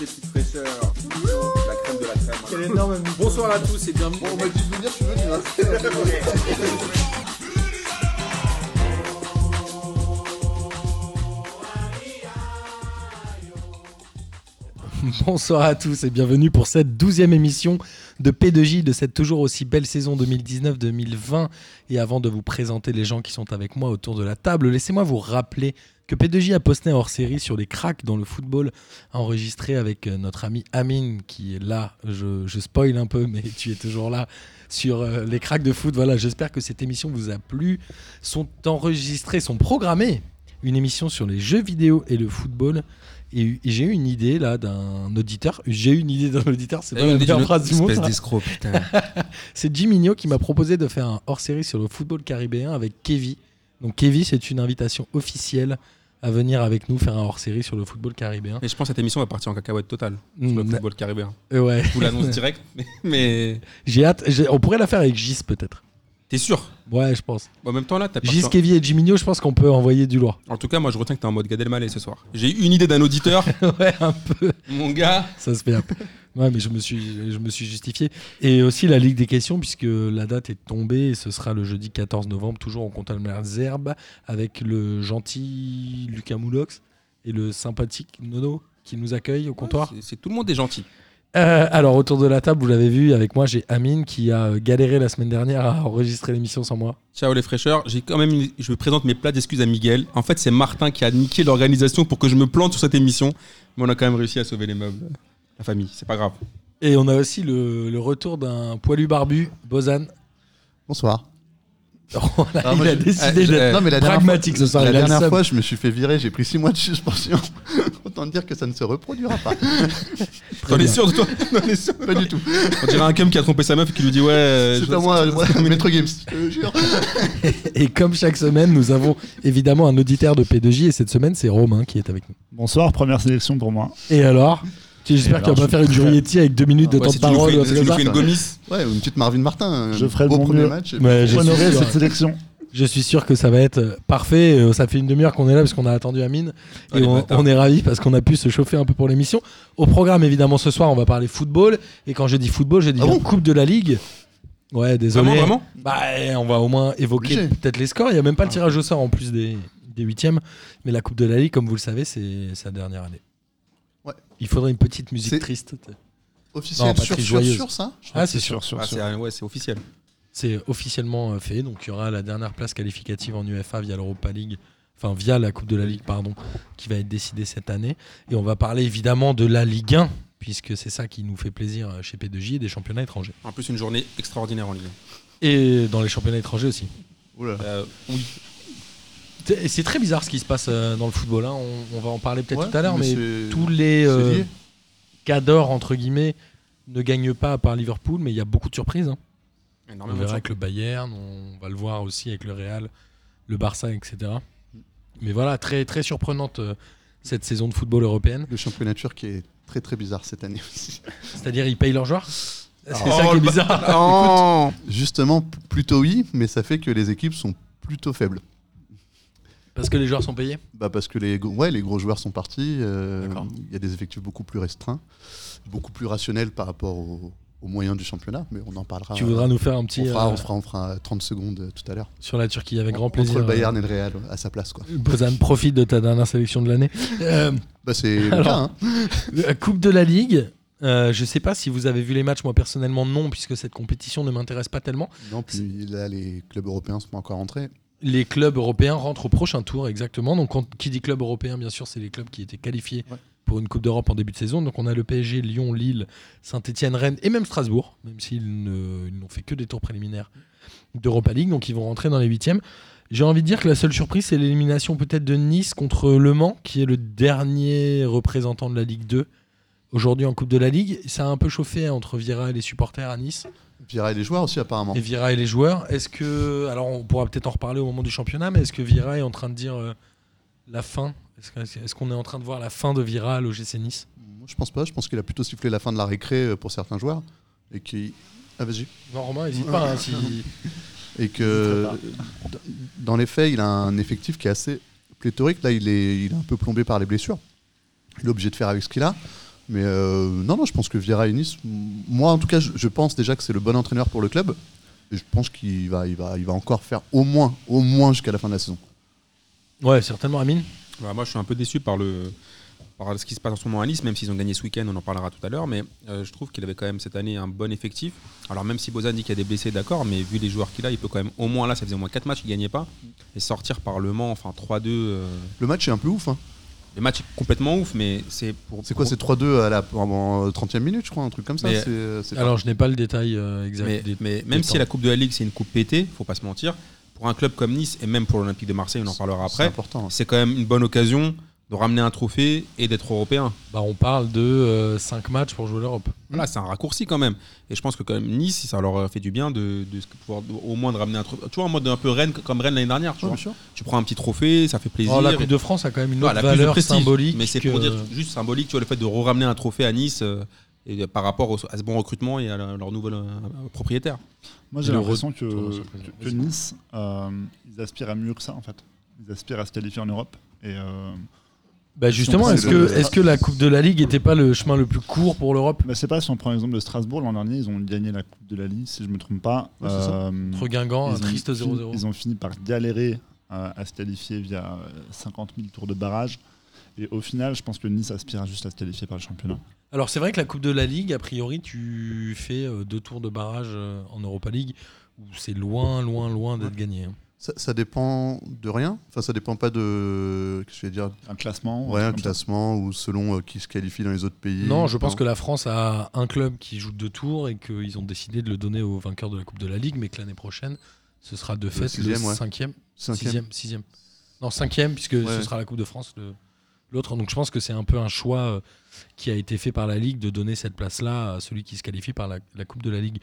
les petites fraîcheurs. La crème de la crème. Quel énorme ami. Bonsoir à tous et bienvenue. Bon, on va juste vous dire, hein. tu veux, tu vas. Bonsoir à tous et bienvenue pour cette douzième émission de P2J de cette toujours aussi belle saison 2019-2020. Et avant de vous présenter les gens qui sont avec moi autour de la table, laissez-moi vous rappeler que P2J a posté un hors-série sur les cracks dans le football enregistré avec euh, notre ami Amine qui est là. Je, je spoil un peu, mais tu es toujours là sur euh, les cracks de foot. Voilà, j'espère que cette émission vous a plu. Sont enregistrés, sont programmés une émission sur les jeux vidéo et le football. Et, et j'ai eu une idée là d'un auditeur. J'ai eu une idée d'un auditeur, c'est pas la meilleure phrase du monde. Eh Espèce ça. d'escroc, putain. C'est Jiminho qui m'a proposé de faire un hors-série sur le football caribéen avec Kevy. Donc Kevy, c'est une invitation officielle à venir avec nous faire un hors-série sur le football caribéen. Et je pense que cette émission va partir en cacahuète totale sur le Mm, football caribéen. euh, ouais. Je vous l'annonce direct, mais- mais J'ai hâte. j'ai- On pourrait la faire avec Gis peut-être. t'es sûr Ouais, je pense. En même temps, là, t'as pas. Gis, Kevy et Jiminho, je pense qu'on peut envoyer du lourd. En tout cas, moi, je retiens que t'es en mode Gad Elmaleh ce soir. J'ai eu une idée d'un auditeur, ouais, un peu. mon gars. Ça se fait. un peu. Ouais, mais je me suis, je me suis justifié. Et aussi la Ligue des questions, puisque la date est tombée, et ce sera le jeudi 14 novembre, toujours en Contalmer Zerbe, avec le gentil Lucas Moulox et le sympathique Nono qui nous accueille au comptoir. C'est- C'est tout le monde est gentil. Euh, alors, autour de la table, vous l'avez vu, avec moi, j'ai Amine qui a euh, galéré la semaine dernière à enregistrer l'émission sans moi. Ciao les fraîcheurs, j'ai quand même une- je me présente mes plats d'excuses à Miguel. En fait, c'est Martin qui a niqué l'organisation pour que je me plante sur cette émission, mais on a quand même réussi à sauver les meubles. La famille, c'est pas grave. Et on a aussi le, le retour d'un poilu barbu, Bozan. Bonsoir. Voilà, Ah, moi, il a je- décidé Ah, je- d'être Euh, non, mais la dernière pragmatique ce fois, soir. la il a le dernière seum. fois, je me suis fait virer, j'ai pris six mois de suspension. Autant dire que ça ne se reproduira pas. T'en es sûr de toi T'en es sûr pas du tout. On dirait un cum qui a trompé sa meuf et qui lui dit ouais. euh, C'est je- pas moi, moi, Maître Games. je te jure. Et comme chaque semaine, nous avons évidemment un auditeur de P2J et cette semaine, c'est Romain qui est avec nous. Bonsoir, première sélection pour moi. Et alors Tu- J'espère que tu vas alors, pas faire je- une Jurietti avec deux minutes de Ouais, temps Ah, si de tu nous parole fais- ou un si tu truc nous comme ça. fais une gomisse. Ouais, une petite Marvin Martin. Je ferai de au mon premier mieux. match. Ouais, je, Pour honorer suis sûr, cette sélection. je suis sûr que ça va être euh, parfait. Euh, Ça fait une demi-heure qu'on est là parce qu'on a attendu Amine. Oh, et les on, bâtards. on est ravis parce qu'on a pu se chauffer un peu pour l'émission. Au programme, évidemment, ce soir, on va parler football. Et quand je dis football, je dis Ah la bon Coupe de la Ligue. Ouais, désolé. Ah Vraiment, vraiment Bah, eh, on va au moins évoquer Obligé. Ah. peut-être les scores. Il n'y a même pas le tirage au sort en plus des, des huitièmes. Mais la Coupe de la Ligue, comme vous le savez, c'est sa dernière année. Ouais. Il faudrait une petite musique C'est- Ah, triste. Non, Officiel, pas sur, très sur, joyeuse. sur ça je Ah, crois. c'est sûr. sûr, Ah, c'est euh, ouais, c'est officiel. C'est officiellement euh, fait. Donc, il y aura la dernière place qualificative en UEFA via l'Europa League. Enfin, via la Coupe de la Ligue, pardon, qui va être décidée cette année. Et on va parler évidemment de la Ligue 1, puisque c'est ça qui nous fait plaisir euh, chez P2J et des championnats étrangers. En plus, une journée extraordinaire en ligne. Et dans les championnats étrangers aussi. Oula. Euh, oui. C'est c'est très bizarre ce qui se passe euh, dans le football. hein. On, on va en parler peut-être Ouais, tout à l'heure, mais c'est- tous les c'est euh, lié. cadors entre guillemets ne gagnent pas à part Liverpool, mais il y a beaucoup de surprises. hein. On Énormément de verra choses. avec le Bayern, on va le voir aussi avec le Real, le Barça, etc. Mais voilà, très très surprenante euh, cette saison de football européenne. Le championnat turc qui est très très bizarre cette année aussi. C'est-à-dire ils payent leurs joueurs. C'est Oh, ça qui le est bizarre. Oh Justement, p- plutôt oui, mais ça fait que les équipes sont plutôt faibles. Parce que les joueurs sont payés. Bah parce que les, gros- ouais, les gros joueurs sont partis, euh, D'accord. il y a des effectifs beaucoup plus restreints, beaucoup plus rationnels par rapport aux aux moyens du championnat, mais on en parlera. Tu voudras nous faire un petit Ah on fera, euh, on fera, on fera 30 secondes euh, tout à l'heure. sur la Turquie avec grand Entre plaisir. le Bayern et le Real à sa place. quoi. euh, Bozan profite de ta dernière sélection de l'année. Euh, Bah, c'est le Alors, cas, hein. La Coupe de la Ligue. euh, je sais pas si vous avez vu les matchs, moi personnellement non, puisque cette compétition ne m'intéresse pas tellement. Non, puis là, les clubs européens sont pas encore entrés. Les clubs européens rentrent au prochain tour, exactement. Donc, quand- qui dit club européen, bien sûr, c'est les clubs qui étaient qualifiés Ouais. pour une Coupe d'Europe en début de saison. Donc, on a le PSG, Lyon, Lille, Saint-Etienne, Rennes et même Strasbourg, même s'ils ne- ils n'ont fait que des tours préliminaires d'Europa League. Donc, ils vont rentrer dans les huitièmes. J'ai envie de dire que la seule surprise, c'est l'élimination peut-être de Nice contre Le Mans, qui est le dernier représentant de la Ligue 2 aujourd'hui en Coupe de la Ligue. Ça a un peu chauffé entre Vira et les supporters à Nice. Vira et les joueurs aussi, apparemment. Et Vira et les joueurs, est-ce que. Alors, on pourra peut-être en reparler au moment du championnat, mais est-ce que Vira est en train de dire euh, la fin Est-ce que- est-ce qu'on est en train de voir la fin de Vira à l'OGC Nice Moi, je pense pas. Je pense qu'il a plutôt sifflé la fin de la récré euh, pour certains joueurs. Et qui. Ah, vas-y. Non, Romain, n'hésite pas. hein, si- Et que d- dans les faits, il a un effectif qui est assez pléthorique. Là, il est, il est un peu plombé par les blessures. Il est obligé de faire avec ce qu'il a. Mais euh, non, non, je pense que Vieira et Nice, m- moi en tout cas, je, je pense déjà que c'est le bon entraîneur pour le club. Et je pense qu'il va, il va, il va encore faire au moins, au moins jusqu'à la fin de la saison. Ouais, certainement, Amine. Bah, moi, je suis un peu déçu par, le, par ce qui se passe en ce moment à Nice, même s'ils ont gagné ce week-end, on en parlera tout à l'heure. Mais euh, je trouve qu'il avait quand même cette année un bon effectif. Alors, même si Bozan dit qu'il y a des blessés, d'accord, mais vu les joueurs qu'il a, il peut quand même au moins là, ça faisait au moins 4 matchs qu'il gagnait pas. Et sortir par le Mans, enfin 3-2, euh, Le match est un peu ouf. hein. le match est complètement ouf, mais c'est pour. C'est quoi pour- C'est 3-2 à la en 30e minute, je crois, un truc comme ça. Mais- c'est- c'est pas- Alors, je n'ai pas le détail euh, exact. Mais, des- mais même si temps. la Coupe de la Ligue, c'est une coupe pétée, faut pas se mentir, pour un club comme Nice et même pour l'Olympique de Marseille, on en parlera c'est après, important. hein. c'est quand même une bonne occasion de ramener un trophée et d'être européen. Bah, on parle de 5 matchs pour jouer l'Europe. Voilà, c'est un raccourci quand même. Et je pense que quand même Nice, ça leur fait du bien de, de se- pouvoir au moins de ramener un trophée. Tu vois, en mode un peu Rennes, comme Rennes l'année dernière. Tu, Ouais, vois. bien sûr. tu prends un petit trophée, ça fait plaisir. Oh, la Et- Coupe de France a quand même une Voilà, autre plus de valeur prestige. symbolique. euh, Mais c'est que- pour dire juste symbolique, tu vois, le fait de ramener un trophée à Nice euh, et par rapport au- à ce bon recrutement et à leur leur nouvel euh, propriétaire. Moi, j'ai Et le l'impression que, retour sur le que- président. que Nice, euh, ils aspirent à mieux que ça, en fait. Ils aspirent à se qualifier en Europe. Et euh, Bah, justement, C'est est-ce le- que, est que la Coupe de la Ligue n'était pas le chemin le plus court pour l'Europe bah, je sais pas si on prend l'exemple de Strasbourg. L'an dernier, ils ont gagné la Coupe de la Ligue, si je me trompe pas. Ouais, c'est ça. Euh, Entre Guingamp, un ils ont triste fini- 0-0. Ils ont fini par galérer euh, à se qualifier via euh, 50 000 tours de barrage. Et au final, je pense que Nice aspire juste à se qualifier par le championnat. Alors c'est vrai que la Coupe de la Ligue, a priori, tu fais euh, deux tours de barrage euh, en Europa League où c'est loin, loin, loin d'être gagné. hein. Ça, ça dépend de rien. Enfin, ça dépend pas de. Qu'est-ce que je vais dire Un classement Ouais, un truc comme ça. classement ou selon euh, qui se qualifie dans les autres pays. Non, je pense que la France a un club qui joue deux tours et qu'ils ont décidé de le donner au vainqueur de la Coupe de la Ligue, mais que l'année prochaine, ce sera de fait le, sixième, ouais. cinquième, Cinquième. sixième, sixième. Non, cinquième, puisque ce Ouais. sera la Coupe de France le- l'autre. Donc je pense que c'est un peu un choix euh, qui a été fait par la Ligue de donner cette place-là à celui qui se qualifie par la, la Coupe de la Ligue.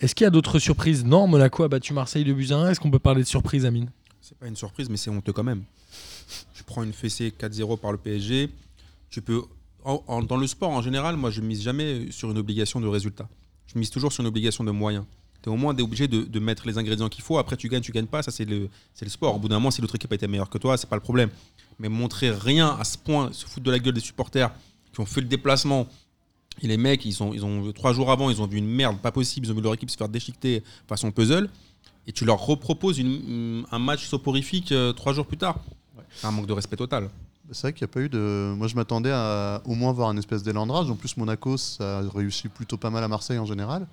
Est-ce qu'il y a d'autres surprises Non, Monaco a battu Marseille de buts à 1. Est-ce qu'on peut parler de surprise, Amine C'est pas une surprise, mais c'est honteux quand même. Tu prends une fessée 4-0 par le PSG. Tu peux. en- en- dans le sport en général, moi, je mise jamais sur une obligation de résultat. Je mise toujours sur une obligation de moyens. Tu es au moins t'es obligé de, de mettre les ingrédients qu'il faut. Après, tu gagnes, tu gagnes pas. Ça, c'est le, c'est le sport. Au bout d'un moment, si l'autre équipe a été meilleure que toi, c'est pas le problème. Mais montrer rien à ce point, se foutre de la gueule des supporters qui ont fait le déplacement. Et les mecs, ils ont, ils ont trois jours avant, ils ont vu une merde pas possible. Ils ont vu leur équipe se faire déchiqueter façon puzzle et tu leur reproposes une- un match soporifique euh, trois jours plus tard. C'est un manque de respect total. C'est vrai qu'il n'y a pas eu de. Moi, je m'attendais à au moins voir un espèce d'élandrage. En plus, Monaco, ça réussit plutôt pas mal à Marseille en général.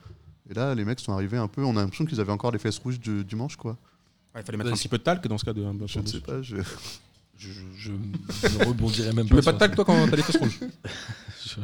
Et là, les mecs sont arrivés un peu. On a l'impression qu'ils avaient encore les fesses rouges du dimanche, quoi. il fallait mettre Ouais, un petit peu de talc dans ce cas. De, Je ne sais pas. Je... Je, je- je ne rebondirai même Tu pas. mets pas sur de talc toi quand t'as les fesses rouges ça.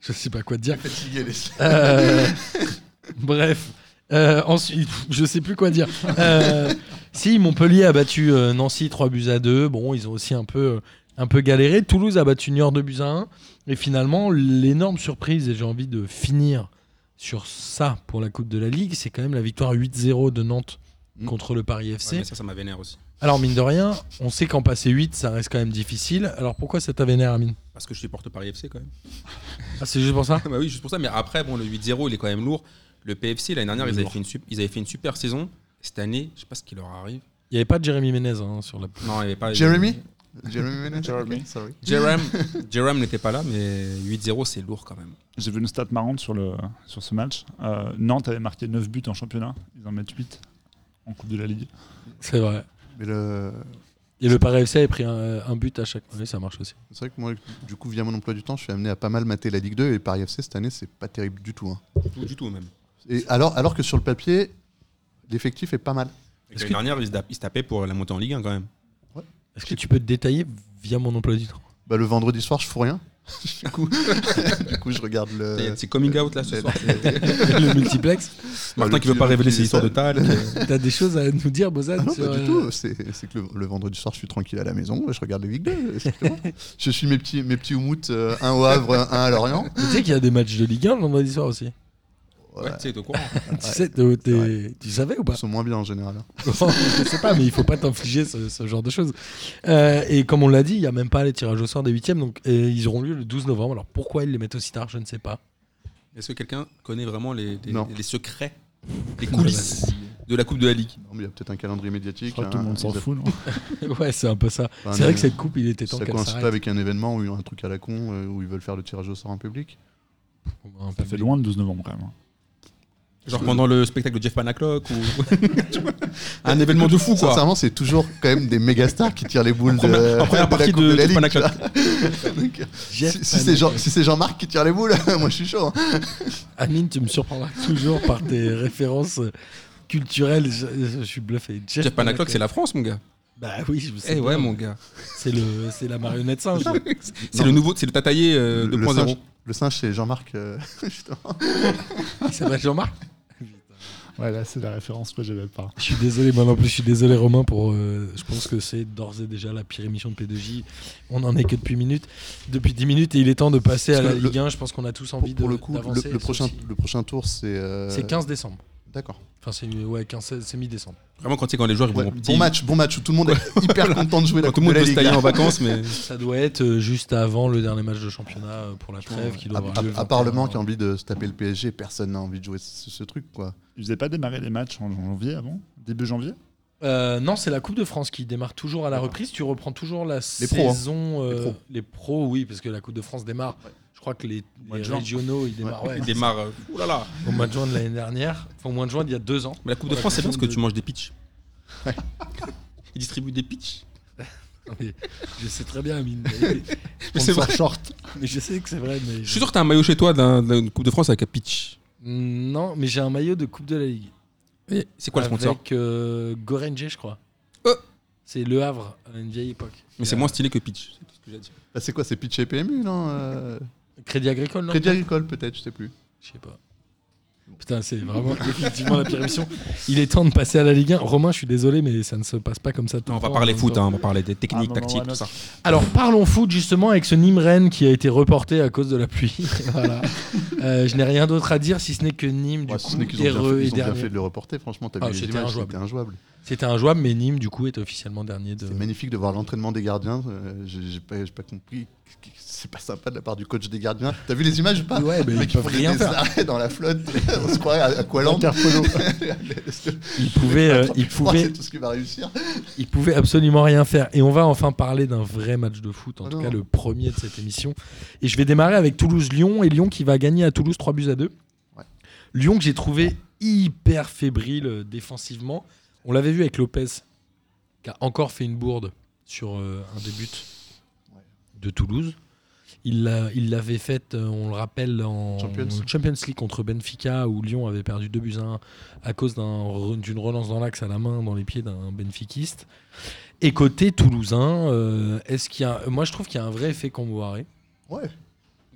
Je ne sais pas quoi te dire. Fatigué, les Euh, bref. Euh, ensuite, je sais plus quoi dire. Euh, si Montpellier a battu euh, Nancy 3 buts à 2, bon, ils ont aussi un peu, euh, un peu galéré. Toulouse a battu Niort 2 buts à 1. Et finalement, l'énorme surprise, et j'ai envie de finir sur ça pour la Coupe de la Ligue, c'est quand même la victoire 8-0 de Nantes Mm. contre le Paris FC. Ça, ça m'a vénère aussi. Alors, mine de rien, on sait qu'en passer 8, ça reste quand même difficile. Alors, pourquoi ça t'a vénère, Amine Parce que je supporte Paris FC quand même. Ah, c'est juste pour ça bah oui, juste pour ça. Mais après, bon, le 8-0, il est quand même lourd. Le PFC, l'année dernière, Il est ils avaient, lourd. fait une, sup- ils avaient fait une super saison. Cette année, je sais pas ce qui leur arrive. Il n'y avait pas de Jérémy Ménez hein, sur la. Non, il n'y avait pas. Jeremy Jeremy Menez Ok, sorry. Jerem Jerem n'était pas là, mais 8-0, c'est lourd quand même. J'ai vu une stat marrante sur, le, sur ce match. Euh, Nantes avait marqué 9 buts en championnat. Ils en mettent 8 en Coupe de la Ligue. C'est vrai. Mais le... Et le Paris FC a pris un, un but à chaque. Oui, ça marche aussi. c'est vrai que moi, du coup, via mon emploi du temps, je suis amené à pas mal mater la Ligue 2 et Paris FC cette année, c'est pas terrible du tout. hein. Du tout, du tout même. Et alors, alors que sur le papier, l'effectif est pas mal. Et que Est-ce L'année que- dernière, ils se da- ils se tapaient pour la montée en Ligue 1 quand même. Est-ce que tu peux te détailler via mon emploi du temps Bah, le vendredi soir, je fous rien. du, coup, du coup, je regarde le. C'est coming out là ce le- soir. Le multiplex Martin qui veut pas révéler ses histoires de talc. euh. T'as des choses à nous dire, Bozan Ah non, sur, pas du euh, tout. C'est c'est que le, le vendredi soir, je suis tranquille à la maison, je regarde les Ligue 2. simplement. je suis mes petits, mes petits Houmout, euh, un au Havre, un à Lorient. Mais Tu sais qu'il y a des matchs de Ligue 1 le vendredi soir aussi. Ouais, tu sais, t'es au courant. Ah tu, sais, t'es- t'es- tu savais ou pas Ils sont moins bien en général. hein. Bon, Je sais pas, mais il faut pas t'infliger ce, ce genre de choses. Euh, et comme on l'a dit, il y a même pas les tirages au sort des huitièmes, donc euh, ils auront lieu le 12 novembre. Alors pourquoi ils les mettent aussi tard Je ne sais pas. Est-ce que quelqu'un connaît vraiment les, les- Non. les secrets, les coulisses de de la Coupe de la Ligue. Non, mais il y a peut-être un calendrier médiatique. Oh, Je crois que tout le un- monde s'en hein, ils a- fout, non ouais, c'est un peu ça. enfin, c'est vrai un- que cette coupe, il était temps Bah, Ça qu'elle coïncide pas s'arrête. avec un événement ou un truc à la con euh, où ils veulent faire le tirage au sort en public. Un peu Ça fait loin le 12 novembre, quand même. hein. Genre pendant le spectacle de Jeff Panaclock ou Tu vois, un événement de fou quoi. Euh, Sincèrement, c'est toujours quand même des méga stars qui tirent les boules de, première- en de première la partie Coupe de- de la de Ligue. Panacloc. Donc, si Jeff si c'est Jean- si c'est Jean-Marc qui tire les boules, moi je suis chaud. hein. Amine, tu me surprendras toujours par tes références euh, culturelles. Je, je suis bluffé. Jeff, Jeff Panaclock, c'est la France mon gars. Bah oui, je sais. Eh ouais bien. mon gars. C'est le, c'est la marionnette singe. C'est le nouveau, c'est le tataillé euh, le, singe, 2.0. le singe, c'est Jean-Marc. euh, justement. Il s'appelle Jean-Marc. Ouais, là, c'est la référence que j'avais pas. Je suis désolé, moi non plus, je suis désolé Romain pour. euh, je pense que c'est d'ores et déjà la pire émission de P2J. On en est que depuis minutes, depuis 10 minutes, et il est temps de passer Parce à la que le- Ligue 1. Je pense qu'on a tous pour, envie pour de- le coup, le, d'avancer, le sauf prochain, si- le prochain tour, c'est. euh, C'est 15 décembre. D'accord. Enfin, c'est ouais, 15, c'est mi-décembre. Vraiment quand c'est quand les joueurs ils Ouais, vont en petit, bon match, bon match où tout le monde est hyper content de jouer la quand tout Coupe de le monde la peut Ligue. se hein. tailler là. en vacances mais Ça doit être euh, juste avant le dernier match de championnat euh, pour la trêve qui doit À, avoir lieu le à- à part le 21. Mans qui a envie de se taper le PSG, personne n'a envie de jouer ce, ce truc quoi. Ils faisaient pas démarrer les matchs en janvier avant Début janvier Euh, non, c'est la Coupe de France qui démarre toujours à la reprise. Tu reprends toujours la pros, hein. saison. euh, Les, pros. pros. oui, parce que la Coupe de France démarre. Je crois que les, mois les de juin. régionaux, ils démarrent ouais, ils démarrent. euh, Ouh là là. au mois de juin de l'année dernière. Enfin, au mois de juin d'il y a deux ans. Mais la Coupe Ouais, de France c'est bien parce que de- tu manges des pitchs. Ils distribuent des pitchs. Mais je sais très bien, Amine. Mais c'est vrai. short. Mais je sais que c'est vrai. Mais Je suis sûr que t'as un maillot chez toi d'un- d'une Coupe de France avec un pitch. Non, mais j'ai un maillot de Coupe de la Ligue. Et C'est quoi le avec, sponsor euh, Gorenje, je crois. Oh. C'est Le Havre, à une vieille époque. Mais c'est Euh, moins stylé que pitch. C'est tout ce que j'ai à dire. Là, Bah, c'est quoi C'est pitch et PMU non euh, Crédit Agricole, non Crédit Agricole peut-être, je sais plus. Je sais pas. Putain, c'est vraiment effectivement la pire émission. Il est temps de passer à la Ligue 1. Romain, je suis désolé, mais ça ne se passe pas comme ça. tout Non, on le va temps, parler en même foot, temps. hein, on va parler des techniques, Ah, maman, tactiques, tout Ramos. ça. Alors parlons foot justement avec ce Nîmes Rennes qui a été reporté à cause de la pluie. Voilà. Euh, je n'ai rien d'autre à dire si ce n'est que Nîmes du Ouais, si ce n'est coup qu'ils ont est bien fait- re- est ils ont bien dernier. fait de le reporter, franchement, t'as Ah, vu les c'était images, injouable. c'était injouable. C'était injouable, mais Nîmes du coup est officiellement dernier de. C'est magnifique de voir l'entraînement des gardiens. euh, j'ai j'ai pas, j'ai pas compris. C'est pas sympa de la part du coach des gardiens. T'as vu les images ou pas Ouais, mais Le mec, ils peuvent faisait rien des faire. arrêts dans la flotte. On se croirait à Aqualand. Interpolo. Ils pouvaient, euh, ils Je crois que pouvaient, C'est tout ce qui va réussir. Il pouvait absolument rien faire. Et on va enfin parler d'un vrai match de foot, en Ah tout non. cas le premier de cette émission. Et je vais démarrer avec Toulouse-Lyon, et Lyon qui va gagner à Toulouse 3 buts à 2. Ouais. Lyon que j'ai trouvé hyper fébrile euh, défensivement. On l'avait vu avec Lopez, qui a encore fait une bourde sur euh, un des buts Ouais. de Toulouse. Il l'a- il l'avait faite, euh, on le rappelle, en Champions. Champions League contre Benfica, où Lyon avait perdu 2 buts à 1 à cause d'un- d'une relance dans l'axe à la main, dans les pieds d'un benfiquiste. Et côté toulousain, euh, est-ce qu'il y a, moi je trouve qu'il y a un vrai effet Camboiré. Ouais.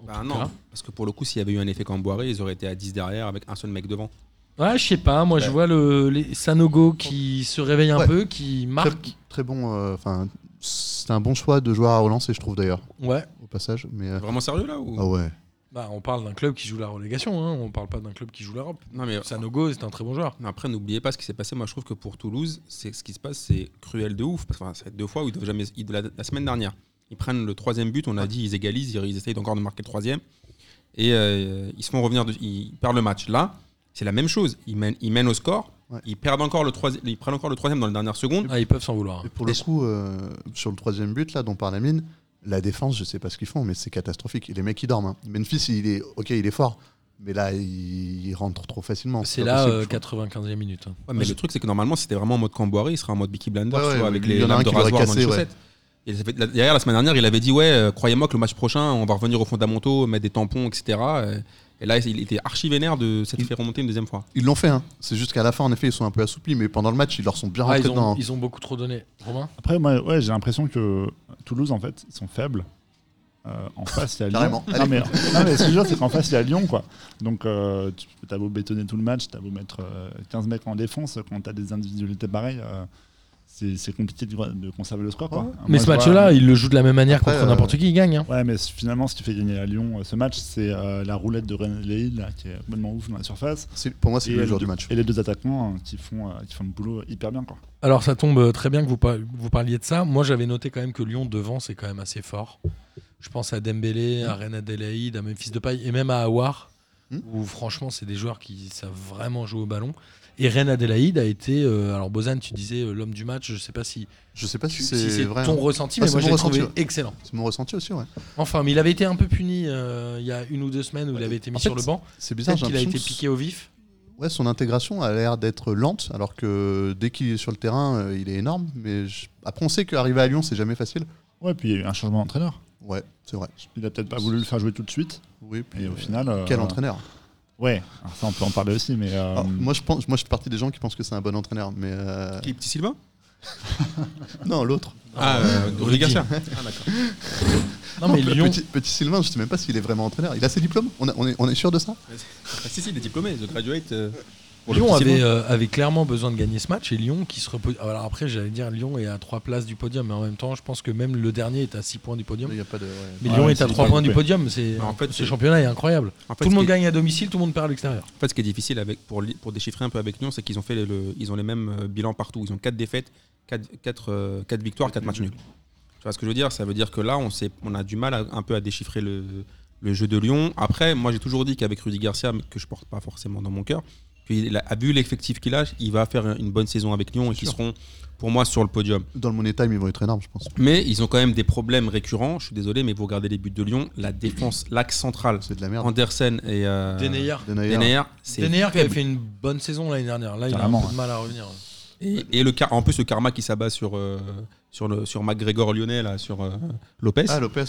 en Bah tout non, cas. parce que pour le coup, s'il y avait eu un effet Camboiré, ils auraient été à 10 derrière avec un seul mec devant. Ouais, je sais pas. Moi je Ouais. vois le les Sanogo qui se réveille un Ouais. peu, qui Très, marque. très bon. euh, Enfin, c'est un bon choix de joueur à relancer, je trouve d'ailleurs, Ouais. au passage. Mais euh, Vraiment sérieux là ou... ah ouais. Bah, on parle d'un club qui joue la relégation. Hein. On parle pas d'un club qui joue l'Europe. Non mais Sanogo, c'est un très bon joueur. mais après, n'oubliez pas ce qui s'est passé. Moi, je trouve que pour Toulouse, c'est ce qui se passe, c'est cruel de ouf. Parce que, enfin, c'est deux fois où ils doivent jamais. ils- la, la semaine dernière, ils prennent le troisième but. On a dit ils égalisent, ils, ils essayent encore de marquer le troisième, et euh, ils se font revenir. de- ils perdent le match. Là, c'est la même chose. Ils mènent, ils mènent au score. Ouais. Ils perdent encore le troisième. Ils prennent encore le troisième dans les dernières secondes. Ah, ils peuvent s'en vouloir. Et pour le Et je- coup, euh, sur le troisième but, là, dont parle Amine, la défense, je sais pas ce qu'ils font, mais c'est catastrophique. Et les mecs, ils dorment. hein. Memphis, il est, ok, il est fort, mais là, il, il rentre trop facilement. C'est pas là possible, euh, je 95e minute. hein. Ouais, mais le truc, c'est que normalement, si c'était vraiment en mode Camboiré, il serait en mode Bicky Blender, Ouais, tu ouais, vois, avec il y en les a un lames de qui l'aurait rasoir dans les cassé, ouais. chaussettes. Et ça fait- la- derrière, la semaine dernière, il avait dit Ouais, euh, croyez-moi que le match prochain, on va revenir aux fondamentaux, mettre des tampons, etc. Euh, Et là, il était archi vénère de s'être fait remonter une deuxième fois. Ils l'ont fait, hein. c'est juste qu'à la fin, en effet, ils sont un peu assouplis, mais pendant le match, ils leur sont bien Ah, rentrés ils, ont, dans. ils ont beaucoup trop donné. Romain Après, moi, ouais, j'ai l'impression que Toulouse, en fait, ils sont faibles. Euh, en face, il y a Lyon. Carrément. Non, mais, non, mais ce que je veux dire, c'est qu'en face, il y a Lyon, quoi. Donc, euh, tu as beau bétonner tout le match, tu as beau mettre euh, 15 mecs en défense, quand tu as des individualités pareilles, euh, c'est c'est compliqué de, de conserver le score, quoi. Moi, Ah, Mais je ce vois- match-là, ils le jouent de la même manière euh, Après, contre euh, n'importe qui, il gagne. hein. Ouais, mais c- finalement, ce qui fait gagner à Lyon euh, ce match, c'est euh, la roulette de René Leïl, là, qui est complètement ouf dans la surface. C'est- Pour moi, Ah, c'est Et le euh, les jour deux- du match. Et les deux attaquants euh, qui, font, euh, qui font le boulot hyper bien, quoi. Alors ça tombe euh, très bien que vous, par- vous parliez de ça. Moi j'avais noté quand même que Lyon devant c'est quand même assez fort. Je pense à Dembélé, à Reine Adélaïde, à Memphis Depay et même à Aouar. Hmm. où franchement, c'est des joueurs qui savent vraiment jouer au ballon. Et Reine Adélaïde a été. euh, alors, Bozan, tu disais euh, l'homme du match, je sais pas si, Je sais pas si tu- si c'est c'est vrai. hein. ton ressenti, Ah, mais c'est moi, mon je l'ai ressenti, trouvé ouais. excellent. C'est mon ressenti aussi, ouais. Enfin, mais il avait été un peu puni euh, il y a une ou deux semaines où il avait été mis en sur fait, le banc. C'est bizarre, Peut-être j'ai qu'il a été l'impression que- piqué au vif. Ouais, son intégration a l'air d'être lente, alors que dès qu'il est sur le terrain, euh, il est énorme. Mais je- après, on sait qu'arriver à Lyon, c'est jamais facile. Ouais, puis il y a eu un changement d'entraîneur. Ouais, c'est vrai. Il a peut-être pas voulu le faire jouer tout de suite. Oui, puis, Et au euh, final. euh, Quel entraîneur Ouais, alors ça on peut en parler aussi, mais. euh, Alors, Moi, je pense, moi, je suis parti des gens qui pensent que c'est un bon entraîneur, mais euh, Qui, petit Sylvain non, l'autre. Ah, euh, Rudy Garcia. Non, mais Pe- Lyon. Petit, petit Sylvain, je sais même pas s'il est vraiment entraîneur. Il a ses diplômes on, a- on est, on est sûr de ça Ah, si, si, il est diplômé, The Graduate. euh, pour le Lyon petit avait, Sylvain. euh, avait clairement besoin de gagner ce match et Lyon qui se repose. Alors après, j'allais dire Lyon est à 3 places du podium, mais en même temps, je pense que même le dernier est à 6 points du podium. Il y a pas de. ouais. Mais Ouais, Lyon ouais, est à c'est 3 hyper points du coupé. podium. C'est Mais en fait, ce c'est- championnat est incroyable. En tout fait, ce le monde qui est- gagne à domicile, tout le monde perd à l'extérieur. En fait, ce qui est difficile avec, pour, li- pour déchiffrer un peu avec Lyon, c'est qu'ils ont fait le- le- ils ont les mêmes euh, bilans partout. Ils ont 4 défaites, 4, victoires, 4 matchs nuls. Tu vois ce que je veux dire Ça veut dire que là, on, sait- on a du mal à- un peu à déchiffrer le, le jeu de Lyon. Après, moi, j'ai toujours dit qu'avec Rudy Garcia, que je porte pas forcément dans mon cœur, puis il a vu l'effectif qu'il a, il va faire une bonne saison avec Lyon et qu'ils seront, pour moi, sur le podium. Dans le Money Time, ils vont être énormes, je pense. Mais ils ont quand même des problèmes récurrents. Je suis désolé, mais vous regardez les buts de Lyon, la défense, l'axe central, C'est de la merde. Andersen et euh, Denayer. Denayer. Denayer, c'est hein. Denayer qui avait fait une bonne saison l'année dernière. Là, il a un Carrément, peu de mal à revenir. Et, et le car en plus, le karma qui s'abat sur, euh, sur, le, sur McGregor lyonnais, là, sur euh, Lopez. Ah, Lopez.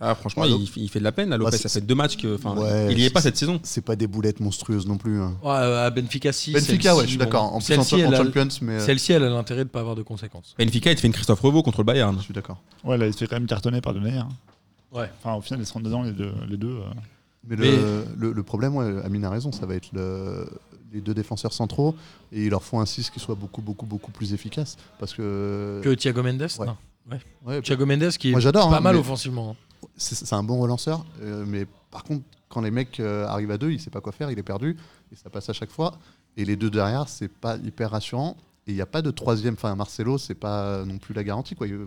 Ah, franchement, Ouais, il, donc- il fait de la peine, là, Lopez. Bah, Ouais, ça c'est- fait deux matchs que. enfin, Ouais, il n'y est c'est- pas cette saison. C'est pas des boulettes monstrueuses non plus. hein. Ouais, euh, à Benfica, si. Benfica, celle-ci, ouais, je suis bon. d'accord. En plus, en, Celle-ci, elle en a- Champions, mais. euh, Celle-ci, elle a l'intérêt de ne pas avoir de conséquences. Benfica, il te fait une Christophe Revaux contre le Bayern. Je suis d'accord. Ouais, là, il se fait quand même cartonner par Denayer. hein. Ouais. Enfin, au final, ils se rendent dedans, les deux. Les deux euh. Mais, le, le- le problème, ouais, Amine a raison, ça va être le- les deux défenseurs centraux et il leur faut un 6 qui soit beaucoup, beaucoup, beaucoup plus efficace. Parce que. Que Thiago Mendes Euh, Ouais. non. Ouais, Thiago Mendes qui est Moi, j'adore, pas hein, mal mais- offensivement. c'est c'est un bon relanceur, euh, mais par contre, quand les mecs euh, arrivent à deux, il sait pas quoi faire, il est perdu et ça passe à chaque fois. Et les deux derrière, c'est pas hyper rassurant. Et il n'y a pas de troisième. Enfin, Marcelo, c'est pas non plus la garantie. Quoi. Il-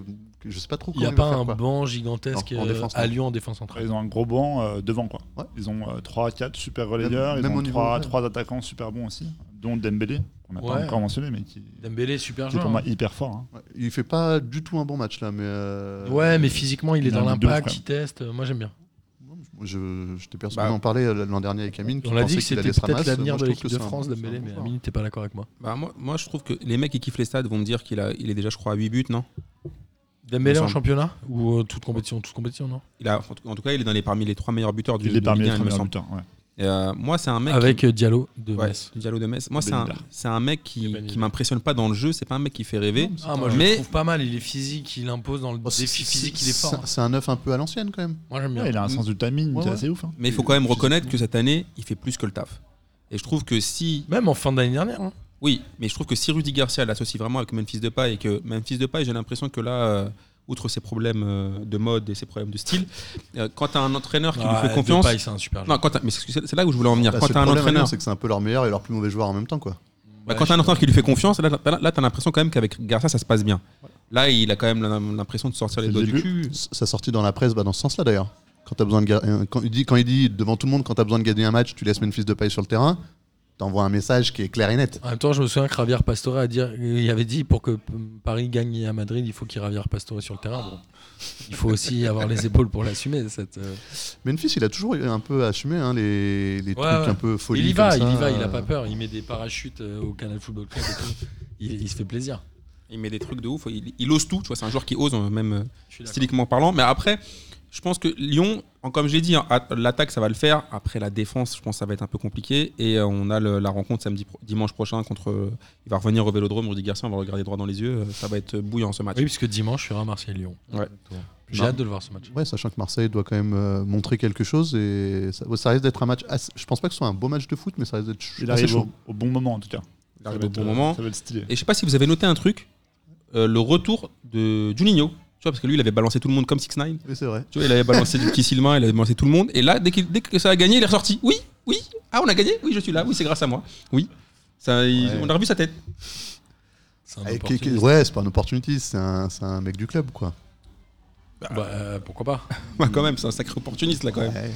Je sais pas trop Il n'y comment a il pas va faire, un quoi. banc gigantesque Non, en euh, défense, hein. à non. Lyon en défense centrale. Ils ont un gros banc euh, devant, quoi. Ouais. Ils ont 3-4 super relayeurs, Même- même ils au ont niveau- 3, ouais. attaquants super bons aussi, dont Dembélé, qu'on n'a Ouais. pas encore mentionné, mais qui, Dembélé, super qui est joueur. pour hein. moi hyper fort. hein. Ouais, Il fait pas du tout un bon match là, mais. euh, hein. Ouais, mais physiquement, il est il a dans un double l'impact, frame. il teste. euh, Moi, j'aime bien. Moi, Je, je t'ai perçu Bah, d'en parler euh, l'an dernier avec Amine. qui On l'a pensait dit que qu'il c'était allait se peut-être ramasse. l'avenir Moi, je de trouve l'équipe que de c'est un- France, c'est un Dembélé, bon mais joueur. Amine, t'es pas d'accord avec moi. Bah, moi, moi, je trouve que les mecs qui kiffent les stades vont me dire qu'il a, il est déjà, je crois, à 8 buts, non Dembélé en Ensemble. championnat Ou euh, toute compétition Toute compétition, non il a, en tout- En tout cas, il est dans les, parmi les trois meilleurs buteurs du Il est de parmi Ligue les un, il trois me meilleurs semble. buteurs. ouais. Et, euh, moi, c'est un mec. qui- Avec euh, Diallo de Ouais, Metz. Diallo de Metz. Moi, c'est un, Benidorm. c'est un mec qui, Benidorm. qui m'impressionne pas dans le jeu. C'est pas un mec qui fait rêver. Ah, moi, je Mais- le trouve pas mal. Il est physique, il impose dans le Oh, c'est- défi c'est- physique, il est fort. hein. c'est- C'est un œuf un peu à l'ancienne quand même. Moi, j'aime bien. Ouais, il a un sens du timing, Ouais, c'est ouais. assez ouf. hein. Mais il faut quand même reconnaître que cette année, il fait plus que le taf. Et je trouve que si Même en fin d'année dernière. hein. Oui, mais je trouve que si Rudy Garcia l'associe vraiment avec Memphis Depay et que Memphis Depay, j'ai l'impression que là, euh, outre ses problèmes euh, de mode et ses problèmes de style, euh, quand t'as un entraîneur qui Ah, lui fait confiance, Depay, c'est un super joueur. non, quand t'as- mais c'est c'est là où je voulais en venir. Bah, quand c'est t'as le un problème à Lyon, entraîneur, c'est que c'est un peu leur meilleur et leur plus mauvais joueur en même temps. quoi. bah, quand t'as un entraîneur qui lui fait confiance, là, t'as- là, t'as l'impression quand même qu'avec Garcia, ça se passe bien. Là, il a quand même l'im- l'impression de sortir les C'est doigts le du cul. S- Sa sortie dans la presse va dans ce sens-là d'ailleurs. Quand, t'as besoin de ga- euh, quand, il dit, quand il dit devant tout le monde, quand tu as besoin de gagner un match, tu laisses Memphis Depay sur le terrain, t'envoies un message qui est clair et net. En même temps, je me souviens que Javier Pastore a dit- il avait dit pour que P- Paris gagne à Madrid, il faut qu'il y ait Javier Pastore sur le terrain. Bon, il faut aussi avoir les épaules pour l'assumer. Cette... euh, Memphis, il a toujours un peu assumé hein, les, les trucs Ouais, ouais. un peu folies. il y va, comme il y ça, va, il a euh, pas peur. Il met des parachutes euh, au Canal Football Club et tout. Il, il se fait plaisir. Il met des trucs de ouf. Il, il ose tout. Tu vois, c'est un joueur qui ose, euh, même euh, Je suis d'accord. styliquement parlant. Mais après, je pense que Lyon, en- comme j'ai dit, hein, à- l'attaque, ça va le faire. Après, la défense, je pense que ça va être un peu compliqué. Et euh, on a le- la rencontre samedi, pro- dimanche prochain contre. euh, il va revenir au vélodrome, Rudy Garcia, on va le regarder droit dans les yeux. Euh, Ça va être bouillant ce match. Oui, puisque dimanche, je suis à Marseille-Lyon. Ouais. J'ai hâte de le voir ce match. Ouais, sachant que Marseille doit quand même euh, montrer quelque chose et ça, ouais, ça risque d'être un match. assez- je pense pas que ce soit un beau match de foot, mais ça risque d'être ch- Il assez arrive chaud. au, au bon moment en tout cas. Il Ça arrive va au être, bon euh, moment. Ça va être stylé. Et je sais pas si vous avez noté un truc euh, le retour de Juninho. Tu vois, parce que lui, il avait balancé tout le monde comme 6 9 Oui, c'est vrai. Tu vois, il avait balancé du petit Sylvain, il avait balancé tout le monde. Et là, dès, qu'il- dès que ça a gagné, il est ressorti. Oui, oui. Ah, on a gagné Oui, je suis là. Oui, c'est grâce à moi. Oui. Ça, il- Ouais. On a revu sa tête. C'est un Eh, qui- qui- opportuniste. ouais, c'est pas une opportunité, c'est un, c'est un mec du club quoi. Bah, euh, pourquoi pas Bah, Ouais, quand même, c'est un sacré opportuniste là quand même. Ouais.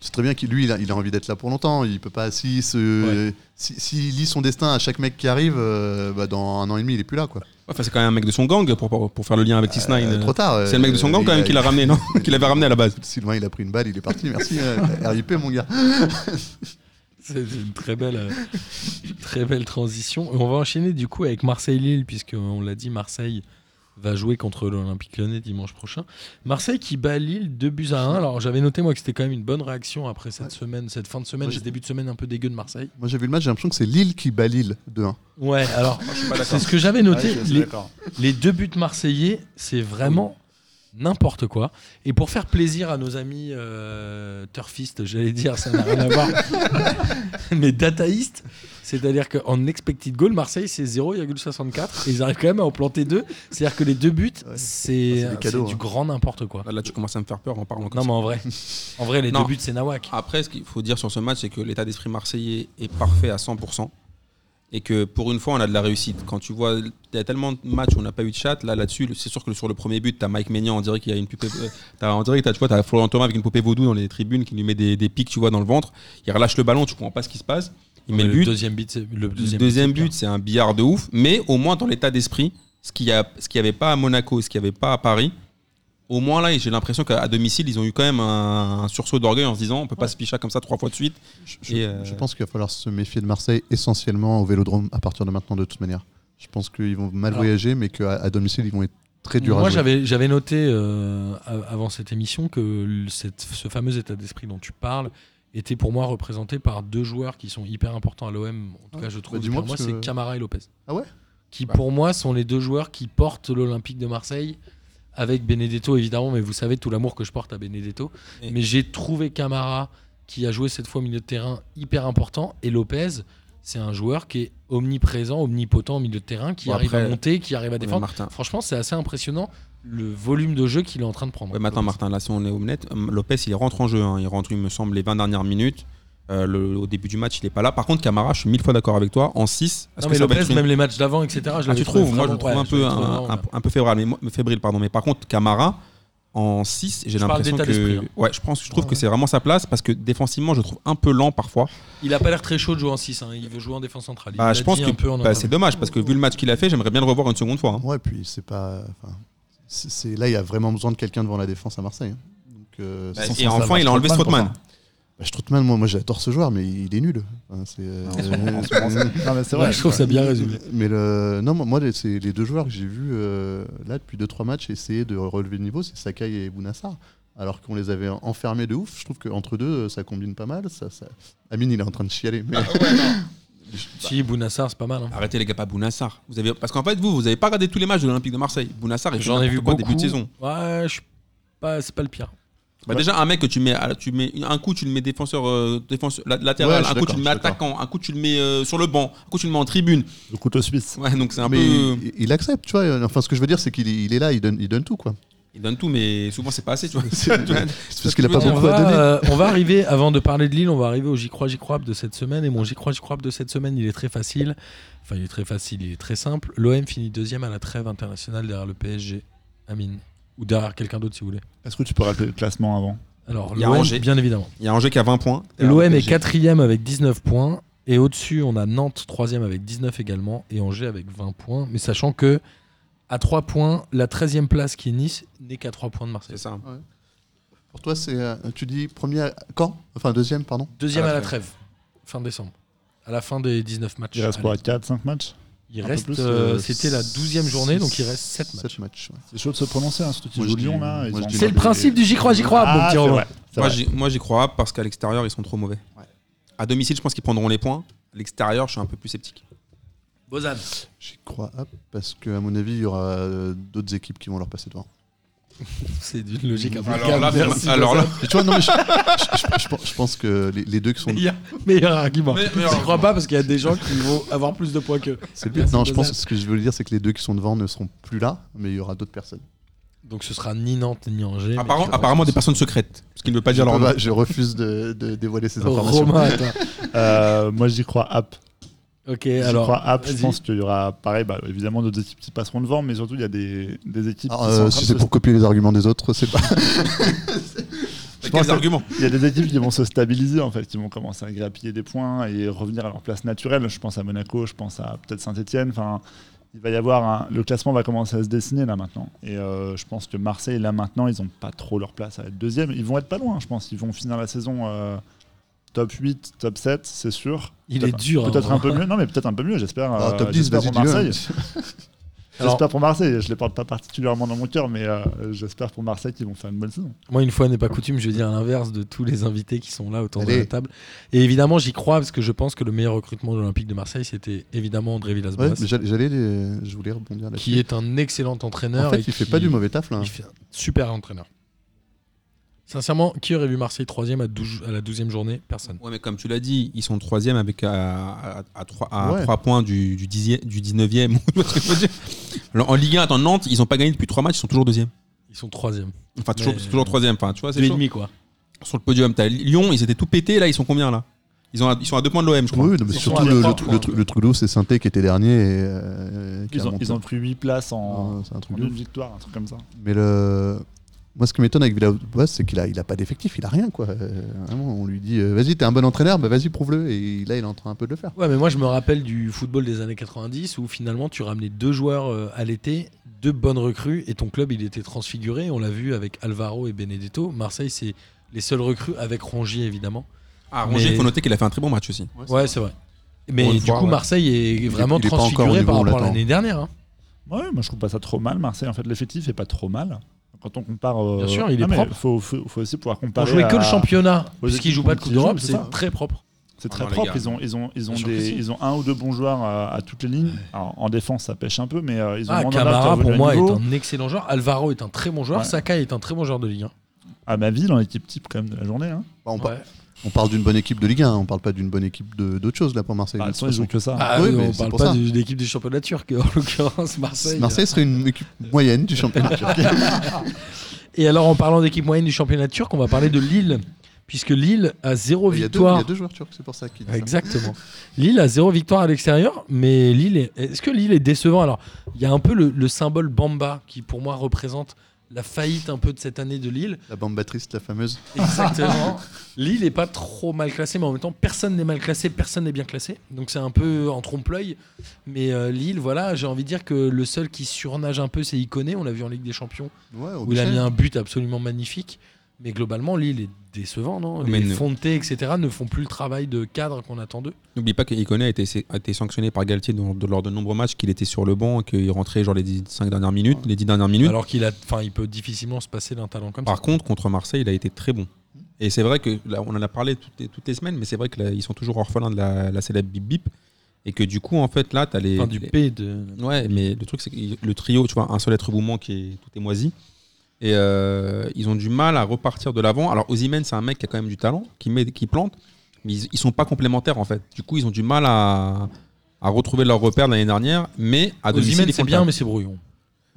C'est très bien qu'il lui, il a, il a envie d'être là pour longtemps. Il peut pas. S'il se- si, s'il lit son destin à chaque mec qui arrive, euh, bah, dans un an et demi, il est plus là. quoi. Enfin, c'est quand même un mec de son gang pour- pour, pour faire le lien avec 6 Euh, trop tard. euh, C'est le mec de son gang quand même qui l'a ramené, non Qui l'avait ramené à la base. Sylvain, il a pris une balle, il est parti. Merci, euh, RIP, mon gars. C'est une très belle, euh, très belle transition. Et on va enchaîner du coup avec Marseille-Lille, puisque euh, on l'a dit, Marseille va jouer contre l'Olympique lyonnais dimanche prochain. Marseille qui bat Lille 2 buts à 1. Alors j'avais noté moi que c'était quand même une bonne réaction après Ouais. cette semaine, cette fin de semaine, Moi, j'ai- ce début de semaine un peu dégueu de Marseille. Moi, j'ai vu le match, j'ai l'impression que c'est Lille qui bat Lille 2-1. Ouais, alors Je suis pas c'est ce que j'avais noté. Ouais, je suis les, d'accord. les deux buts marseillais, c'est vraiment n'importe quoi. Et pour faire plaisir à nos amis euh, turfistes, j'allais dire, ça n'a rien à voir, mais dataïstes, c'est-à-dire qu'en expected goal, Marseille, c'est 0,64 et ils arrivent quand même à en planter deux. C'est-à-dire que les deux buts, Ouais. Ah, c'est c'est des c'est cadeaux, du hein. grand n'importe quoi. Là, là, tu commences à me faire peur en parlant comme Non, ça. mais en vrai, en vrai les Non. deux buts, c'est Nawak. Après, ce qu'il faut dire sur ce match, c'est que l'état d'esprit marseillais est parfait à 100%. Et que pour une fois, on a de la réussite. Quand tu vois, il y a tellement de matchs où on n'a pas eu de chat. Là, là-dessus, c'est sûr que sur le premier but, tu as Mike Maignan. On dirait qu'il y a une poupée. euh, t'as- on dirait que t'as- tu vois, as Florent Thomas avec une poupée vaudou dans les tribunes qui lui met des, des pics, tu vois, dans le ventre. Il relâche le ballon, tu comprends pas ce qui se passe. Il met le but. deuxième but, c'est- le Le deuxième, deuxième but, but, c'est un billard de ouf, mais au moins dans l'état d'esprit, ce qu'il n'y avait pas à Monaco, ce qu'il n'y avait pas à Paris, au moins là, j'ai l'impression qu'à à domicile, ils ont eu quand même un, un sursaut d'orgueil en se disant on peut pas se picha comme ça trois fois de suite. Je, je- Et, euh, je pense qu'il va falloir se méfier de Marseille essentiellement au vélodrome à partir de maintenant, de toute manière. Je pense qu'ils vont mal Alors- voyager, mais qu'à à domicile, ils vont être très durs Moi, à jouer. j'avais, j'avais noté euh, a- avant cette émission que le- cette- ce fameux état d'esprit dont tu parles était pour moi représenté par deux joueurs qui sont hyper importants à l'OM. En tout Ouais. cas, je trouve. Bah, dis-moi, pour moi, parce c'est que- Camara et Lopez. Ah ouais Qui, Bah. pour moi, sont les deux joueurs qui portent l'Olympique de Marseille. Avec Benedetto, évidemment, mais vous savez tout l'amour que je porte à Benedetto. Et- Mais j'ai trouvé Camara, qui a joué cette fois au milieu de terrain, hyper important. Et Lopez, c'est un joueur qui est omniprésent, omnipotent au milieu de terrain, qui Bon, arrive à après- monter, qui arrive à défendre. Martin. Franchement, c'est assez impressionnant le volume de jeu qu'il est en train de prendre. Ouais, mais attends, Martin, là, si on est honnête, euh, Lopez, il rentre en jeu. hein. Il rentre, il me semble, les 20 dernières minutes. Euh, le- au début du match, il n'est pas là. Par contre, Camara, je suis mille fois d'accord avec toi. En 6, Non, mais Lopez, même les matchs d'avant, etc. Je Ah, l'avais tu trouvé trouves Moi, je vraiment- le trouve ouais, un je peu, l'avais un, trouvé vraiment un- bien. un peu fébrile, mais moi- fébrile, pardon. Mais par contre, Camara, en 6, j'ai Je parle l'impression d'état que. d'esprit, hein. Ouais, je pense, je trouve Ouais, que c'est vraiment sa place parce que défensivement, je le trouve un peu lent parfois. Il a pas l'air très chaud de jouer en 6. hein. Il veut jouer en défense centrale. Il Bah, l'a je pense dit que un peu en bah, c'est interview. dommage parce que vu le match qu'il a fait, j'aimerais bien le revoir une seconde fois. hein. Ouais, puis c'est pas. enfin, c'est- c'est- là, il y a vraiment besoin de quelqu'un devant la défense à Marseille. hein. Donc, euh, Bah, sans- et sans enfin, savoir il a enlevé Strootman, Strootman. Bah, Strootman, moi, moi j'adore ce joueur, mais il est nul. Enfin, c'est, euh, Ah, Non, mais c'est Ouais, vrai. je trouve ça bien résumé. mais le, non, moi, moi, les- c'est les deux joueurs que j'ai vus euh, là depuis 2-3 matchs essayer de relever le niveau, c'est Sakai et Bounassar. Alors qu'on les avait enfermés de ouf, je trouve qu'entre deux, euh, ça combine pas mal. Ça, ça- Amine, il est en train de chialer. Mais... Si, Bounassar, c'est pas mal. hein. Arrêtez les gars, pas Bounassar. Vous avez... Parce qu'en fait, vous, vous n'avez pas regardé tous les matchs de l'Olympique de Marseille. Bounassar, il Bah, fait J'en ai n'importe vu quoi au beaucoup. début de saison. Ouais, je suis pas, c'est pas le pire. Bah, Déjà, un mec que tu mets, à- tu mets, un coup tu le mets défenseur, euh, défenseur la- latéral, Ouais, je un suis coup tu le mets d'accord, je suis attaquant, un coup tu le mets euh, sur le banc, un coup tu le mets en tribune. Le couteau suisse. Ouais, donc c'est Ah, un mais peu. il, il accepte, tu vois. euh, Enfin, ce que je veux dire, c'est qu'il est- il est là, il donne, il donne tout, quoi. Il donne tout, mais souvent c'est pas assez, tu vois. C'est Tu vois. c'est parce qu'il a tu pas veux dire, beaucoup on, à va, donner. euh, on va arriver, avant de parler de Lille, on va arriver au J'y crois, J'y crois de cette semaine. Et mon J'y crois, J'y crois de cette semaine, il est très facile. Enfin, il est très facile, il est très simple. L'OM finit deuxième à la trêve internationale derrière le PSG. Amine. Ou derrière quelqu'un d'autre, si vous voulez. Est-ce que tu peux rappeler le classement avant Alors, Il y a l'OM, Angers. bien évidemment. Il y a Angers qui a 20 points. L'OM est PSG. quatrième avec 19 points. Et au-dessus, on a Nantes, troisième avec 19 également. Et Angers avec 20 points. Mais sachant que, à 3 points, la 13e place qui est Nice n'est qu'à 3 points de Marseille. C'est ça. Pour toi, c'est, euh, tu dis premier à- quand Enfin, deuxième, pardon. Deuxième À à la la trêve. fin décembre. À la fin des 19 matchs. Il reste quoi 4, 5 matchs Il Un peu reste, plus, euh, Euh, c'était la 12e journée, donc il reste 7 matchs. Sept matchs, ouais. C'est chaud de se prononcer, hein, surtout qu'ils Moi, jouent je dis- Lyon là. moi, ils je ont- dis- C'est le principe du j'y crois, j'y crois, mon Ah, petit c'est Romain. vrai, c'est Moi, vrai. j'y- Moi, j'y crois pas parce qu'à l'extérieur, ils sont trop mauvais. Ouais. À domicile, je pense qu'ils prendront les points. À l'extérieur, je suis un peu plus sceptique. Bozan. J'y crois hop, parce qu'à mon avis, il y aura euh, d'autres équipes qui vont leur passer devant. C'est d'une logique implacable. Alors là, Merci, c'est- alors là, Et tu vois, non, mais je, je- je- je- je pense que les, les deux qui sont. Meilleur, meilleur argument. Meilleur J'y argument. crois pas parce qu'il y a des gens qui vont avoir plus de points qu'eux. C'est le Merci, but. Non, je pense Bozan. que ce que je veux dire, c'est que les deux qui sont devant ne seront plus là, mais il y aura d'autres personnes. Donc ce sera ni Nantes ni Angers. mais- apparemment, apparemment des personnes secrètes. Ce qui ne veut pas Je, dire leur peux nom. pas- je refuse de, de dévoiler ces informations. Romain, à toi. Euh, Moi, j'y crois app. Ok, Je alors. crois app, je vas-y. pense qu'il y aura pareil, bah, évidemment d'autres équipes qui passeront devant, mais surtout il y a des, des équipes Alors, qui sont en euh, train si de c'est se- pour copier les arguments des autres, c'est pas. Quels pense que- arguments Il y a des équipes qui vont se stabiliser en fait, qui vont commencer à grappiller des points et revenir à leur place naturelle. Je pense à Monaco, je pense à peut-être Saint-Etienne. Enfin, il va y avoir un- le classement va commencer à se dessiner là maintenant. Et euh, je pense que Marseille là maintenant, ils n'ont pas trop leur place à être deuxième. Ils vont être pas loin, je pense. Ils vont finir la saison euh, top 8, top 7, c'est sûr. Il Peut-être- est dur, hein, Peut-être un peu vraiment. mieux. Non, mais peut-être un peu mieux. J'espère. Ah, euh, top 10, j'espère vas-y, pour dis-le. Marseille. Alors- J'espère pour Marseille. Je les porte pas particulièrement dans mon cœur, mais euh, j'espère pour Marseille qu'ils vont faire une bonne saison. Moi, une fois n'est pas coutume, je vais dire l'inverse de tous les invités qui sont là autour de Allez. la table. Et évidemment, j'y crois parce que je pense que le meilleur recrutement de l'Olympique de Marseille, c'était évidemment André Ouais, Villas-Boas, mais j'allais, j'allais les- je voulais rebondir là-dessus. qui est un excellent entraîneur. En fait, et il fait qui- pas du mauvais taf là. hein. Il fait un super entraîneur. Sincèrement, qui aurait vu Marseille troisième à, 12 à la 12e journée Personne. Ouais, mais comme tu l'as dit, ils sont troisième avec euh, à, à, à trois- à Ouais. trois points du, du, dixième- du 19e. ou ce que je veux dire. Alors, en Ligue 1, attends, Nantes, ils n'ont pas gagné depuis trois matchs, ils sont toujours deuxième. Ils sont troisième. Enfin, toujours, Mais- c'est toujours troisième. Enfin, tu vois, c'est Deux et chaud. demi, quoi. Sur le podium, t'as Lyon, ils étaient tout pétés, là, ils sont combien là ils, ont à- ils sont à deux points de l'OM, je crois. Oui, non, mais Ils surtout sont à le, le, trois tru- points. le tru- le truc de ouf, c'est Saint-Étienne qui était dernier. et, euh, qui a Ils ont, monté. ils ont pris 8 places en, Ah, c'est un truc en de une ouf. victoire, un truc comme ça. Mais le... moi, ce qui m'étonne avec Villas-Boas, c'est qu'il a, il a pas d'effectif, il a rien quoi. Euh, vraiment, on lui dit, euh, vas-y, t'es un bon entraîneur, bah vas-y, prouve-le. Et là, il est en train un peu de le faire. Ouais, mais moi je me rappelle du football des années 90 où finalement tu ramenais deux joueurs euh, à l'été, deux bonnes recrues et ton club il était transfiguré. On l'a vu avec Alvaro et Benedetto. Marseille c'est les seuls recrues avec Rongier évidemment. Ah, Rongier, il Mais- faut noter qu'il a fait un très bon match aussi. Ouais, c'est vrai. Mais Pour une du fois, coup ouais. Marseille est vraiment il est pas encore au transfiguré niveau par où on rapport à l'attend. l'année dernière. hein. Ouais, moi je trouve pas ça trop mal. Marseille, en fait, l'effectif est pas trop mal. Quand on compare. euh, Bien sûr, il est mais propre. Faut, faut, faut aussi pouvoir On comparer. jouait que à- le championnat puisqu'ils équipes jouent pas de qui Coupe jouent, d'Europe, c'est c'est ça. très propre. Ah C'est très non, les propre. gars. Ils ont, ils, ont, ils, ont Bien sûr que des, si. ils ont un ou deux bons joueurs à, à toutes les lignes. Alors, en défense, ça pêche un peu, mais euh, ils ont Ah, Mandanda qui est Camara revenu pour à moi est niveau. un excellent joueur. Alvaro est un très bon joueur. Ouais. Saka est un très bon joueur de Ligue 1. À ma ville, en équipe type quand même de la journée. Hein. Bah, on, par- on parle d'une bonne équipe de Ligue 1, on parle pas d'une bonne équipe de- d'autre chose là pour Marseille. Bah, de de toute toute façon, façon. ils jouent que ça. Ah, oui, oui, mais on c'est parle pour pas ça. de l'équipe du championnat turc, en l'occurrence Marseille. hein. Marseille serait une équipe moyenne du championnat. Et alors, en parlant d'équipe moyenne du championnat turc, on va parler de Lille, puisque Lille a zéro il, y a deux, il y victoire. a deux joueurs turcs, c'est pour ça qu'il dit ça. Exactement. Lille a zéro victoire à l'extérieur, mais Lille est... est-ce que Lille est décevant Alors, il y a un peu le, le symbole Bamba qui, pour moi, représente la faillite un peu de cette année de Lille. La bamba triste, la fameuse. Exactement. Lille n'est pas trop mal classée, mais en même temps, personne n'est mal classé, personne n'est bien classé. Donc c'est un peu en trompe-l'œil. Mais euh, Lille, voilà, j'ai envie de dire que le seul qui surnage un peu, c'est Iconé. On l'a vu en Ligue des Champions, Ouais, au où il a Bichel. mis un but absolument magnifique. Mais globalement, Lille est décevant, non Mais Les non. Fonté, etc., ne font plus le travail de cadre qu'on attend d'eux. N'oublie pas qu'Ikoné a été, a été sanctionné par Galtier dans- de- lors de nombreux matchs, qu'il était sur le banc, et qu'il rentrait genre les 10 cinq dernières minutes, les 10 dernières minutes. Alors qu'il a, enfin, il peut difficilement se passer d'un talent comme ça. Par contre, contre Marseille, il a été très bon. Et c'est vrai que là, on en a parlé toutes les, toutes les semaines, mais c'est vrai qu'ils sont toujours orphelins de la, la célèbre bip bip. Et que du coup, en fait, là, t'as les. Enfin, du les- P de. Ouais, mais le truc, c'est que le trio, tu vois, un seul être gourmand qui est tout est moisi. Et euh, ils ont du mal à repartir de l'avant. Alors, Ozymen, c'est un mec qui a quand même du talent, qui, met, qui plante, mais ils, ils sont pas complémentaires, en fait. Du coup, ils ont du mal à, à retrouver leur repère de l'année dernière, mais à domicile, Osimhen, ils font c'est le bien, taf. mais c'est brouillon.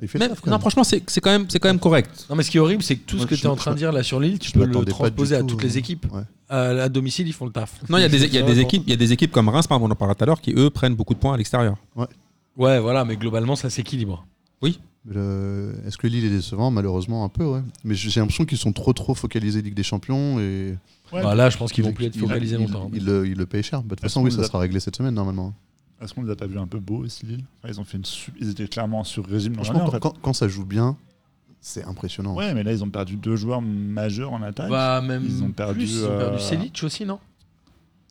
Il fait Mais- le taf, quand non, même. franchement, c'est c'est quand, même- c'est quand même correct. Non, mais ce qui est horrible, c'est que tout Moi, ce que je- tu es en je- train de dire là sur Lille, tu je peux le m'attendais pas transposer du à tout, toutes euh, les équipes. ouais. À, à domicile, ils font le taf. Non, il y a des, il y a des Ouais, équipes, il y a des équipes comme Reims, pardon, on en parlait tout à l'heure, qui eux prennent beaucoup de points à l'extérieur. Ouais, voilà, mais globalement, ça s'équilibre. Mais le- Est-ce que Lille est décevant Malheureusement, un peu, ouais. Mais j'ai j'ai l'impression qu'ils sont trop, trop focalisés Ligue des Champions et Ouais. Bah, là, je pense qu'ils vont Il- plus être il- focalisés il- longtemps. hein. Il, le- il le paye cher. Bah, De toute façon, qu'on oui, les ça a- sera réglé cette semaine normalement. Ah. Est-ce qu'on les a pas vus un peu beaux aussi, Lille Enfin, Ils ont fait une su- ils étaient clairement sur régime. l'an Franchement, dernier, en quand, fait. quand- quand ça joue bien, c'est impressionnant. Ouais, mais là, ils ont perdu deux joueurs majeurs en attaque. Bah, même Ils ont perdu, plus, ils ont perdu euh, Selic aussi, non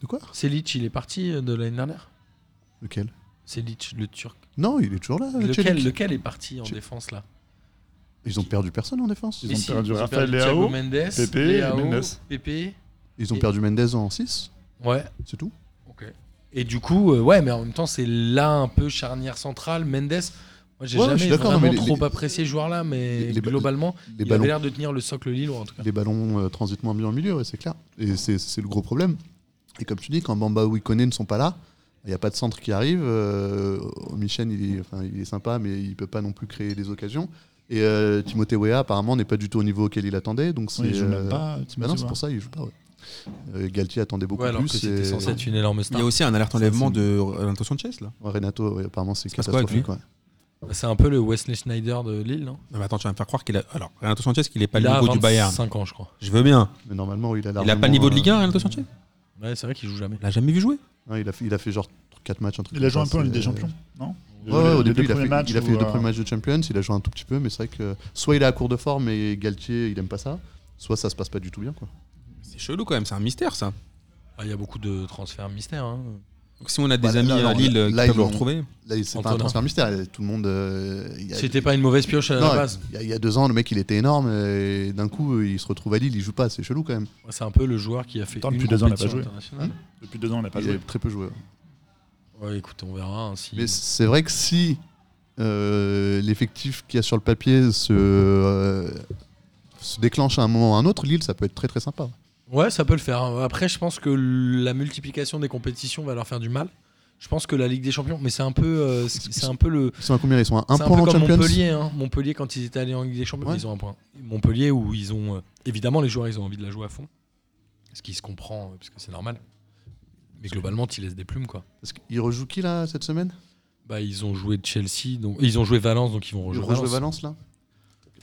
De quoi Selic, il est parti euh, de l'année dernière. Lequel Selic, le turc. Non, il est toujours là. Lequel, Tchelik. lequel est parti en Tchelik. défense là Ils ont perdu personne en défense. Ils Mais ont perdu ils ont Rafael perdu Thiago Leao, Mendes, Pepe, Leao, Mendes. Pepe. Ils ont Et- perdu Mendes en 6, Ouais, c'est tout. ok. Et du coup, euh, ouais, mais en même temps, c'est là un peu charnière centrale. Mendes, moi, j'ai Ouais, je suis jamais d'accord, non, vraiment mais les- trop les- apprécié ce joueur-là, mais les- les- globalement, Les il avait ballons, l'air de tenir le socle lillois en tout cas. les ballons euh, transitent moins bien au milieu, ouais, c'est clair. Et c'est c'est le gros problème. Et comme tu dis, quand Bamba ou Ikoné ne sont pas là, il n'y a pas de centre qui arrive. Euh, Michel, il, est- enfin, il est sympa, mais il ne peut pas non plus créer des occasions. Et euh, Timothée Weah, apparemment, n'est pas du tout au niveau auquel il attendait. Donc c'est Ils jouent euh, même pas. Bah Timothy, non, c'est ouais. pour ça il joue pas. Ouais. Euh, Galtier attendait beaucoup Ouais, alors plus. que c'était et- censé être une énorme Il y star. a aussi un alerte enlèvement de Renato Sanchez là. Ouais, Renato, ouais, apparemment, c'est se passe quoi avec catastrophique. ouais. C'est un peu le Wesley Schneider de Lille, non Non, mais attends, tu vas me faire croire qu'il a. Alors, Renato Sanchez, qu'il n'est pas Il le a niveau du Bayern. 25 ans, je crois. Je veux bien. Mais normalement, il a euh, Il n'a pas le niveau de Ligue 1, Renato Sanchez Ouais, c'est vrai qu'il joue jamais. On l'a jamais vu jouer. Non, il a fait, il a fait genre 4 matchs. un truc Il a comme joué un ça, peu en Ligue c'est- euh, des Champions, non Ouais, ouais, au Les deux début, il a premiers fait, matchs il a fait les où, deux euh, premiers matchs de Champions, il a joué un tout petit peu, mais c'est vrai que euh, soit il est à court de forme et Galtier, il aime pas ça, soit ça se passe pas du tout bien. Quoi. C'est chelou quand même, c'est un mystère ça. Ah, Il y a beaucoup de transferts mystères. hein. Donc, si on a des Bah, là, amis là, à là, Lille là, qui là, peuvent ils le ont- retrouver, Là, c'est pas un Antonin. transfert mystère, tout le monde. euh, il y a- C'était pas une mauvaise pioche à Non, la base. il y a- il y a deux ans, le mec, il était énorme, et d'un coup, il se retrouve à Lille, il joue pas, c'est chelou quand même. Ouais, C'est un peu le joueur qui a fait Attends, une depuis deux ans, il a pas compétition joué. internationale. Depuis deux ans, on l'a pas il joué. a très peu joué. ouais. Ouais, écoute, on verra. hein, si- Mais c'est vrai que si euh, l'effectif qu'il y a sur le papier se, euh, se déclenche à un moment ou à un autre, Lille, ça peut être très très sympa. Ouais, ça peut le faire. hein. Après, je pense que la multiplication des compétitions va leur faire du mal. Je pense que la Ligue des Champions, mais c'est un peu, euh, c'est c'est un peu le, Ils sont à combien Ils sont à un c'est un peu point en comme Champions Montpellier. hein. Montpellier, quand ils étaient allés en Ligue des Champions, Ouais. ils ont un point. Montpellier, où ils ont, euh, évidemment, les joueurs, ils ont envie de la jouer à fond, ce qui se comprend, euh, parce que c'est normal. Mais globalement, tu laisses des plumes, quoi. Parce qu'ils rejouent qui là cette semaine Bah, ils ont joué Chelsea, donc ils ont joué Valence, donc ils vont Ils rejouer rejouent Valence. Valence là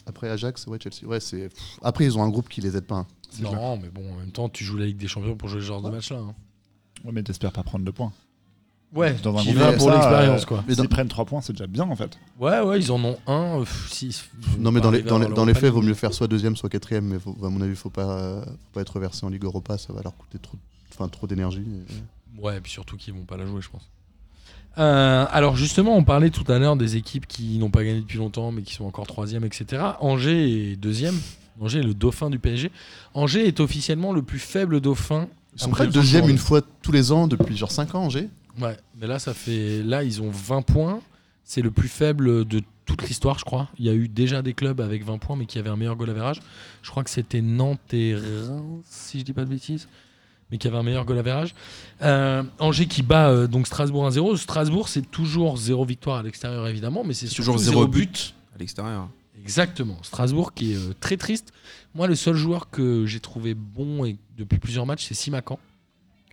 Après Ajax, ouais, Chelsea. Ouais, c'est... pff, Après, ils ont un groupe qui les aide pas. hein. Non, mais bon, en même temps, tu joues la Ligue des Champions pour jouer ce genre de Ouais. match-là. hein. Ouais, mais t'espères pas prendre de points. Ouais, Dans un qui groupe va comme pour ça, l'expérience, euh, quoi. Mais dans- S'ils prennent trois points, c'est déjà bien en fait. Ouais, ouais, ils en ont un. euh, pff, si- Non, mais dans les, arriver à dans les, leur dans les Europa faits, vaut League. mieux faire soit deuxième, soit quatrième. Mais faut- à mon avis, faut pas, euh, faut pas être reversé en Ligue Europa. Ça va leur coûter trop, enfin, trop d'énergie. Ouais, et puis surtout qu'ils vont pas la jouer, je pense. Euh, alors justement, on parlait tout à l'heure des équipes qui n'ont pas gagné depuis longtemps, mais qui sont encore troisième, etc. Angers est deuxième. Angers est le dauphin du PSG. Angers est officiellement le plus faible dauphin. Ils sont Après, prêts ils ont deuxième changé. une fois tous les ans depuis genre 5 ans, Angers. Ouais, mais là, ça fait là, ils ont 20 points. C'est le plus faible de toute l'histoire, je crois. Il y a eu déjà des clubs avec 20 points, mais qui avaient un meilleur goal average. Je crois que c'était Nantes et Reims, si je dis pas de bêtises, mais qui avaient un meilleur goal average. Euh, Angers qui bat euh, donc Strasbourg 1-0. Strasbourg, c'est toujours zéro victoire à l'extérieur, évidemment, mais c'est toujours surtout zéro zéro but. à l'extérieur. Exactement. Strasbourg qui est euh, très triste. Moi, le seul joueur que j'ai trouvé bon et depuis plusieurs matchs, c'est Simacan,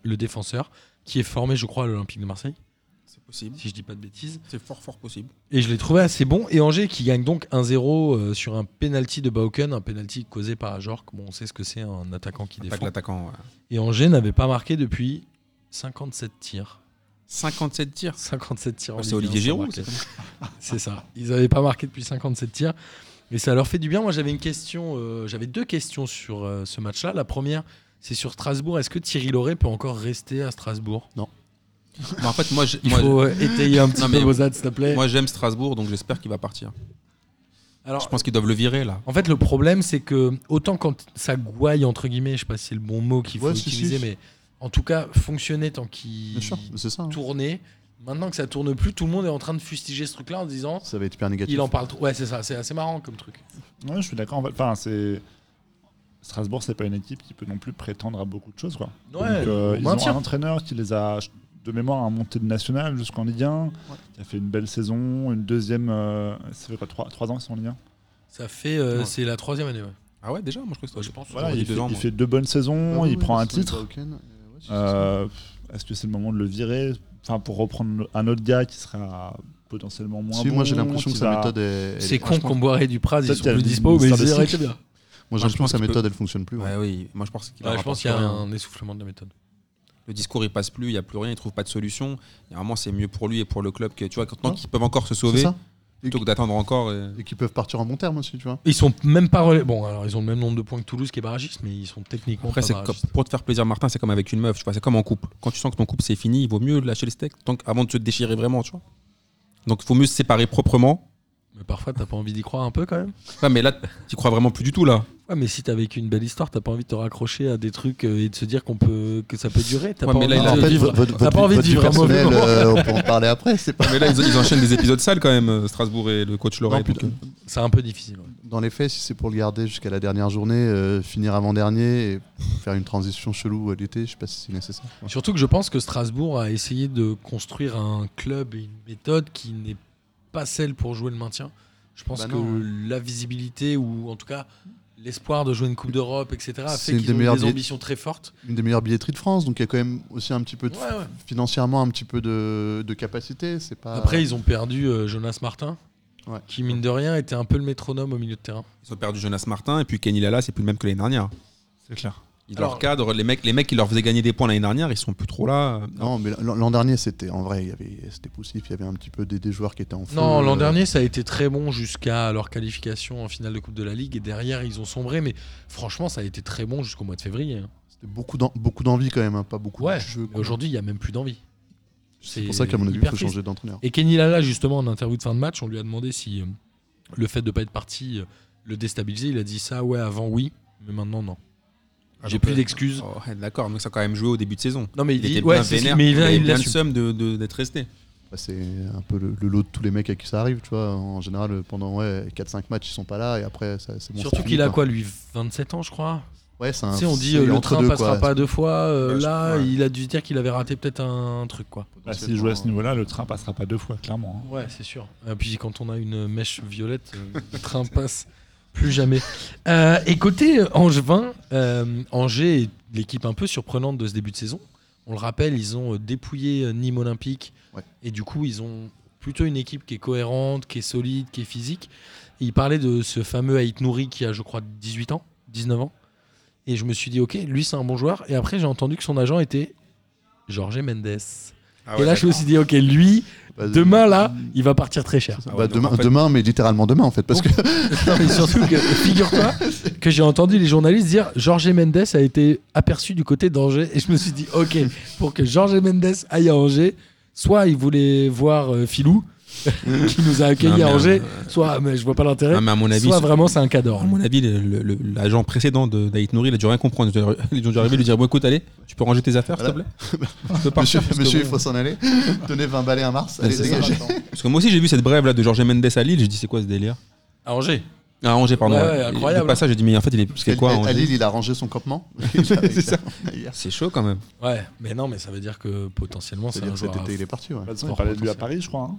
le défenseur, qui est formé, je crois, à l'Olympique de Marseille C'est possible. si je dis pas de bêtises. C'est fort, fort possible. Et je l'ai trouvé assez bon. Et Angers qui gagne donc 1-0 euh, sur un penalty de Bauken, un penalty causé par Ajorc. Bon, on sait ce que c'est un attaquant qui Attaque défend. l'attaquant. ouais. Et Angers n'avait pas marqué depuis 57 tirs. 57 tirs. 57 tirs. en C'est Ligue un Olivier sans Giroud. marquer. c'est comme- C'est ça. Ils n'avaient pas marqué depuis 57 tirs. Et ça leur fait du bien. Moi, j'avais une question. euh, j'avais deux questions sur euh, ce match-là. La première, c'est sur Strasbourg. Est-ce que Thierry Lauré peut encore rester à Strasbourg Bon, en fait, moi, j'ai- Il moi, faut euh, étayer un petit Non, peu mais- vos ads, s'il te plaît. euh, moi, j'aime Strasbourg, donc j'espère qu'il va partir. Alors, Je pense qu'ils doivent le virer là. En fait, le problème, c'est que autant quand ça gouaille, entre guillemets, je sais pas si c'est le bon mot qu'il faut Ouais, si, utiliser, si. mais en tout cas, fonctionner tant qu'il Bien sûr, mais c'est ça. hein. tournait. Maintenant que ça tourne plus, tout le monde est en train de fustiger ce truc-là en disant Ça va être hyper négatif. il en parle trop. Ouais, c'est ça, c'est assez marrant comme truc. Ouais, je suis d'accord. en fait. Enfin, c'est. Strasbourg, c'est pas une équipe qui peut non plus prétendre à beaucoup de choses. Quoi. Ouais, Donc, on euh, ils maintient. ont un entraîneur qui les a, de mémoire, à monté de national jusqu'en Ligue 1, qui a fait une belle saison, une deuxième. euh, ça fait quoi 3, ans qu'ils sont en Ligue 1 Ça fait. euh, Ouais. C'est la troisième année, ouais. Ah ouais, déjà, moi je crois que c'est Ouais, je pense. Voilà, J'aurais il, dit deux fait, ans, il moi. fait deux bonnes saisons, Ouais, il ouais, prend ouais, un c'est titre. Bauken, euh, ouais, c'est- Euh, Est-ce que c'est le moment de le virer Enfin, pour reprendre un autre gars qui sera potentiellement moins Si, bon. moi j'ai l'impression qui que sa va- méthode est. elle C'est est- con qu'on boirait du Praz, ils Peut-être sont qu'il y a plus une dispo, mais histoire de ils auraient cycle. bien. Moi j'ai Moi, je l'impression pense que sa que tu méthode elle fonctionne plus. hein. ouais. Ouais, oui. Moi je pense qu'il Ouais, je rapporte pense qu'il y a rien. un essoufflement de la méthode. Le discours il passe plus, il n'y a plus rien, il trouve pas de solution. Et vraiment, c'est mieux pour lui et pour le club que tu vois, tant Ouais. qu'ils peuvent encore se C'est sauver, ça plutôt que d'attendre encore. et- Et qui peuvent partir en bon terme aussi, tu vois. Ils sont même pas. relais- Bon, alors ils ont le même nombre de points que Toulouse qui est barragiste, mais ils sont techniquement Après, pas c'est barragistes. comme- pour te faire plaisir, Martin, c'est comme avec une meuf, tu vois, c'est comme en couple. Quand tu sens que ton couple c'est fini, il vaut mieux lâcher les steaks tant que- avant de se déchirer vraiment, tu vois. Donc, il faut mieux se séparer proprement. Mais parfois, t'as pas envie d'y croire un peu quand même Ouais, mais là, tu crois vraiment plus du tout, là. Ouais, mais si t'as vécu une belle histoire, t'as pas envie de te raccrocher à des trucs euh, et de se dire qu'on peut que ça peut durer. T'as Ouais, pas mais envie là, il de a- fait, vivre. votre, votre T'as pas vie- envie de votre vie vivre un mauvais personnelle, euh, moment. on peut en parler après. C'est pas. Mais là, ils, ils enchaînent des épisodes sales quand même, euh, Strasbourg et le coach Loret. Non, donc, putain. euh, C'est un peu difficile. ouais. Dans les faits, si c'est pour le garder jusqu'à la dernière journée, euh, finir avant dernier et faire une transition chelou à l'été, je sais pas si c'est nécessaire. quoi. Surtout que je pense que Strasbourg a essayé de construire un club et une méthode qui n'est pas celle pour jouer le maintien. Je pense Bah que non. la visibilité ou en tout cas l'espoir de jouer une Coupe d'Europe, etc., a C'est fait une qu'ils des ont meilleures des di- ambitions très fortes. Une des meilleures billetteries de France, donc il y a quand même aussi un petit peu de, Ouais, ouais. financièrement un petit peu de, de capacité. C'est pas. Après, ils ont perdu euh, Jonas Martin, Ouais. qui, mine de rien, était un peu le métronome au milieu de terrain. Ils ont perdu Jonas Martin et puis Kenny Lala, c'est plus le même que l'année dernière. C'est clair. Ils Alors- leur cadrent, les mecs, les mecs qui leur faisaient gagner des points l'année dernière, ils sont plus trop là. Non, mais l'an l'an dernier, c'était en vrai, il y avait- c'était poussif. Il y avait un petit peu des, des joueurs qui étaient en feu. Non, l'an Euh, dernier, ça a été très bon jusqu'à leur qualification en finale de Coupe de la Ligue. Et derrière, ils ont sombré. Mais franchement, ça a été très bon jusqu'au mois de février. hein. C'était beaucoup d'en- beaucoup d'envie quand même, hein, pas beaucoup Ouais, de jeu. Mais Aujourd'hui, il n'y a même plus d'envie. c'est pour ça qu'à mon avis, il hyper faut triste. changer d'entraîneur. Et Kenny Lala, justement, en interview de fin de match, on lui a demandé si euh, le fait de ne pas être parti euh, le déstabilisait. Il a dit ça, ouais, avant oui, mais maintenant non. J'ai plus d'excuses. Oh, ouais, D'accord, donc ça a quand même joué au début de saison. Non, mais il, Il, dit, était ouais, bien c'est- vénère, mais il, il avait il bien le l'assume. seum de- de- d'être resté. Bah, c'est un peu le, le lot de tous les mecs à qui ça arrive, tu vois. En général, euh, pendant ouais, 4-5 matchs, ils sont pas là et après, ça- c'est bon. Surtout c'est fini, qu'il a quoi, lui 27 ans, je crois Ouais, Ah, c'est un. Tu sais, on dit c'est euh, le entre train deux, passera quoi. pas deux fois. euh, Ouais, je- là, ouais. il a dû se dire qu'il avait raté peut-être un truc, quoi. Bah, S'il joue à ce niveau-là, le train passera pas deux fois, clairement. hein. Ouais, c'est sûr. Et puis quand on a une mèche violette, euh, le train passe plus jamais. Euh, et côté Angevin, euh, Angers est l'équipe un peu surprenante de ce début de saison. On le rappelle, ils ont euh, dépouillé euh, Nîmes Olympique. Ouais. Et du coup, ils ont plutôt une équipe qui est cohérente, qui est solide, qui est physique. Et il parlait de ce fameux Aït Nouri qui a, je crois, 18 ans, 19 ans. Et je me suis dit, ok, lui c'est un bon joueur. Et après, j'ai entendu que son agent était Jorge Mendes. Ah et ouais, là, je me d'accord. suis dit, ok, lui, Bah, Demain, là, il va partir très cher. Ah ouais, bah, donc, demain, en fait, demain, mais littéralement demain en fait, parce que Non, mais surtout que, figure-toi, que j'ai entendu les journalistes dire Jorge Mendes a été aperçu du côté d'Angers. Et je me suis dit, ok, pour que Jorge Mendes aille à Angers, soit il voulait voir euh, Filou, qui nous a accueillis Non, mais, à Angers, euh, soit, mais je vois pas l'intérêt, non, mais à mon avis, soit ce- vraiment c'est un cas d'or. à mon avis, le- le- le- l'agent précédent de- d'Aït Nouri, il a dû rien comprendre. Ils ont dû- Ils ont dû arriver et lui dire Bon, écoute, allez, tu peux ranger tes affaires, s'il te plaît Tu peux monsieur, partir, parce que monsieur, il bon- faut s'en aller. Tenez 20 balais à Mars, Ouais, allez c'est ça. dégager. Parce que moi aussi, j'ai vu cette brève là de Jorge Mendes à Lille. J'ai dit C'est quoi ce délire À Angers À Angers, pardon. Ouais, ouais. ouais, incroyable. Le passage, j'ai dit Mais en fait, il est. Parce C'est quoi qu'à- à Angers Lille, il a rangé son campement. C'est ça. C'est chaud quand même. Ouais, mais non, mais ça veut dire que potentiellement c'est C'est-à-dire un que cet joueur. à- été, il est parti. ouais. De toute façon, Fort il parlait de lui à potentiel. Paris, je crois. hein.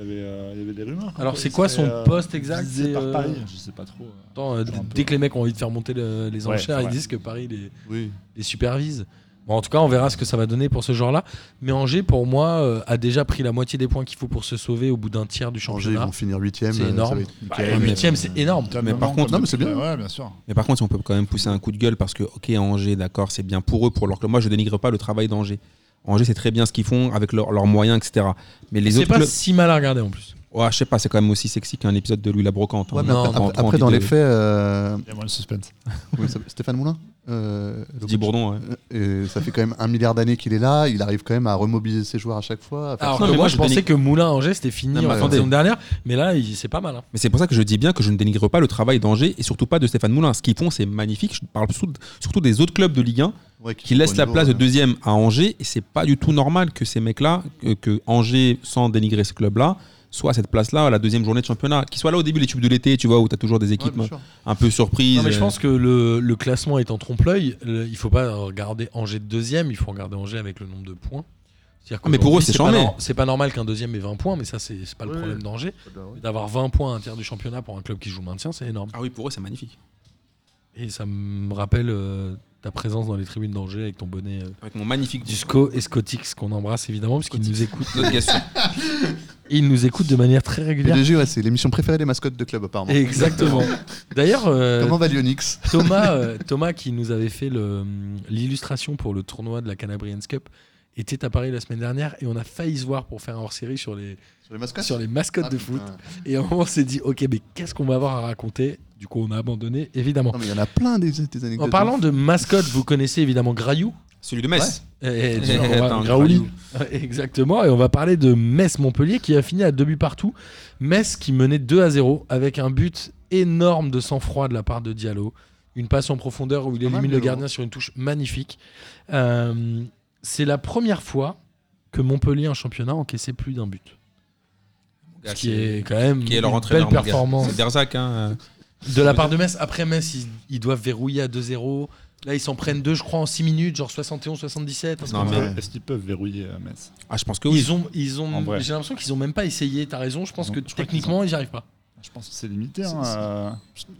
Il, y avait, euh, il y avait des rumeurs. comme Alors, quoi c'est il quoi serait, son euh, poste exact visé C'est, par euh, Paris, je sais pas trop. euh. Attends, euh, Genre un peu. dès que les mecs ont envie de faire monter le- les Ouais, enchères, ils c'est vrai. disent que Paris les, Oui. les supervise. Bon, en tout cas, on verra ce que ça va donner pour ce genre-là. Mais Angers, pour moi, euh, a déjà pris la moitié des points qu'il faut pour se sauver au bout d'un tiers du Angers, ils championnat. vont finir euh, 8 C'est énorme. Le huitième, c'est énorme. Mais par contre- Non, mais c'est bien. Ouais, bien sûr. Mais par contre, on peut quand même pousser un coup de gueule parce que, ok, Angers, d'accord, c'est bien pour eux, pour leur club. Moi, je dénigre pas le travail d'Angers. Angers, c'est très bien ce qu'ils font avec leur- leurs moyens, etc. Mais les C'est autres pas clubs. si mal à regarder en plus. Ouais, je sais pas, c'est quand même aussi sexy qu'un épisode de Louis la Brocante. Ouais, hein. mais Quand après- on a Après, envie dans de- les faits, euh, Il y a moins de suspense. comment il s'appelle Stéphane Moulin euh, le Dis coach. Bourdon, ouais. Euh, et ça fait quand même un milliard d'années qu'il est là. Il arrive quand même à remobiliser ses joueurs à chaque fois. à faire- Alors Non, que mais moi, moi, je je pensais dénigre- que Moulin-Angers, c'était fini Non, mais en fin de attendez. saison dernière. Mais là, il- c'est pas mal. hein. Mais c'est pour ça que je dis bien que je ne dénigre pas le travail d'Angers et surtout pas de Stéphane Moulin. Ce qu'ils font, c'est magnifique. Je parle surtout- surtout des autres clubs de Ligue 1 Ouais, qui sont laissent au la niveau, euh, place de ouais. deuxième à Angers. Et c'est pas du tout normal que ces mecs-là, que, que Angers, sans dénigrer ce club-là, soit à cette place-là à la deuxième journée de championnat. Qu'ils soient là au début, les tubes de l'été, tu vois, où tu as toujours des Ouais, équipes bien sûr. un peu surprises. Non, mais je euh, pense que le, le classement est en trompe-l'œil. Le- Il faut pas regarder Angers de deuxième, il faut regarder Angers avec le nombre de points. C'est-à-dire Ah, mais pour qu'aujourd'hui, eux, c'est pas charmé. nor- C'est pas normal qu'un deuxième ait 20 points, mais ça, c'est c'est pas le Ouais. problème d'Angers. D'avoir 20 points à un tiers du championnat pour un club qui joue le maintien, c'est énorme. Ah oui, pour eux, c'est magnifique. Et ça me rappelle euh, ta présence dans les tribunes d'Angers avec ton bonnet euh, Avec mon magnifique du SCO et Scotix qu'on embrasse évidemment parce qu'il nous écoute. notre gars sûr. Et il nous écoute de manière très régulière. PDG, ouais, c'est l'émission préférée des mascottes de club, apparemment. Exactement. D'ailleurs, euh, Comment va Lyonix Thomas, euh, Thomas qui nous avait fait le, hum, l'illustration pour le tournoi de la Calabrians Cup était à Paris la semaine dernière et on a failli se voir pour faire un hors-série sur les, Sur les mascottes sur les mascottes Ah, de foot. putain. Et à un moment, on s'est dit, ok, mais qu'est-ce qu'on va avoir à raconter Du coup, on a abandonné, évidemment. Non, mais il y en a plein des, des anecdotes. En parlant de mascotte, vous connaissez évidemment Grayou. Celui de Metz. Et- et- Attends, on va- Grayou. Graouli. Exactement, et on va parler de Metz-Montpellier qui a fini à deux buts partout. Metz qui menait 2 à 0 avec un but énorme de sang-froid de la part de Diallo. Une passe en profondeur Ah où il Pas mal, élimine le Diallo. gardien sur une touche magnifique. Euh, c'est la première fois que Montpellier en championnat encaissait plus d'un but. Ce qui est quand même Ah, qui est leur une entraîneur. belle mon gars. performance C'est Derzac. Hein. de la part de Metz. Après Metz, ils, ils doivent verrouiller à 2-0. Là, ils s'en prennent deux, je crois, en 6 minutes, genre 71-77. Non, mais- Ouais. Est-ce qu'ils peuvent verrouiller euh, Metz Ah, je pense que oui. Ils ont, ils En ont, vrai. j'ai l'impression qu'ils ont même pas essayé. T'as raison. Je pense Ils ont- que je crois qu'ils techniquement, ils n'y arrivent pas. Je pense que c'est limité. C'est- hein, c'est- euh,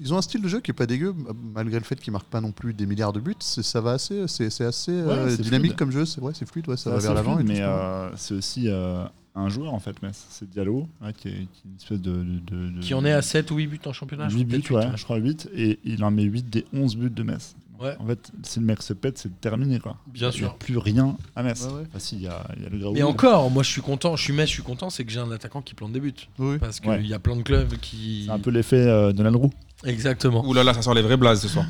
Ils ont un style de jeu qui est pas dégueu, malgré le fait qu'ils marquent pas non plus des milliards de buts. C'est- Ça va assez, c'est c'est assez euh, Ouais, c'est dynamique fluide. comme jeu. C'est ouais, c'est fluide, ouais, ça va assez vers l'avant. fluide, et tout, Mais ouais. euh, c'est aussi euh, un joueur en fait, mais c'est Diallo, ouais, qui, est, qui est une espèce de. de- de- de- Qui en est à 7 ou 8 buts en championnat je 8 crois, buts, peut-être ouais, huit, hein. je crois 8, et il en met 8 des 11 buts de Metz. Donc, Ouais. En fait, si le mec se pète, c'est terminé, quoi. Bien Il n'y a sûr. plus rien à Metz. Ouais, ouais. Enfin, si, il y a, il y a le Graoui. Mais encore, moi je suis content, je suis Metz, je suis content, c'est que j'ai un attaquant qui plante des buts. Oui. Parce qu'il Ouais. y a plein de clubs qui. C'est un peu l'effet euh, Donald Roux. Exactement. Ouh là là, ça sort les vrais blazes ce soir.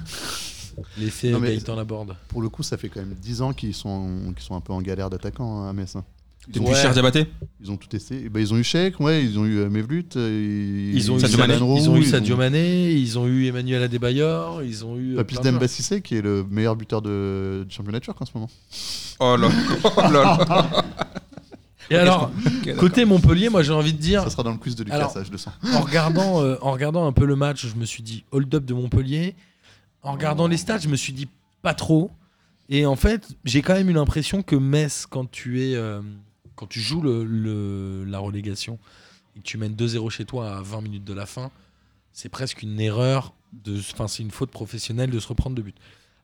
L'effet Non, mais- Gaëtan Laborde. Pour le coup, ça fait quand même 10 ans qu'ils sont, qu'ils sont un peu en galère d'attaquants hein, à Metz. hein. T'es Ils, ont, depuis Ouais. cher Diabaté ils ont tout essayé. Eh ben, ils ont eu Sheik, ouais, ils ont eu euh, Mevlut, euh, Ils ont, eu Sadio Sadio- Mané. Alan Roux, ils ont eu ils Sadio ont- Mané, ils ont eu Emmanuel Adebayor, ils ont eu. euh, Papis plein de Demba Cissé, qui est le meilleur buteur de, du championnat turc en ce moment. Oh là oh là là. joueurs. Et alors, Ok, d'accord. côté Montpellier, moi j'ai envie de dire, Ça sera dans le quiz de Lucas, Alors- ça, je le sens. en regardant, euh, en regardant un peu le match, je me suis dit hold-up de Montpellier. En regardant les stats, je me suis dit pas trop. Et en fait, j'ai quand même eu l'impression que Metz, quand tu es, euh, quand tu joues le, le- la relégation et que tu mènes 2-0 chez toi à 20 minutes de la fin, c'est presque une erreur. de- Enfin, c'est une faute professionnelle de se reprendre de but.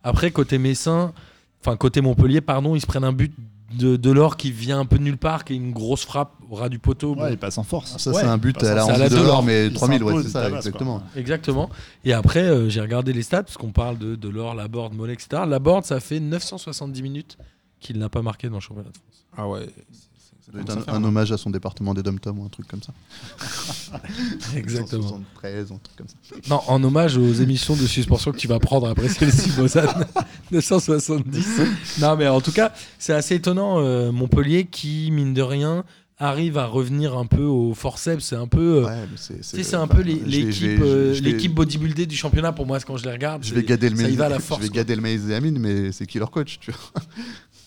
Après, côté Messin, enfin côté Montpellier, pardon, ils se prennent un but de, de l'or qui vient un peu de nulle part, qui est une grosse frappe au ras du poteau. Bon, Ouais, il passe en force. Ça, ah, Ouais. c'est un but Bah, à la ça, c'est à Henri la Delors, Delors, mais il 3000, ouais, s'impose, c'est il ça, tabasse, quoi. exactement. Exactement. Et après, euh, j'ai regardé les stats, parce qu'on parle de, de l'or, la board, Mollet, etc. La board, ça fait 970 minutes qu'il n'a pas marqué dans le championnat de France. Ah ouais. Ça doit être un, hein, un hommage à son département des dom ou un truc comme ça. 73, un truc comme ça. Non, en hommage aux émissions de suspension que tu vas prendre après celle-ci, Bozan. 970. Non, mais en tout cas, c'est assez étonnant. euh, Montpellier qui, mine de rien, arrive à revenir un peu au forceps. C'est un peu. euh, Ouais, mais c'est tu sais, le- c'est un peu les- je l'ai- je l'ai- l'équipe euh, je l'ai- l'équipe bodybuildée du championnat pour moi, quand je les regarde. Je c'est- vais gader le Ça y maïs. va à la force. je vais quoi. gader le maïs et Amine, mais c'est qui leur coach tu vois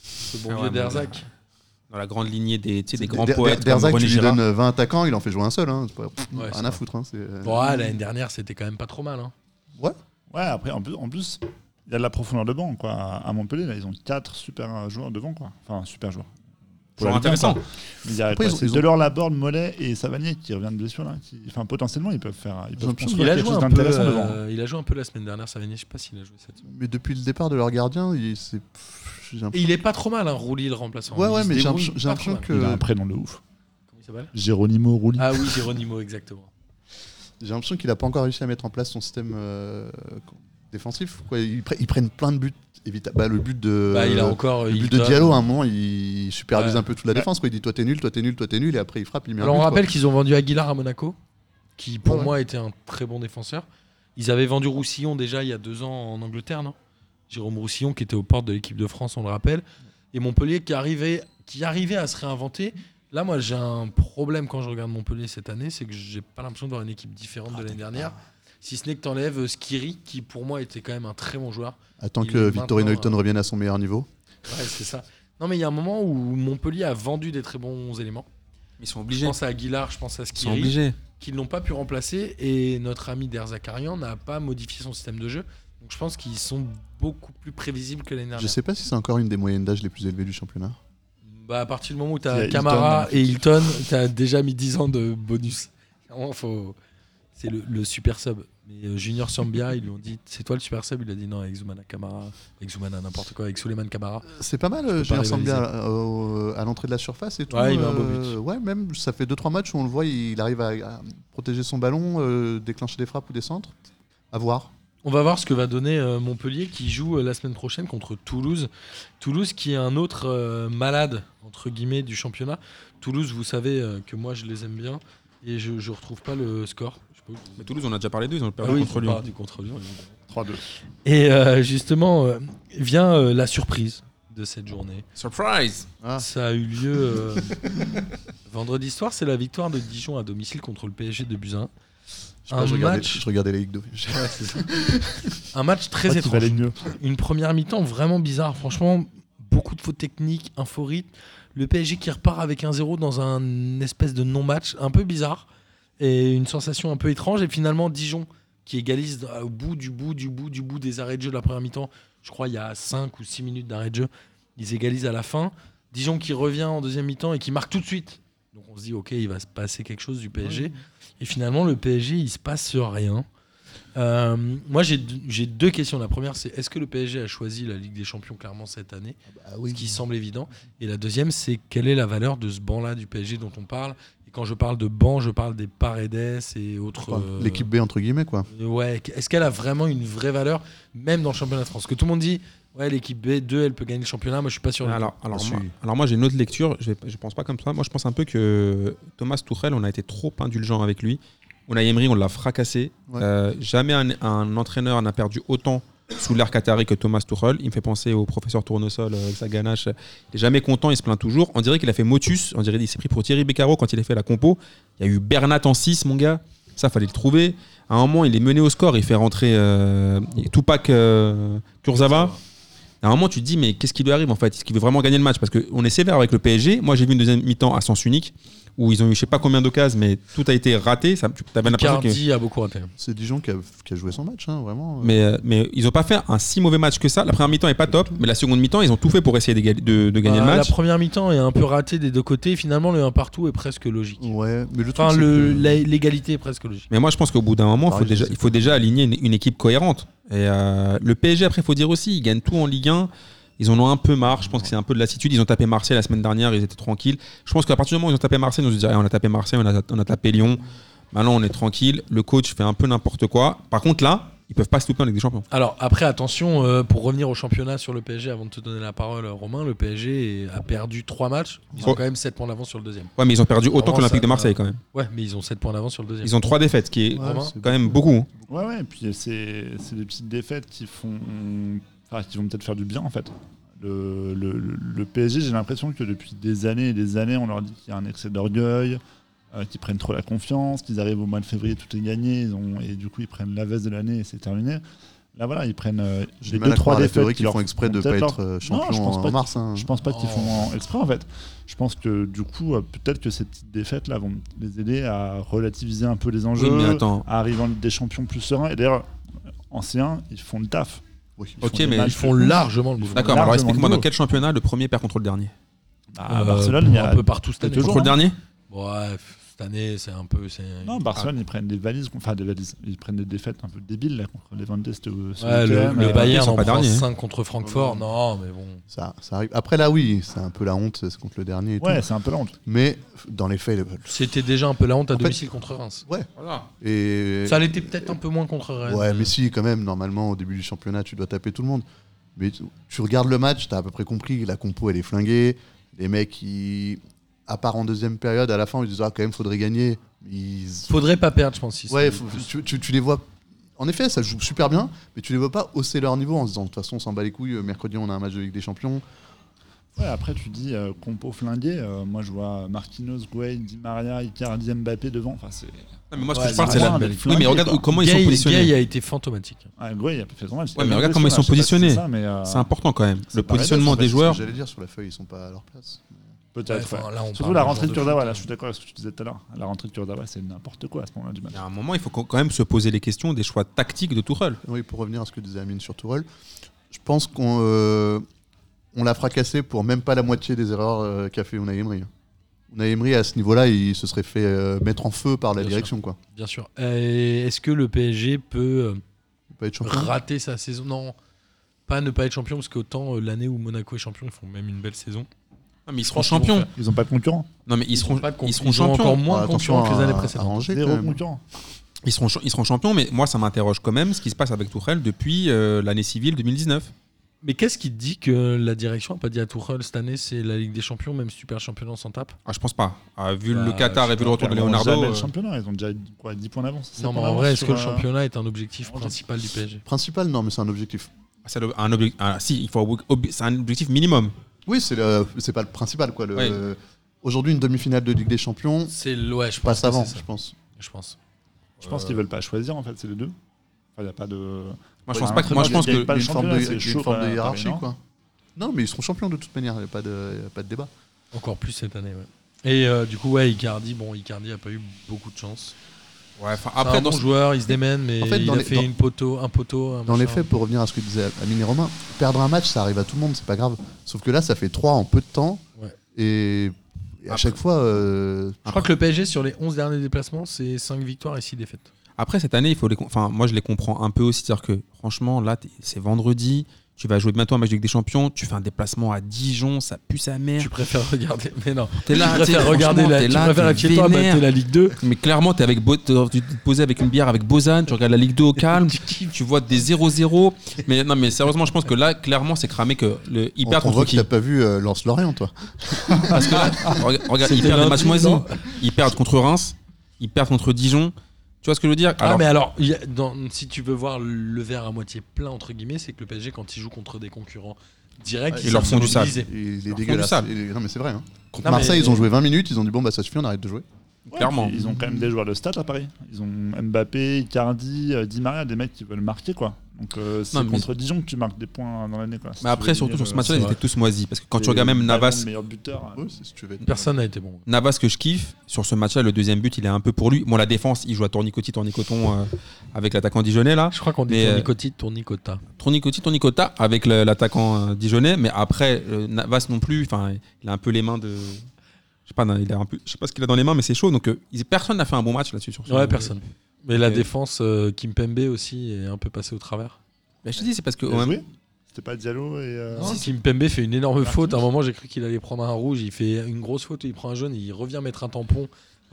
Ce bon Ah ouais, vieux mais- Derzak. Dans la grande lignée des, tu sais, des grands Der- Der- poètes comme Derzak, René tu lui Girard. donnes 20 attaquants, il en fait jouer un seul. Hein. C'est pas- pff, Ouais, c'est rien vrai. à foutre. Hein. c'est- Bon, ah, l'année dernière, c'était quand même pas trop mal. Hein. Ouais. Ouais, après, en plus, en plus, il y a de la profondeur de banc, quoi. À Montpellier, là, ils ont 4 super euh, joueurs devant, quoi. Enfin, super joueurs. Toujours intéressant. Il y a Après, quoi, ils ont- c'est ils ont- Delors, Laborde, Mollet et Savanier qui revient de blessure, là. qui- Enfin, potentiellement, ils peuvent faire. Ils ont peuvent plus- construire Il a, quelque joué chose un peu, d'intéressant euh, devant. il a joué un peu la semaine dernière, Savigny. Je sais pas s'il a joué cette semaine. Mais depuis le départ de leur gardien, il c'est- pff, j'ai Et l'impression- il est pas trop mal, hein, Rouli, le remplaçant. Ouais, Il ouais, se mais j'ai débrouille l'impression- j'ai pas trop l'impression mal. Il a un que prénom de ouf. Comment il s'appelle Géronimo Rouli. Ah oui, Géronimo, exactement. j'ai l'impression qu'il a pas encore réussi à mettre en place son système euh, défensif. quoi. Ils, pre- ils prennent plein de buts. évita- Bah, le but de. bah, il a encore. Le il but de donne- Diallo, à un moment, il supervise Ouais. un peu toute la Ouais. défense. Quoi. Il dit Toi, t'es nul, toi, t'es nul, toi, t'es nul. Et après, il frappe, il met un Alors, on but, quoi. rappelle qu'ils ont vendu Aguilar à Monaco, qui pour Ouais. moi était un très bon défenseur. Ils avaient vendu Roussillon déjà il y a deux ans en Angleterre, non Jérôme Roussillon qui était aux portes de l'équipe de France, on le rappelle. Et Montpellier qui arrivait, qui arrivait à se réinventer. Là, moi, j'ai un problème quand je regarde Montpellier cette année, c'est que j'ai pas l'impression d'avoir une équipe différente de l'année dernière. Si ce n'est que t'enlèves euh, Skiri, qui pour moi était quand même un très bon joueur. Attends Il que est Victorino maintenant, euh, Hilton revienne à son meilleur niveau. Ouais, c'est ça. Non, mais il y a un moment où Montpellier a vendu des très bons éléments. Ils sont Je obligés. pense à Aguilar, je pense à Ils sont Skiri obligés. qu'ils n'ont pas pu remplacer et notre ami Derzakarian n'a pas modifié son système de jeu. Donc je pense qu'ils sont beaucoup plus prévisibles que l'année Je dernière. sais pas si c'est encore une des moyennes d'âge les plus élevées du championnat. Bah, à partir du moment où tu Il as y a Camara Hilton, hein. et Hilton, tu as déjà mis 10 ans de bonus. Clairement, faut... C'est le, le super sub. Mais euh, Junior Sambia, ils lui ont dit C'est toi le super sub Il a dit Non, avec Zoumana Camara, avec Zoumana n'importe quoi, avec Suleiman Camara. C'est pas mal, euh, peux Junior pas Sambia, rivaliser. euh, au- à l'entrée de la surface et tout. Ouais, il met un beau but. euh, ouais, même, ça fait 2-3 matchs où on le voit, il arrive à, à protéger son ballon, euh, déclencher des frappes ou des centres. À voir. On va voir ce que va donner euh, Montpellier qui joue euh, la semaine prochaine contre Toulouse. Toulouse qui est un autre euh, malade, entre guillemets, du championnat. Toulouse, vous savez euh, que moi je les aime bien et je ne retrouve pas le score. Je sais pas où vous- Mais Toulouse, on a déjà parlé d'eux, ils ont perdu Ah oui, contre on Lyon. parle du contre Lyon, évidemment. 3-2. Et euh, justement, euh, vient euh, la surprise de cette journée. Surprise Ah. Ça a eu lieu euh, vendredi soir, c'est la victoire de Dijon à domicile contre le PSG de Buzyn. Je, sais pas, Un je regardais, match- je regardais les Ligues 2. Un match très Qui étrange. valait mieux. une première mi-temps vraiment bizarre. Franchement, beaucoup de fautes techniques, un faux rythme. Le PSG qui repart avec 1-0 dans un espèce de non-match un peu bizarre et une sensation un peu étrange. Et finalement, Dijon qui égalise au bout du bout du bout du bout des arrêts de jeu de la première mi-temps. Je crois il y a 5 ou 6 minutes d'arrêt de jeu. Ils égalisent à la fin. Dijon qui revient en deuxième mi-temps et qui marque tout de suite. Donc on se dit, ok, il va se passer quelque chose du PSG. Et finalement, le PSG, il se passe rien. Euh, moi, j'ai d- j'ai deux questions. La première, c'est est-ce que le PSG a choisi la Ligue des Champions clairement cette année Ce qui semble évident. Et la deuxième, c'est quelle est la valeur de ce banc-là du PSG dont on parle Et quand je parle de banc, je parle des Paredes et autres. Enfin, euh, L'équipe B, entre guillemets, quoi. Ouais, est-ce qu'elle a vraiment une vraie valeur, même dans le championnat de France Parce Que tout le monde dit, ouais, l'équipe B2, elle peut gagner le championnat. Moi, je suis pas sûr. Alors, alors, Je moi, suis- alors moi, j'ai une autre lecture. Je, vais- je pense pas comme ça. Moi, je pense un peu que Thomas Tuchel, on a été trop indulgent avec lui. On a Emery, on l'a fracassé. Ouais. Euh, jamais un, un entraîneur n'a perdu autant sous l'air qatari que Thomas Tuchel. Il me fait penser au professeur Tournesol euh, avec sa ganache. Il est jamais content, il se plaint toujours. On dirait qu'il a fait Motus. On dirait qu'il s'est pris pour Thierry Beccaro quand il a fait la compo. Il y a eu Bernat en 6, mon gars. Ça, fallait le trouver. À un moment, il est mené au score. Il fait rentrer euh, Tupac euh, Kurzawa. À un moment, tu te dis, mais qu'est-ce qui lui arrive en fait Est-ce qu'il veut vraiment gagner le match Parce qu'on est sévère avec le PSG. Moi, j'ai vu une deuxième mi-temps à sens unique où ils ont eu je sais pas combien d'occasions, mais tout a été raté. Ça, tu avais l'impression que. Cardi a beaucoup raté. C'est Dijon qui a, qui a joué son match, hein, vraiment. Mais, euh, mais ils ont pas fait un si mauvais match que ça. La première mi-temps est pas top, mais la seconde mi-temps, ils ont tout fait pour essayer d'égal- de, de gagner Bah, le La match. première mi-temps est un peu ratée des deux côtés. Finalement, le 1 partout est presque logique. Mm. Ouais, mais le truc, Enfin, c'est le- que- la- l'égalité est presque logique. Mais moi, je pense qu'au bout d'un moment, Ah, faut je déjà, sais il faut déjà aligner une, une équipe cohérente. Et euh, le PSG, après, il faut dire aussi, ils gagnent tout en Ligue 1. Ils en ont un peu marre. Je pense que c'est un peu de lassitude. Ils ont tapé Marseille la semaine dernière. Ils étaient tranquilles. Je pense qu'à partir du moment où ils ont tapé Marseille, ils ont dit Ah, on a tapé Marseille, on a, on a tapé Lyon. Maintenant, on est tranquille. Le coach fait un peu n'importe quoi. Par contre, là, ils peuvent pas se louper en Ligue des Champions. Alors après, attention, euh, pour revenir au championnat sur le PSG, avant de te donner la parole, euh, Romain, le PSG est- a perdu 3 matchs. Ils ont Oh. quand même 7 points d'avance sur le deuxième. Ouais, mais ils ont perdu autant Vraiment, que l'Olympique ça- de Marseille quand même. Ouais, mais ils ont 7 points d'avance sur le deuxième. Ils ont trois défaites, ce qui est Ouais, Romain, c'est- quand même beaucoup. hein. Ouais, ouais, et puis c'est c'est des petites défaites qui font. enfin, qui vont peut-être faire du bien, en fait. Le, le, le PSG, j'ai l'impression que depuis des années et des années, on leur dit qu'il y a un excès d'orgueil, euh, qu'ils prennent trop la confiance, qu'ils arrivent au mois de février, tout est gagné, ils ont- et du coup, ils prennent la veste de l'année et c'est terminé. Là, voilà, ils prennent euh, J'ai les du mal deux, à croire trois à la défaites. théorie qui qu'ils leur font exprès de font pas peut-être être leur- euh, Non, je champion pense pas en que- mars. hein. Je pense pas qu'ils Oh. font exprès en fait. Je pense que du coup, euh, peut-être que ces petites défaites là vont les aider à relativiser un peu les Oui, enjeux, mais attends. à arriver en Ligue des Champions plus serein. Et d'ailleurs, en C1, ils font le taf. Oui. Ils font Ok, des mais matchs Ils font de fou. largement le boulot. D'accord, Largement alors explique-moi le dans boulot. quel championnat le premier perd contre le dernier Bah, Euh, à Barcelone, il y a un peu partout cette il y a année. deux je jours, Contre le hein. dernier crois. Ouais, cette année, c'est un peu. c'est- Non, Barcelone, Ah. ils prennent des valises, enfin des valises, ils prennent des défaites un peu débiles là, contre les Vendés. Ouais, le, le mais ils Bayern sont en pas prend derniers, hein. 5 contre Francfort. Non, mais bon. Ça, ça arrive. Après, là, oui, c'est un peu la honte, c'est contre le dernier. et euh, Ouais, tout. c'est un peu la honte. Mais dans les faits, le- C'était déjà un peu la honte à fait- domicile contre Reims. euh, et Ça l'était peut-être un peu moins contre Reims. Ouais, mais si, quand même, normalement, au début du championnat, tu dois taper tout le monde. Mais tu, tu regardes le match, t'as à peu près compris, la compo, elle est flinguée. Les mecs, ils, à part en deuxième période, à la fin, ils disent, ah, quand même, faudrait gagner. Ils... Faudrait pas perdre, je pense. si Ouais, c'est- faut- tu, tu- tu les vois. En effet, ça joue super bien, mais tu les vois pas hausser leur niveau en se disant, de toute façon, on s'en bat les couilles, euh, mercredi, on a un match de Ligue des Champions. Ouais, après, tu dis euh, compo flingué. euh, moi, je vois Marquinhos, Gueye, Di Maria, Icardi, Mbappé devant. Enfin, c'est. Non, mais moi, ce Ouais, que je parle, c'est c'est la. vraiment des Oui, flingués, mais regarde quoi. comment ils Gay- sont positionnés. Gay a été fantomatique. Ah, Gueye, il a pas fait son match. Ouais, mais Il a regarde fait comment ils sont son match, je sais pas si positionnés. c'est ça, mais, euh, C'est important quand même. Le paraît positionnement C'est des ce que joueurs. J'allais dire sur la feuille, ils sont pas à leur place. Peut-être. Ouais, enfin, ouais. là, on Surtout parle la d'un rentrée genre de de Kurzawa, foot, là, hein. je suis d'accord avec ce que tu disais tout à l'heure. La rentrée de Kurzawa, c'est n'importe quoi à ce moment-là du match. Il y a un moment, il faut quand même se poser les questions des choix tactiques de Tourelle. Oui, pour revenir à ce que disait Amine sur Tourelle, je pense qu'on euh, on l'a fracassé pour même pas la moitié des erreurs euh, qu'a fait Unai Emery. Unai Emery, à ce niveau-là, il se serait fait euh, mettre en feu par la Bien direction. Quoi. Bien sûr. Euh, Est-ce que le PSG peut euh, Il peut pas être champion. rater sa saison Non, pas ne pas être champion, parce qu'autant euh, l'année où Monaco est champion, ils font même une belle saison. Non, mais ils seront pense qu'ils vont champions. faire- Ils n'ont pas de concurrent. Non, mais ils, ont seront, pas de con- ils seront ont encore champions. Ah, hein, moins de Attention concurrents que les à- années à précédentes. Angers, quand Zéro même. concurrent. Ils seront, cha- ils seront champions, mais moi, ça m'interroge quand même ce qui se passe avec Tourelle depuis euh, l'année civile 2019. Mais qu'est-ce qui te dit que la direction n'a pas dit à Tourelle cette année, c'est la Ligue des Champions, même Super Championnat, on s'en tape Ah, je pense pas. Ah, vu Bah, le Qatar je et vu le retour de Ils ont Leonardo. jamais euh, le championnat, ils ont déjà quoi, 10 points d'avance. sept Non, mais points en vrai, d'avance est-ce que le sur, euh, championnat est un objectif Angers. principal du PSG Principal, non, mais c'est un objectif. c'est le- un obje- ah, si, il faut ob- ob- c'est un objectif minimum. Oui, c'est le- c'est pas le principal. quoi. le- Oui. Aujourd'hui, une demi-finale de Ligue des Champions, C'est le- ouais, je pense. passe que avant, c'est ça, je pense. Je pense. Je pense qu'ils veulent pas choisir en fait, c'est les deux. Enfin, y a pas de. Moi, je Ouais, pense pas que. Moi, je pense il y a que. pas Il le y a une forme championnat, de, c'est il y a une chaud, forme de bah, hiérarchie. Paris, non quoi. Non, mais ils seront champions de toute manière, il n'y a, pas de- il y a pas de débat. Encore plus cette année, ouais. Et euh, du coup, ouais, Icardi, bon, Icardi a pas eu beaucoup de chance. Ouais, enfin, Après, après, un bon dans ce- joueur, il se démène, mais En fait, il dans a les- fait dans- une poteau, un poteau. un Dans les machin. faits, pour revenir à ce que disait Amine et Romain, perdre un match, ça arrive à tout le monde, c'est pas grave. Sauf que là, ça fait 3 en peu de temps. Ouais. Et, et à Après- chaque fois, euh, Je crois que le PSG, sur les 11 derniers déplacements, c'est 5 victoires et 6 défaites. Après, cette année, il faut les com- enfin, moi, je les comprends un peu aussi. C'est-à-dire que, franchement, là, t'es- c'est vendredi. Tu vas jouer bientôt un match de Ligue des Champions. Tu fais un déplacement à Dijon. Ça pue sa mère. Tu préfères regarder. Mais non. T'es Tu là, t'es- préfères regarder franchement, la. t'es Tu là, préfères bah, t'es être chez toi, vénère. mater la Ligue 2. Mais clairement, t'es avec Bo- t'es- tu te posais avec une bière avec Bozan, tu regardes la Ligue 2 au calme, tu vois des 0-0. Mais non, mais sérieusement, je pense que là, clairement, c'est cramé que le On, hyper on voit contre que qui t'as pas vu euh, Lance Lorient, toi. Parce que là, rega- regarde, ils C'était perdent lundi, des matchs moisis. non Ils perdent contre Reims, ils perdent contre Dijon. Tu vois ce que je veux dire ah Alors, mais alors, il y a- dans- si tu veux voir le verre à moitié plein entre guillemets, c'est que le PSG quand il joue contre des concurrents directs, Ils ils leur savent se font du sale. mobiliser. Il est font du dégueulasse. sale. Il est- Non, mais c'est vrai. hein. Contre Non, mais- Marseille, ils ont joué 20 minutes, ils ont dit bon, bah ça suffit, on arrête de jouer. Ouais, Clairement. puis Ils ont quand même des joueurs de stats à Paris. Ils ont Mbappé, Icardi, euh, Di Maria, des mecs qui veulent marquer quoi. Donc euh, c'est Non, mais- contre Dijon que tu marques des points dans l'année quoi. Si mais tu après, veux euh, surtout gagner sur ce le- match-là, c'est ils vrai. étaient tous moisis. Parce que quand tu Et regardes même Ballon, Navas, meilleur buteur. euh, Ouais, c'est- si tu veux être- Personne n'a été bon. Navas que je kiffe, sur ce match-là, le deuxième but, il est un peu pour lui. Bon, la défense, il joue à Tournicotis, Tournicoton euh, avec l'attaquant dijonnais là. Je crois qu'on dit Mais, euh, tournicotite, tournicota. Tournicotis, Tournicota avec le- l'attaquant euh, dijonnais, mais après euh, Navas non plus. Enfin, il a un peu les mains de. Je sais pas, il a un peu- je sais pas ce qu'il a dans les mains, mais c'est chaud. Donc euh, il- personne n'a fait un bon match là-dessus. sur ce- Ouais, personne. Mais la euh, défense, euh, Kimpembe aussi est un peu passé au travers. Mais je te dis, c'est parce Euh, que. Il a joué C'était pas Diallo Ah. et. euh, Non, Kimpembe fait une énorme Marquinhos. faute. À un moment, j'ai cru qu'il allait prendre un rouge. Il fait une grosse faute, il prend un jaune, il revient mettre un tampon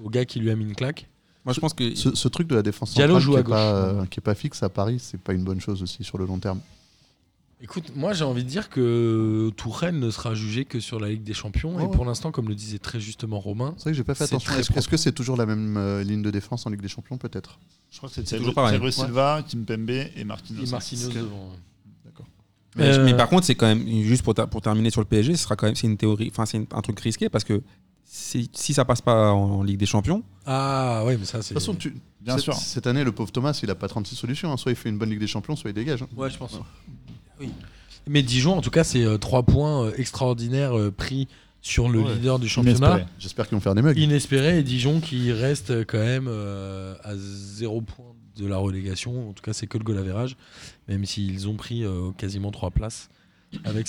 au gars qui lui a mis une claque. moi, je pense que Ce, ce truc de la défense Diallo centrale joue qui à est, gauche. pas, euh, qui est pas fixe à Paris, c'est pas une bonne chose aussi sur le long terme. Écoute, moi j'ai envie de dire que Touraine ne sera jugé que sur la Ligue des Champions. Oh. Ouais, et ouais. pour l'instant, comme le disait très justement Romain, C'est vrai que j'ai pas fait C'est attention. très Est-ce propre. est-ce que c'est toujours la même euh, ligne de défense en Ligue des Champions peut-être Je crois que c'est toujours Thiago pareil. Thiago Silva, Kimpembe et Martinez. et Marquinhos devant. Mais, Euh, mais par contre, c'est quand même juste pour, ter- pour terminer sur le PSG, ce sera quand même c'est une théorie, enfin c'est une- un truc risqué parce que si, si ça passe pas en, Ligue des Champions, Ah ouais, mais ça c'est. De toute façon, tu- Bien cette- sûr. cette année, le pauvre Thomas, il a pas 36 solutions. hein. Soit il fait une bonne Ligue des Champions, soit il dégage. hein. Ouais, je pense. Mais Dijon, en tout cas, c'est euh, trois points euh, extraordinaires euh, pris sur le Ouais. leader du Inespéré. championnat. J'espère qu'ils vont faire des mugs. Inespéré. Et Dijon qui reste euh, quand même euh, à zéro point de la relégation. En tout cas, c'est que le goal average, même s'ils ont pris euh, quasiment trois places avec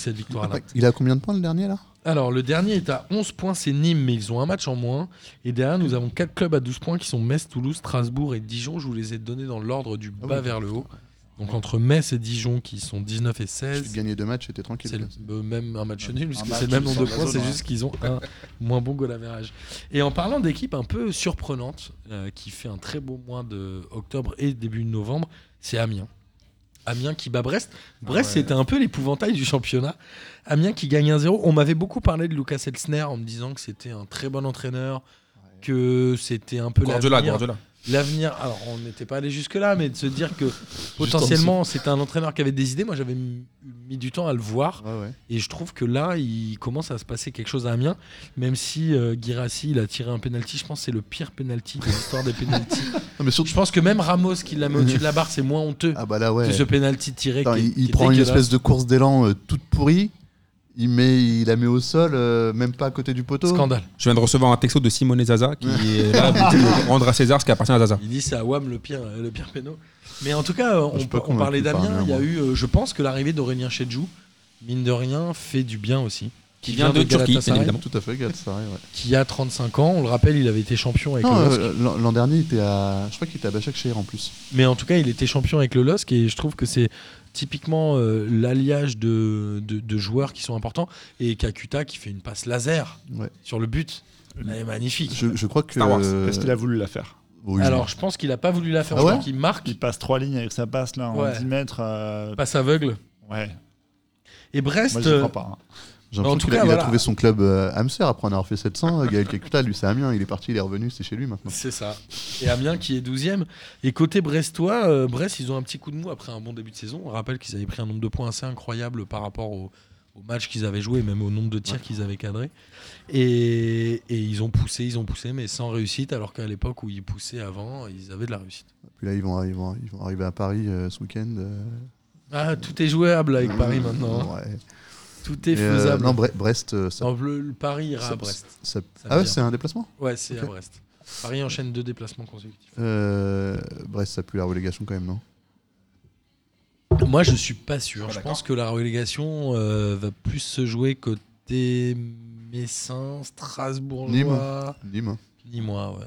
cette victoire-là. Après, Il a combien de points le dernier là Alors, le dernier est à 11 points, c'est Nîmes, mais ils ont un match en moins. Et derrière, nous avons quatre clubs à 12 points qui sont Metz, Toulouse, Strasbourg et Dijon. Je vous les ai donnés dans l'ordre du bas oui. vers le haut. Donc, entre Metz et Dijon qui sont 19 et Tu te 16. gagnais deux matchs, c'était tranquille. C'est le- euh, même un match nul, parce que match c'est le même nul nombre de sur la points, c'est zone, juste qu'ils ont un moins bon goal average. Et en parlant d'équipe un peu surprenante, euh, qui fait un très beau mois de octobre et début de novembre, c'est Amiens. Amiens qui bat Brest. Brest, ouais. c'était un peu l'épouvantail du championnat. Amiens qui gagne 1-0. On m'avait beaucoup parlé de Lucas Elsner en me disant que c'était un très bon entraîneur, que c'était un peu Guardiola, l'avenir- Guardiola. l'avenir. Alors, on n'était pas allé jusque-là, mais de se dire que potentiellement, c'était un entraîneur qui avait des idées. Moi, j'avais m- mis du temps à le voir. Ouais, ouais. Et je trouve que là, il commence à se passer quelque chose à Amiens, même si euh, Guirassi, il a tiré un penalty. Je pense que c'est le pire penalty de l'histoire des penalties. Non, mais surtout. Je pense que même Ramos qui l'a mis au-dessus de la barre, c'est moins honteux Ah bah là, ouais. que ce penalty tiré. Attends, qui est- il, il qui est prend une dégueulasse. espèce de course d'élan euh, toute pourrie. Il, met, il la met au sol, euh, même pas à côté du poteau. scandale. Je viens de recevoir un texto de Simone Zaza qui est là pour rendre à César ce qui appartient à Zaza. Il dit c'est à Wam le pire, euh, le pire péno. Mais en tout cas, euh, on, suis Ah, pas on convaincu parlait par d'Amiens. Amiens, Il y a moi. eu, euh, je pense que l'arrivée d'Aurélien Chedjou, mine de rien, fait du bien aussi. Qui vient de Turquie, bien Galatasaray, évidemment. Tout à fait, Galatasaray, ouais. Qui a 35 ans. On le rappelle, il avait été champion avec Non, le LOSC. euh, l'an l'an dernier, il était à... je crois qu'il était à Başakşehir en plus. Mais en tout cas, il était champion avec le LOSC et je trouve que c'est typiquement euh, l'alliage de, de- de joueurs qui sont importants. Et Kakuta qui fait une passe laser Ouais. sur le but. Elle est magnifique. Je, je crois que. Star Wars. euh, Est-ce qu'il a voulu la faire oui. Alors, je pense qu'il a pas voulu la faire. Ah je ouais crois qu'il marque, Il passe trois lignes avec sa passe là en Ouais. 10 mètres. euh, passe aveugle. Ouais. Et Brest. Moi, j'y crois pas. hein. J'ai en l'impression tout qu'il a, cas, il a voilà. trouvé son club euh, à Amsterdam après en avoir fait 700. euh, Gaël Kakuta, lui, c'est Amiens. Il est parti, il est revenu, c'est chez lui maintenant. C'est ça. Et Amiens qui est 12e. Et côté brestois, euh, Brest, ils ont un petit coup de mou après un bon début de saison. On rappelle qu'ils avaient pris un nombre de points assez incroyable par rapport au, au match qu'ils avaient joué, même au nombre de tirs qu'ils avaient cadrés. Et, et ils ont poussé, ils ont poussé, mais sans réussite, alors qu'à l'époque où ils poussaient avant, ils avaient de la réussite. Puis là, ils vont, ils vont, ils vont arriver à Paris euh, ce week-end. euh. Ah, tout est jouable avec Paris maintenant. hein. Ouais. Tout est Mais, euh, faisable. non, Bre- Brest, euh, ça. Non, le, le Paris ira ça- à Brest. ça- Ça ah ouais, vient. c'est un déplacement Ouais, c'est à ok. Brest. Paris enchaîne deux déplacements consécutifs. Euh, Brest, ça pue la relégation quand même, non Moi, je suis pas sûr. Ouais, je d'accord. pense que la relégation euh, va plus se jouer côté Messin, Strasbourg, Nîmes. Nîmes. hein. Nîmois, ouais.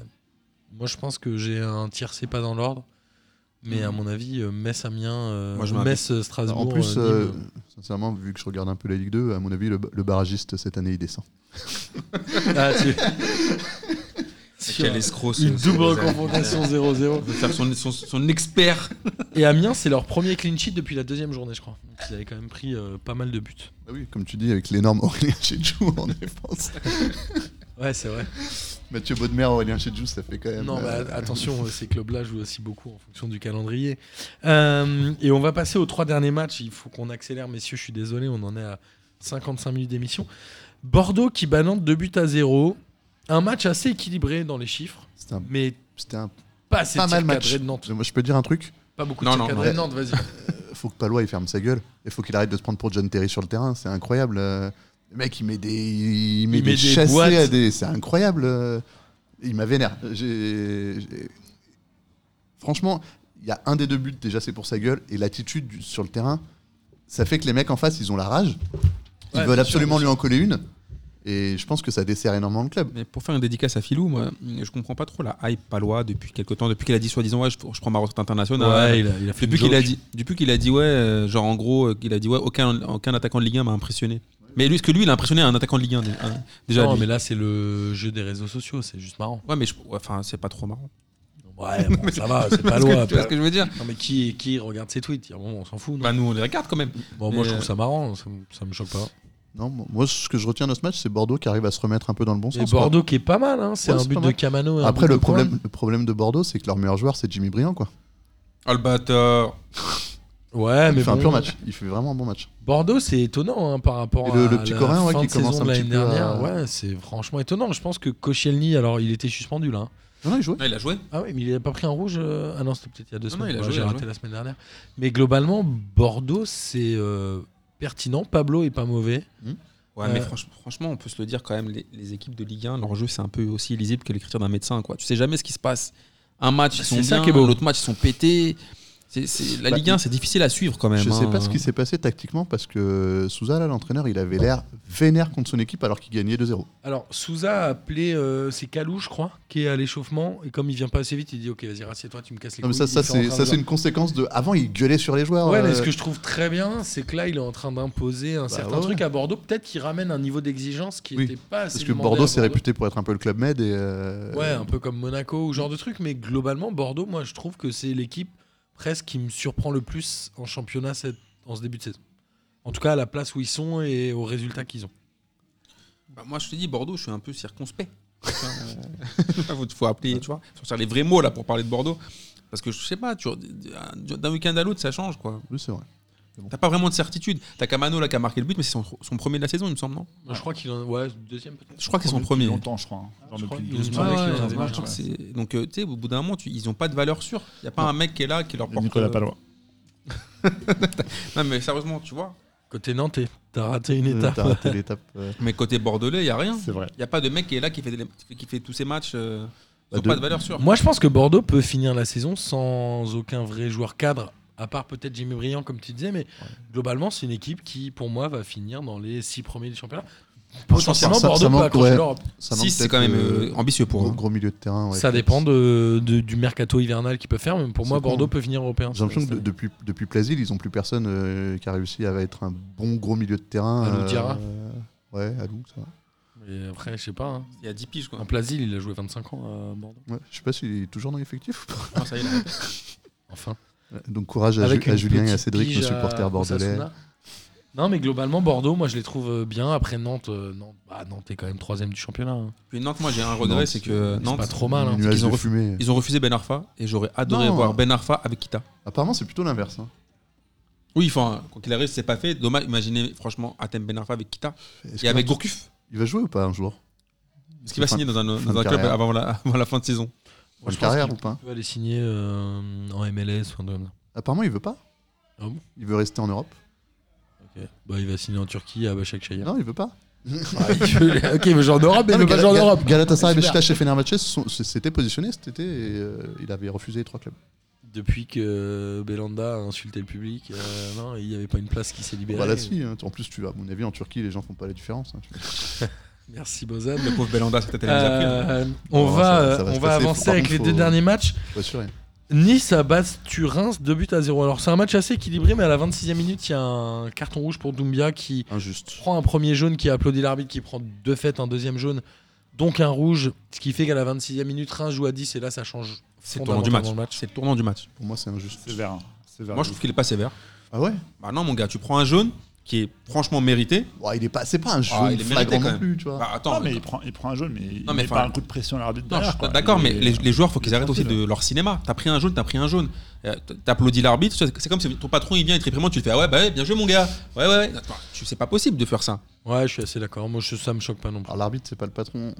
Moi, je pense que j'ai un tiercé pas dans l'ordre. Mais à mon avis, euh, Metz, Amiens, euh, Moi, je m'incline. Metz, euh, Strasbourg. En plus, euh, euh, Nîmes. sincèrement, vu que je regarde un peu la Ligue 2, à mon avis, le, le barragiste cette année, il descend. Ah, tu- Sur Quel escroc ce- Une ce double bizarre. confrontation 0-0. De faire son, son, son expert. Et Amiens, c'est leur premier clean sheet depuis la deuxième journée, je crois. Donc, ils avaient quand même pris euh, pas mal de buts. Ah oui, comme tu dis, avec l'énorme Aurélien Chedjou en défense. Ouais, c'est vrai. Mathieu Baudemer, Aurélien Chedjou, ça fait quand même. Non, euh, bah, attention, euh, ces clubs-là jouent aussi beaucoup en fonction du calendrier. Euh, et on va passer aux trois derniers matchs. Il faut qu'on accélère, messieurs. Je suis désolé, on en est à 55 minutes d'émission. Bordeaux qui bat Nantes 2 buts à 0. Un match assez équilibré dans les chiffres, C'était un, mais c'était un pas assez pas mal de tirs match. cadrés de Nantes. Moi, je peux dire un truc Pas beaucoup Non, de tirs non, cadrés non. de Nantes, vas-y. faut que Palois il ferme sa gueule. Il faut qu'il arrête de se prendre pour John Terry sur le terrain. C'est incroyable. euh, Le mec, il met des, il met Il des, met des chassés boîtes. à des. C'est incroyable. euh, Il m'a vénère. J'ai- j'ai- Franchement, il y a un des deux buts déjà, c'est pour sa gueule. Et l'attitude du- sur le terrain, ça fait que les mecs en face, ils ont la rage. Ils veulent Ouais, bien sûr, absolument bien lui en coller une. Et je pense que ça dessert énormément le club. Mais pour faire une dédicace à Philou, moi, je comprends pas trop la hype palois depuis quelques temps, depuis qu'il a dit soi-disant ouais, je, je prends ma retraite internationale. il a, il a depuis qu'il a dit, depuis qu'il a dit ouais, euh, genre en gros, euh, qu'il a dit ouais, aucun, aucun attaquant de Ligue 1 m'a impressionné. Mais lui, ce que lui, il a impressionné un attaquant de Ligue 1 dé- un- déjà. Non, lui. mais là, c'est le jeu des réseaux sociaux, c'est juste marrant. Ouais, mais je- ouais, enfin, c'est pas trop marrant. Ouais, bon, ça va, c'est pas Parce que- loin. tu vois ce que je veux dire Non, mais qui, qui regarde ses tweets Il y a un moment, on s'en fout. non Bah nous, on les regarde quand même. Bon, moi, Mais, je trouve euh, ça marrant, ça, me- ça me choque pas. Non, moi, ce que je retiens de ce match, c'est Bordeaux qui arrive à se remettre un peu dans le bon Et sens. quoi. Bordeaux qui est pas mal, hein, c'est Ouais, un c'est but pas de mal. Camano. et un Après, but le de Coin. problème, le problème de Bordeaux, c'est que leur meilleur joueur, c'est Jimmy Briand. Quoi. Oh le bâtard. Ouais, Il Ah, mais fait un bon, pur match. Il fait vraiment un bon match. Bordeaux, c'est étonnant hein, par rapport Et le- à le petit la Coréen, ouais, fin qui de saison commence un de l'année petit peu à- dernière. Ouais, c'est franchement étonnant. Je pense que Koscielny, alors il était suspendu là. hein. Non, non, il jouait. Ah, il a joué. Ah oui, mais il n'a pas pris un rouge. euh, Ah non, c'était peut-être il y a deux Non, semaines. non, il a Ouais, joué, J'ai il a raté joué. la semaine dernière. Mais globalement, Bordeaux, c'est euh, pertinent. Pablo est pas mauvais. Ouais, mais Euh, franch- franchement, on peut se le dire quand même, les, les équipes de Ligue 1, leur jeu, c'est un peu aussi illisible que l'écriture d'un médecin. Quoi. Tu sais jamais ce qui se passe. Un match, ils C'est sont ça bien, qui est beau. l'autre match, ils sont pétés. C'est- c'est- la Bah, Ligue 1, c'est difficile à suivre quand même. Je sais hein. pas ce qui s'est passé tactiquement parce que Souza, là, l'entraîneur, il avait l'air vénère contre son équipe alors qu'il gagnait 2-0. Alors, Souza a appelé, euh, c'est Kalou, je crois, qui est à l'échauffement. Et comme il vient pas assez vite, il dit Ok, vas-y, rassieds-toi, tu me casses les Non, couilles. mais ça, Il ça, était en train c'est de ça, leur- c'est une conséquence de. Avant, il gueulait sur les joueurs. Ouais, mais euh, Bah ce que je trouve très bien, c'est que là, il est en train d'imposer un certain ouais, truc à Bordeaux. Peut-être qu'il ramène un niveau d'exigence qui Oui, n'était pas assez. Parce que demandé à Bordeaux, c'est réputé pour être un peu le club med. Et, euh, Ouais, un peu comme Monaco ou genre de truc. Mais globalement, Bordeaux, moi, je trouve que c'est l'équipe presque qui me surprend le plus en championnat cette- en ce début de saison. En tout cas, à la place où ils sont et aux résultats qu'ils ont. Bah, moi, je te dis, Bordeaux, je suis un peu circonspect. Il euh, faut appeler, tu vois, faut sortir les vrais mots là pour parler de Bordeaux. Parce que je sais pas, tu- d'un week-end à l'autre, ça change. quoi. Oui, c'est vrai. T'as pas vraiment de certitude. T'as Camano là qui a marqué le but, mais c'est son, son premier de la saison, il me semble, non Moi, Je crois qu'il en ouais, deuxième peut-être. Je crois que c'est son Depuis premier. longtemps, je crois. hein. Genre je crois depuis qu'il 12 joue mois. pas je avec crois, les ouais. autres, Je crois que c'est- Donc, euh, tu sais, au bout d'un moment, tu- ils ont pas de valeur sûre. Il y a pas un mec qui est là qui leur Et porte. euh, Nicolas Palois. Non, mais sérieusement, tu vois. Côté Nantais, t'as raté une Euh, étape. T'as raté l'étape. euh, Mais côté bordelais, il n'y a rien. C'est vrai. Il n'y a pas de mec qui est là qui fait, des- qui fait tous ces matchs. euh, ils Bah, n'ont de- pas de valeur sûre. Moi, je pense que Bordeaux peut finir la saison sans aucun vrai joueur cadre, à part peut-être Jimmy Briand, comme tu disais, mais globalement, c'est une équipe qui, pour moi, va finir dans les six premiers du championnat. Potentiellement, ça- ça Bordeaux peut manque, accrocher ouais. l'Europe. ça manque 6, c'est peut-être, quand même euh, euh, ambitieux pour gros, eux. gros milieu de terrain. ouais. ça dépend de, de- du mercato hivernal qu'ils peuvent faire, mais pour C'est moi, con, Bordeaux hein. peut finir européen. J'ai l'impression que cette de- année. depuis, depuis Plasil, ils ont plus personne euh, qui a réussi à être un bon gros milieu de terrain. Alou Diarra. euh, Ouais, Alou, ça va. Mais après, je sais pas. hein. Il y a 10 piges, quoi. En Plasil, il a joué 25 ans à Bordeaux. Ouais, je sais pas s'il est toujours dans l'effectif ou pas. Ah, ça y est, là. Enfin. Donc courage à, Ju- à une Julien et à petite Cédric, nos pige euh, à supporters bordelais. Osasuna. Non, mais globalement, Bordeaux, moi, je les trouve euh, bien. Après Nantes, euh, Nantes, bah, Nantes est quand même troisième du championnat. hein. Puis Nantes, moi, j'ai un regret, Nantes, c'est que C'est pas Nantes, trop mal. hein. Nuage qu'ils ont de refus- fumée. ils ont refusé Ben Arfa et j'aurais adoré Non. voir Ben Arfa avec Kita. Apparemment, c'est plutôt l'inverse. hein. Oui, enfin, quand il arrive, c'est pas fait. Dommage, imaginez franchement Atem Ben Arfa avec Kita Est-ce et avec qu'il va- Gourcuff. Il va jouer ou pas un jour Parce qu'il va Fin- signer dans un, fin dans de un club carrière. avant la, avant la fin de saison. En je pense carrière qu'il- ou pas Tu vas aller signer euh, en MLS ou un truc comme ça. Apparemment, il veut pas. Ah bon il veut rester en Europe. Bah, il va signer en Turquie à Başak Non, il veut pas. ok, mais genre en Europe, mais Ah, Ah, mais il veut pas Gal- jouer en Gal- Europe. Galatasaray, Super. Beşiktaş et Fenerbahçe sont- s- s'étaient positionnés cet été et euh, il avait refusé les trois clubs. Depuis que Belanda a insulté le public, euh, non, il n'y avait pas une place qui s'est libérée. Bah, là, si, hein. En plus, tu à mon avis, en Turquie, les gens font pas la différence. hein. Merci Bozan. Le pauvre Belanda, cette tête, elle les a pris. hein. Euh, Non, on va, ça va- ça euh, va on se va passer. avancer Par avec contre, les faut- deux derniers Je matchs. suis pas sûr. hein. Nice à base Turin, 2 buts à 0. Alors c'est un match assez équilibré, mais à la 26e minute, il y a un carton rouge pour Doumbia qui Injuste. prend un premier jaune, qui applaudit l'arbitre, qui prend deux fêtes, un deuxième jaune, donc un rouge, ce qui fait qu'à la 26e minute, Reims joue à 10 et là ça change. C'est le tournant du match. fondamentalement C'est le tournant du match. Pour moi, c'est injuste. Sévère. hein. Sévère. Moi, je trouve qu'il est pas sévère. Ah ouais Bah non, mon gars, tu prends un jaune qui est franchement mérité. Ouais, il est pas, c'est pas un jeu Ah, il est mérité, flagrant quand non même. plus, tu vois. Ah. Bah attends, Non, Ah, mais il prend, il prend un jaune, mais il Non, mais met enfin- pas un coup de pression à l'arbitre Non, je derrière. suis quoi. pas d'accord, mais Il est- les, les joueurs, faut qu'ils il est arrêtent aussi tranquille. de leur cinéma. T'as pris un jaune, t'as pris un jaune. Euh, t- T'applaudis l'arbitre, c'est c'est comme si ton patron il vient, il te réprimande, tu le fais, ah ouais, bah ouais, bien joué mon gars. Ouais, ouais, ouais. Attends, tu- C'est pas possible de faire ça. Ouais, je suis assez d'accord. Moi, je, ça me choque pas non plus. Alors l'arbitre, c'est pas le patron.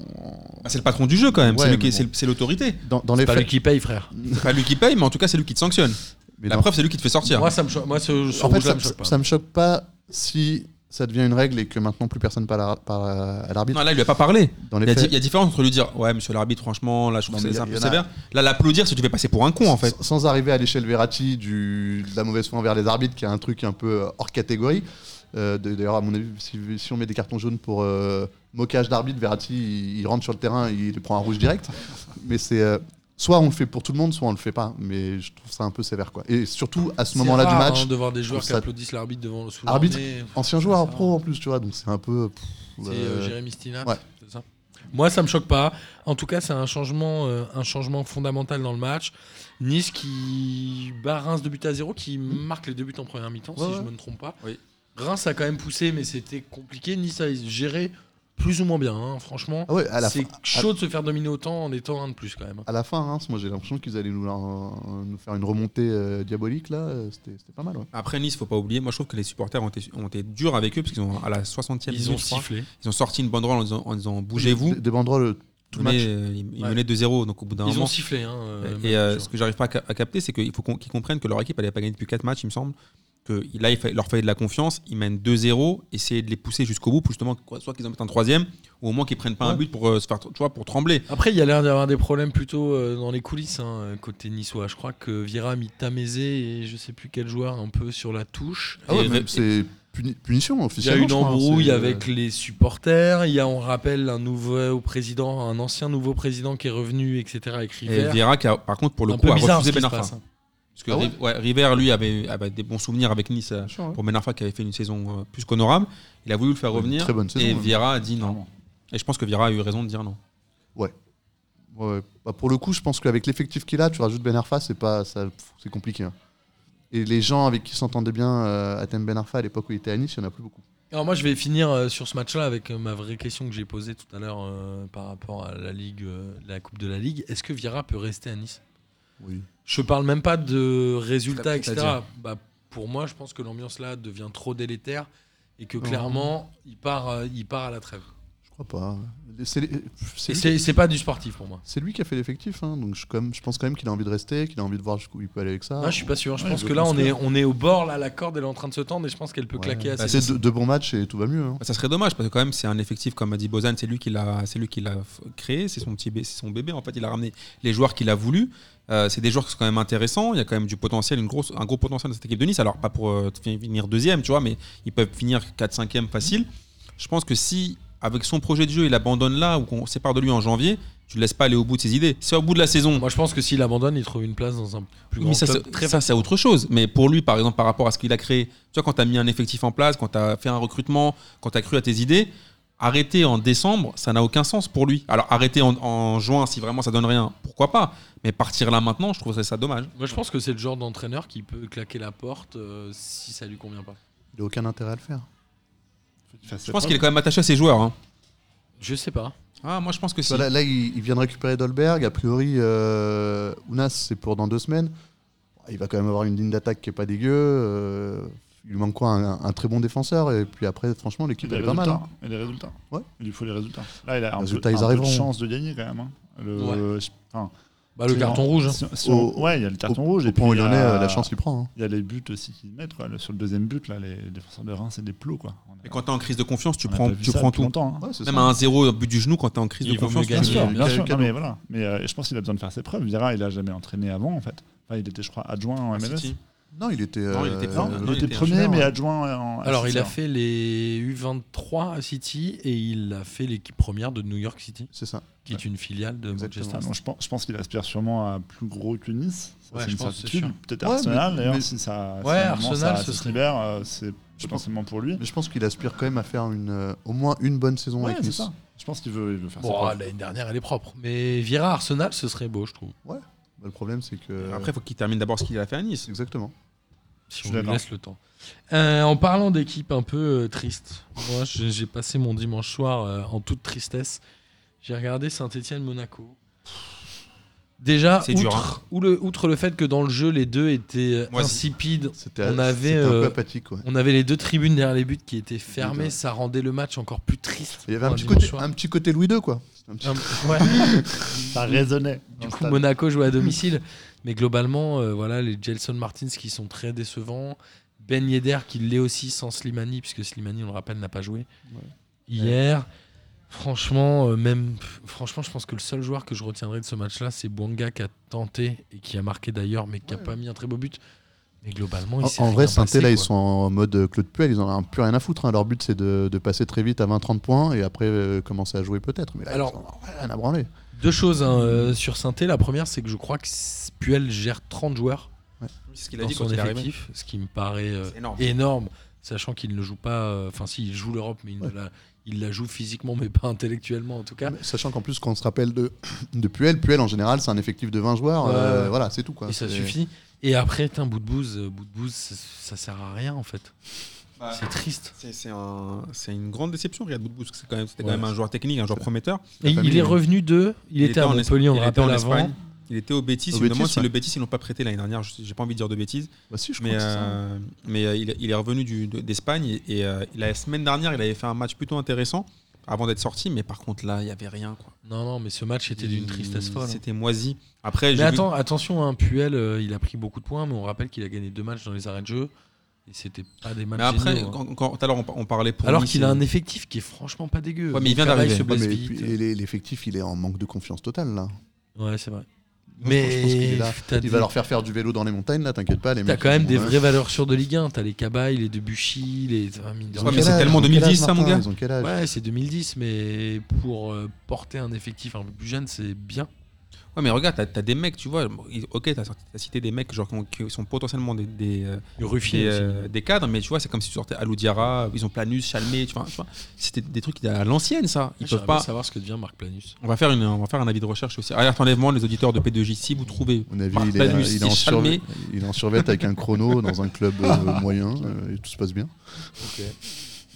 Bah, c'est le patron du jeu quand même, Ouais, c'est lui mais qui- bon. c'est le- c'est l'autorité. Dans, dans les C'est pas lui faits. qui paye, frère. C'est pas lui qui paye, mais en tout cas, c'est lui qui te sanctionne. mais La dans- preuve, c'est lui qui te fait sortir. Moi, ça me choque. Moi, ce, ce en fait, rouge-là ça, me choque pas. ça me choque pas si ça devient une règle et que maintenant plus personne parle à, parle à l'arbitre. Non, là, il lui a pas parlé. Dans Il les y, a, di- faits, il y a différence entre lui dire, ouais, monsieur l'arbitre, franchement, là, je trouve Non, que mais c'est il y a- un peu il y en a- sévère. Là, l'applaudir, c'est que tu fais passer pour un con en fait. sans, sans arriver à l'échelle Verratti du, de la mauvaise foi envers les arbitres, qui est un truc un peu euh, hors catégorie. Euh, d- D'ailleurs, à mon avis, si, si on met des cartons jaunes pour euh, moquage d'arbitre, Verratti, il, il rentre sur le terrain, il prend un rouge direct. Mais c'est euh, soit on le fait pour tout le monde, soit on le fait pas. Mais je trouve ça un peu sévère, quoi. Et surtout à ce C'est moment-là du rare, match, hein, de voir des joueurs trouve qui ça- applaudissent l'arbitre devant sous leur Arbitre, nez. ancien joueur Ça- pro en plus, tu vois, donc c'est un peu. pff, C'est euh, euh, Jérémy Stinat, ouais. c'est ça Moi, ça me choque pas. En tout cas, c'est un changement, euh, un changement fondamental dans le match. Nice qui bat Reims de but à zéro, qui marque les deux buts en première mi-temps, si Ouais, je ouais. me ne trompe pas. Oui. Reims a quand même poussé, mais c'était compliqué. Nice a géré plus ou moins bien, hein, franchement. ah ouais, à la C'est fin- chaud de se faire dominer autant en étant un de plus quand même. à la fin, Reims, moi j'ai l'impression qu'ils allaient nous, la- nous faire une remontée euh, diabolique là, euh, c'était c'était pas mal. Ouais. Après Nice, faut pas oublier, moi je trouve que les supporters ont été, ont été durs avec eux parce qu'ils ont à la 60e Ils ont minute, je crois, sifflé. ils ont sorti une banderole en disant, en disant, bougez-vous. Des, des banderoles tout le Mais, match. euh, ils ils Ouais. menaient de 0 donc au bout d'un Ils ont moment. sifflé. hein, euh, Et euh, Manu, ce que j'arrive pas à, ca- à capter, c'est qu'il faut qu'on- qu'ils comprennent que leur équipe, elle n'avait pas gagné depuis 4 matchs, il me semble. Que il- là, il fa- leur fallait de la confiance. Ils mènent 2-0, essayer de les pousser jusqu'au bout, pour justement, quoi- soit qu'ils en mettent un troisième, ou au moins qu'ils prennent pas un Ouais. but pour euh, se faire, tu vois, pour trembler. Après, il y a l'air d'avoir des problèmes plutôt euh, dans les coulisses, hein, euh, côté niçois. Je crois que Vira a mis Tamézé et je sais plus quel joueur un peu sur la touche. Ah ouais, Et- même et- c'est puni- punition Il y a officiellement. une je crois, hein, embrouille c'est, euh, avec les supporters. Il y a, on rappelle, un nouveau président, un ancien nouveau président qui est revenu, etc. avec Et River. Vieira, qui a- par contre, pour le un coup, peu a bizarre refusé ce qui Ben se Arfa. passe, hein. Parce que Ah ouais Ri- ouais, River, lui, avait, avait des bons souvenirs avec Nice euh, bien sûr, ouais. pour Ben Arfa, qui avait fait une saison euh, plus qu'honorable. Il a voulu le faire Une revenir. très bonne saison, et hein. Vieira a dit non. Et je pense que Vieira a eu raison de dire non. Ouais, ouais. Bah, pour le coup, je pense qu'avec l'effectif qu'il a, tu rajoutes Ben Arfa, c'est pas, ça, pff, c'est compliqué. hein. Et les gens avec qui s'entendaient bien euh, Atem Ben Arfa à l'époque où il était à Nice, il y en a plus beaucoup. Alors moi, je vais finir euh, sur ce match-là avec euh, ma vraie question que j'ai posée tout à l'heure euh, par rapport à la Ligue, euh, la Coupe de la Ligue. Est-ce que Vira peut rester à Nice Oui. Je parle même pas de résultats, etc. C'est-à-dire Bah, pour moi, je pense que l'ambiance là devient trop délétère et que clairement, il part, euh, il part à la trêve. Je crois pas. C'est les- euh, c'est Et lui C'est c'est pas du sportif pour moi. C'est lui qui a fait l'effectif, hein, donc je, quand même- je pense quand même qu'il a envie de rester, qu'il a envie de voir jusqu'où il peut aller avec ça. Ah, je suis pas sûr. Je Ouais, pense il que veut là, on est, construire. on est au bord, là, la corde elle est en train de se tendre et je pense qu'elle peut Ouais. claquer Bah, assez. C'est deux, deux bons matchs et tout va mieux. hein. Bah, ça serait dommage parce que quand même c'est un effectif comme a dit Bozan, c'est lui qui l'a, c'est lui qui l'a f- créé, c'est son petit, bé- c'est son bébé en fait. Il a ramené les joueurs qu'il a voulu. Euh, c'est des joueurs qui sont quand même intéressants. Il y a quand même du potentiel, une grosse, un gros potentiel dans cette équipe de Nice. Alors pas pour euh, fi- finir deuxième, tu vois, mais ils peuvent finir 4-5e facile. Je pense que si avec son projet de jeu il abandonne là ou qu'on sépare de lui en janvier, tu le laisses pas aller au bout de ses idées. C'est au bout de la saison. Moi, je pense que s'il abandonne, il trouve une place dans un plus Oui, grand mais ça, club. c'est- très ça, c'est autre chose. Mais pour lui, par exemple, par rapport à ce qu'il a créé, tu vois, quand tu as mis un effectif en place, quand tu as fait un recrutement, quand tu as cru à tes idées, arrêter en décembre, ça n'a aucun sens pour lui. Alors arrêter en, en juin, si vraiment ça donne rien, pourquoi pas Mais partir là maintenant, je trouverais ça dommage. Moi, je pense que c'est le genre d'entraîneur qui peut claquer la porte euh, si ça lui convient pas. Il a aucun intérêt à le faire. Je pense qu'il est quand même attaché à ses joueurs. hein. Je sais pas. Ah, moi, je pense que si. Bah, Là, là, il, il vient de récupérer Dolberg. A priori, euh, Ounas, c'est pour dans deux semaines. Il va quand même avoir une ligne d'attaque qui est pas dégueu. euh, il lui manque quoi un, un très bon défenseur. Et puis après, franchement, l'équipe Il a elle les est pas mal. résultats. hein. Il a les résultats. Ouais. Il lui faut les résultats. Là, il a un, Résultats, ils peu, un peu de arriveront. chance de gagner quand même. hein. Le, je- enfin, Bah, le si carton on- rouge. hein. si- si on- Au- ouais, il y a le carton au- rouge. Au et puis point où il en est, a- euh, la chance qu'il prend. hein. Il y a les buts aussi qu'ils mettent. Quoi. Le- Sur le deuxième but, là, les défenseurs de Reims, c'est des plots. Quoi. On a- Et quand tu es en crise de confiance, tu on a prends, pas vu tu ça prends depuis tout. longtemps, hein. Ouais, c'est Même ça. un 0 au but du genou, quand tu es en crise Il de vaut confiance, mieux tu gagner. Bien gagnes. sûr, Quel- bien quel sûr. Non, cadeau. mais voilà. Mais euh, je pense qu'il a besoin de faire ses preuves. Vira, il a jamais entraîné avant, en fait. Enfin, il était, je crois, adjoint en MLS. City. Non, il était. Non, il était euh, premier. Non, non, il il était était premier, ingénieur, mais ouais. adjoint en. à Alors, il a City, fait les U23 à City et il a fait l'équipe première de New York City, C'est ça. qui est une filiale de Exactement. hein. Manchester. Ah non, je pense, je pense qu'il aspire sûrement à plus gros que Nice. Ça, Ouais, c'est je une pense, c'est certitude. sûr. Peut-être Ouais, Arsenal, mais- d'ailleurs, mais- si ça. Ouais, si à un moment, Arsenal, ça ce se serait- libère, euh, c'est Je potentiellement pour lui. Mais je pense qu'il aspire quand même à faire une, euh, au moins une bonne saison Ouais, avec c'est Nice. ça. Je pense qu'il veut, il veut faire Bon, ça. ah, l'année dernière, elle est propre. Mais Vira Arsenal, ce serait beau, je trouve. Bah, le problème, c'est que. Après, il faut qu'il termine d'abord ce qu'il a fait à Nice. Exactement. Si on Je suis lui d'accord. laisse le temps. Euh, en parlant d'équipe un peu euh, triste, moi j'ai j'ai passé mon dimanche soir euh, en toute tristesse. J'ai regardé Saint-Etienne-Monaco. Déjà, C'est outre, dur, hein. ou le, outre le fait que dans le jeu, les deux étaient euh, Moisis. insipides, C'était On c'était avait, un euh, peu apathique. ouais. on avait les deux tribunes derrière les buts qui étaient Les fermées, deux. ça rendait le match encore plus triste. Il y avait un pour petit, dimanche côté, soir. un petit côté Louis II, quoi. C'était un petit- Un- ouais. Ça résonnait. Du coup, Monaco joue à domicile. Mais globalement, euh, voilà, les Gelson Martins qui sont très décevants. Ben Yedder qui l'est aussi sans Slimani, puisque Slimani, on le rappelle, n'a pas joué hier. Franchement, euh, même, pff, franchement, je pense que le seul joueur que je retiendrai de ce match-là, c'est Bouanga qui a tenté et qui a marqué d'ailleurs, mais qui n'a Ouais. pas mis un très beau but. Mais globalement, il s'est En, en rien vrai, saint passé, là, ils quoi. sont en mode euh, Claude Puel, ils en ont plus rien à foutre. hein. Leur but, c'est de, de passer très vite à 20-30 points et après euh, commencer à jouer peut-être. Mais là, Alors- ils en ont rien à branler. Deux choses hein, euh, sur saint La première, c'est que je crois que Puel gère 30 joueurs. C'est ce qu'il a dans dit son quand il est arrivé. effectif, ce qui me paraît euh, C'est énorme. énorme. sachant qu'il ne joue pas. euh, Enfin, si, il joue l'Europe, mais il, ne Ouais. la, il la joue physiquement, mais pas intellectuellement en tout cas. Mais Sachant qu'en plus, quand on se rappelle de, de Puel, Puel en général, c'est un effectif de 20 joueurs. euh, Ouais. voilà, c'est tout. Quoi. Et ça C'est- suffit. Et après, un bout de bouse, euh, bout de bouse, ça, ça sert à rien en fait. C'est triste. C'est- C'est un- c'est une grande déception, Riyad Boudbouz. C'était quand, même- c'était quand Ouais. même un joueur technique, un joueur prometteur. Et il famille, est hein. revenu de. Il, était, à en Montpellier, Espa- on le il était en rappelle Espagne. avant. Il était au Bétis. Au je me demande Betis, si ouais. le Bétis, ils l'ont pas prêté l'année dernière. Je- J'ai pas envie de dire de bêtises. Bah, si, je crois Mais, que c'est ça. euh, mais euh, il, il est revenu du- de- d'Espagne et, et, euh, la semaine dernière, il avait fait un match plutôt intéressant avant d'être sorti, mais par contre là, il n'y avait rien. quoi. Non, non, mais ce match était d'une Il- tristesse folle. hein. C'était moisi. Après, Mais j'ai vu- attends, attention, hein, Puel, euh, il a pris beaucoup de points, mais on rappelle qu'il a gagné deux matchs dans les arrêts de jeu. Et c'était pas des matchs. mais après, géniaux, hein. quand, quand- tout à l'heure, on, par- on parlait pour Alors Nice qu'il a et- un effectif qui est franchement pas dégueu. Ouais, mais il vient Cabaye d'arriver. se Ouais, blesse mais vite. puis- et les- l'effectif, il est en manque de confiance totale. Là. Ouais, c'est vrai. Mais je pense qu'il Mais est là. t'as Il des- va leur faire hein. faire du vélo dans les montagnes, là, t'inquiète pas. les t'as mecs, quand même ils des vont- vraies valeurs sûres de Ligue 1. T'as les Cabaye, les Debuchy, les. Ah, mine de Ils ont Ouais, mais rien. quel c'est âge tellement Ils ont quel 2010, âge, ça, mon Martin gars Ils ont quel âge Ouais, c'est 2010, mais pour euh, porter un effectif un peu plus jeune, c'est bien. Ouais, mais regarde, t'as as des mecs, tu vois. bon, ils- Ok, t'as sorti- t'as cité des mecs genre, qui ont- qui sont potentiellement des, des, euh, Ruffier des, euh, des cadres, mais tu vois, c'est comme si tu sortais Alou Diarra, ils ont Planus, Chalmé, tu vois. tu vois. C'était des trucs à l'ancienne, ça. Ils peuvent pas. savoir ce que devient Marc Planus. On va, faire une, on va faire un avis de recherche aussi. Alerte enlèvement, les auditeurs de P2J, si vous trouvez. On a vu, Marc il est, Lanus, il, est en il est survêt, charmé. il est en survêt avec un chrono dans un club euh, moyen euh, et tout se passe bien.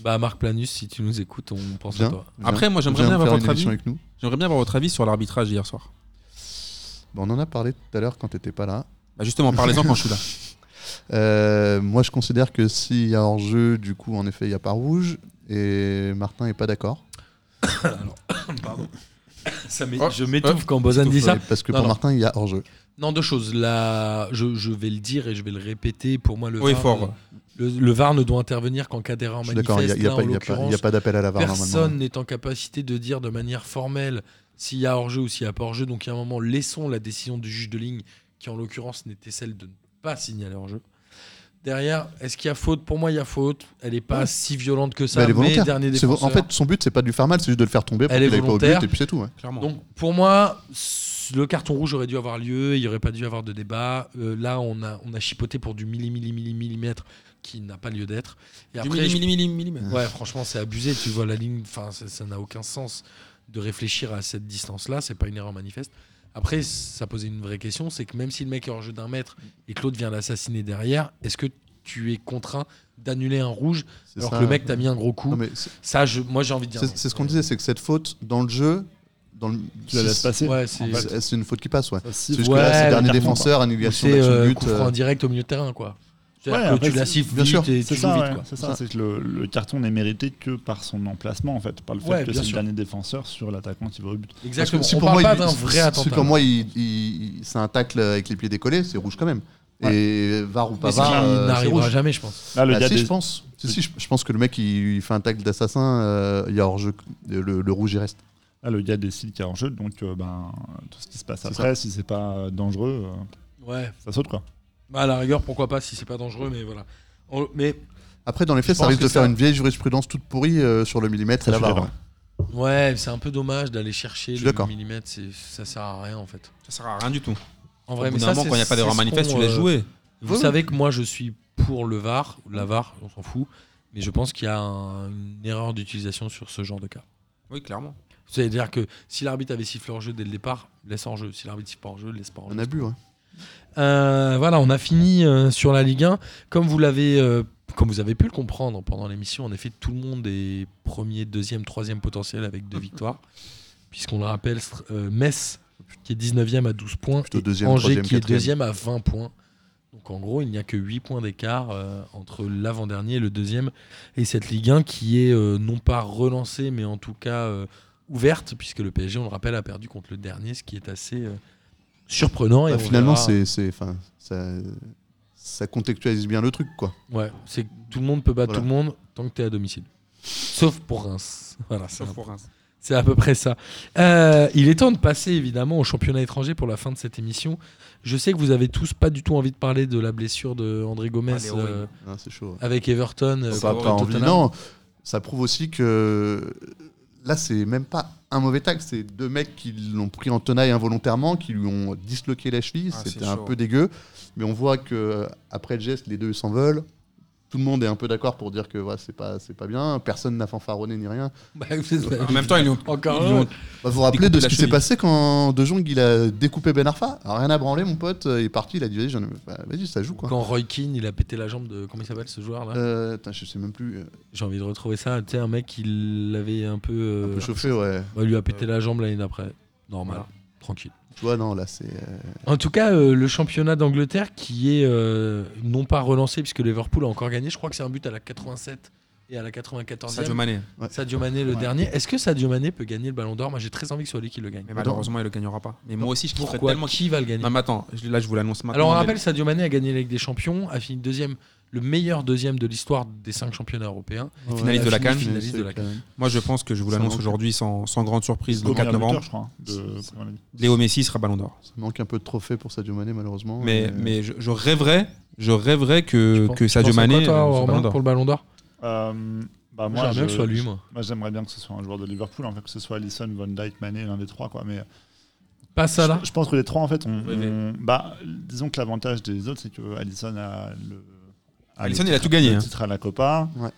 Bah, Marc Planus, si tu nous écoutes, on pense à Viens. toi. Viens- Après, moi, j'aimerais viens bien, avoir faire votre une avis. émission avec nous. J'aimerais bien avoir votre avis sur l'arbitrage d'hier soir. Bah, on en a parlé tout à l'heure quand t'étais pas là. Bah justement, parlez-en quand je suis là. Euh, moi, je considère que s'il y a hors-jeu, du coup, en effet, il n'y a pas rouge. Et Martin est pas d'accord. Ça Oh, je m'étouffe quand Bozan dit ça. Parce que Ah, Non, pour non. Martin, il y a hors-jeu. Non, deux choses. Là, je, je vais le dire et je vais le répéter. Pour moi, le, Oui, VAR, fort. le, le VAR ne doit intervenir qu'en cas d'erreur Je suis d'accord, il n'y manifeste. a, il y a pas- il Là, en y a pas- il l'occurrence, y a pas d'appel à la VAR Personne normalement. hein. n'est en capacité de dire de manière formelle s'il y a hors-jeu ou s'il n'y a pas hors-jeu. Donc, il y a un moment, laissons la décision du juge de ligne, qui en l'occurrence n'était celle de ne pas signaler hors-jeu. Derrière, est-ce qu'il y a faute Pour moi, il y a faute. Elle n'est pas Ouais. si violente que Mais ça. elle est mais volontaire. dernier C'est vo- défenseur. en fait, son but, c'est pas de lui faire mal, c'est juste de le faire tomber pour Elle est qu'il aille pas au but, volontaire. et puis c'est tout. hein. ouais. Clairement. Donc, pour moi, s- le carton rouge aurait dû avoir lieu. Il n'y aurait pas dû avoir de débat. Euh, là, on a, on a chipoté pour du milli, milli, milli, millimètre qui n'a pas lieu d'être. Et du après, milli, je- milli, milli, millimètre. Ouais, franchement, c'est abusé. Tu vois la ligne, enfin, ça ça n'a aucun sens de réfléchir à cette distance-là. C'est pas une erreur manifeste. Après, ça posait une vraie question, c'est que même si le mec est hors jeu d'un mètre et Claude vient l'assassiner derrière, est-ce que tu es contraint d'annuler un rouge C'est alors ça. que le mec t'a mis un gros coup Non, mais c'est- Ça, je, moi, j'ai envie de dire. non. c'est- c'est ce qu'on disait, c'est que cette faute, dans le jeu, dans le- Tu la laisses c'est- passer. Ouais, c'est En fait, c'est Bah, c'est une faute qui passe, ouais. Ça, si- C'est juste que là, Ouais, c'est mais dernier clairement défenseur, ou annulation c'est d'action de euh, but. coup franc euh, en direct au milieu de terrain, quoi. C'est-à-dire Ouais, que après, tu la c'est- siffles bien vite sûr, et C'est tu ça, joues ouais, vite, quoi. c'est ça, c'est que le, le carton n'est mérité que par son emplacement en fait, par le fait Ouais, que bien c'est le sûr. dernier défenseur sur l'attaquant qui va au but. Parce que Exactement. si on pour parle moi, pas il- d'un si- vrai si attentat. pour moi, il- il- il- c'est un tacle avec les pieds décollés, c'est rouge quand même. Et var ou pas Mais ça, var, il euh, c'est n'arrivera rouge. jamais, je pense. Là, Ah, le Bah, gars si, des- je pense. Si, si, je, je pense que le mec, il, il fait un tacle d'assassin, euh, il y a hors jeu, le, le rouge, il reste. Là, ah, le gars décide qu'il y a hors jeu, donc euh, ben, tout ce qui se passe C'est après, si c'est pas euh, dangereux, euh, Ouais. ça saute quoi. Bah, à la rigueur, pourquoi pas si c'est pas dangereux, mais voilà. On- mais Après, dans les faits, Je ça pense risque que de faire ça- une vieille jurisprudence toute pourrie euh, sur le millimètre Ça, et la hein. je suis barre. d'accord. ouais. ouais, c'est un peu dommage d'aller chercher Je suis le d'accord. millimètre, c'est- ça sert à rien en fait. Ça sert à rien du tout. En Au bout mais d'un ça, moment, c'est- quand il n'y a pas d'erreur c'est ce manifeste, tu qu'on, laisses euh, jouer. Vous Oui. savez que moi je suis pour le VAR, la VAR, on s'en fout, mais je pense qu'il y a un- une erreur d'utilisation sur ce genre de cas. Oui, clairement. C'est-à-dire que si l'arbitre avait sifflé hors jeu dès le départ, laisse en jeu. Si l'arbitre siffle pas en jeu, laisse pas en jeu. Un abus, hein. ouais. Euh, voilà, on a fini euh, sur la Ligue 1. Comme vous l'avez, euh, comme vous avez pu le comprendre pendant l'émission, en effet, tout le monde est premier, deuxième, troisième potentiel avec deux victoires, puisqu'on le rappelle, Str- euh, Metz qui est 19e à 12 points, Plutôt et deuxième, Angers troisième, qui est quatrième. deuxième à 20 points. Donc en gros, il n'y a que 8 points d'écart euh, entre l'avant-dernier et le deuxième, et cette Ligue 1 qui est euh, non pas relancée, mais en tout cas euh, ouverte, puisque le PSG, on le rappelle, a perdu contre le dernier, ce qui est assez euh, surprenant. et Bah, on finalement, verra- c'est, c'est, enfin, ça, ça contextualise bien le truc, quoi. Ouais, c'est que tout le monde peut battre Voilà. tout le monde tant que t'es à domicile. Sauf pour Reims. Voilà, c'est Sauf un- pour Reims. c'est à peu près ça. Euh, il est temps de passer évidemment au championnat étranger pour la fin de cette émission. Je sais que vous avez tous pas du tout envie de parler de la blessure de André Gomez elle est horrible. euh, Hein, c'est chaud. ouais. avec Everton. euh, Ça a contre pas envie. Tottenham. Non, ça prouve aussi que là, c'est même pas un mauvais tac, c'est deux mecs qui l'ont pris en tenaille involontairement, qui lui ont disloqué la cheville. Ah, C'était c'est un chaud. peu dégueu, mais on voit que euh, après le geste, les deux s'en veulent. Tout le monde est un peu d'accord pour dire que ouais, c'est pas c'est pas bien. Personne n'a fanfaronné ni rien. Bah, vous- En même temps, ils lui ont. Encore ils lui un. ont- Bah, vous vous rappelez Découper de ce la qui s'est cheville. passé quand De Jong il a découpé Ben Arfa Alors, Rien à branler, mon pote. Il est parti. Il a dit vas-y, j'en ai- bah, vas-y, ça joue quoi. Quand Roy Keane, il a pété la jambe de. Comment il s'appelle ce joueur là Euh, putain, je sais même plus. euh, J'ai envie de retrouver ça. Tu sais, un mec, il l'avait un peu. Un euh, peu chauffé, ouais. bah, lui a pété la jambe l'année d'après. Normal. Euh. Voilà. Tranquille. Tu vois, non, là c'est. euh, En tout cas, euh, le championnat d'Angleterre qui est euh, non pas relancé puisque Liverpool a encore gagné. Je crois que c'est un but à la 87 et à la 94e. Sadio Mané. Sadio Mané le Ouais. dernier. Est-ce que Sadio Mané peut gagner le Ballon d'Or Moi, j'ai très envie que ce soit lui qui le gagne. Mais malheureusement, il le gagnera pas. Mais moi aussi, je kifferais Pourquoi tellement. qu'il- Qui va le gagner Non, mais attends, je- là, je vous l'annonce maintenant. Alors, on mais- rappelle, Sadio Mané a gagné la Ligue des Champions, a fini deuxième, le meilleur deuxième de l'histoire des cinq championnats européens. finaliste ouais, de la finaliste CAN. finaliste de la CAN. Moi, je pense que je vous Ça l'annonce manque. aujourd'hui sans, sans grande surprise. Le Au 4 meilleur buteur, novembre, je crois. hein, de Premier League. Léo Messi sera ballon d'or. Ça manque un peu de trophées pour Sadio Mané, malheureusement. euh, Mais, Et, mais je, je rêverais, je rêverais que, que Tu Sadio penses à quoi, Mané. toi, euh, soit Romain, ballon d'or. pour le Ballon d'Or Euh, bah, moi, J'aimerais bien je- que ce soit lui, moi. Moi, j'aimerais bien que ce soit un joueur de Liverpool, en fait, que ce soit Alisson, Van Dijk, Mané, l'un des trois, quoi. Mais euh, Pas ça là Je, je pense que les trois, en fait, on, Oui, mais- on- bah, disons que l'avantage des autres, c'est que Allison a le. a Alisson, le il a titre- tout gagné, Le hein. titre à la Copa. Ouais.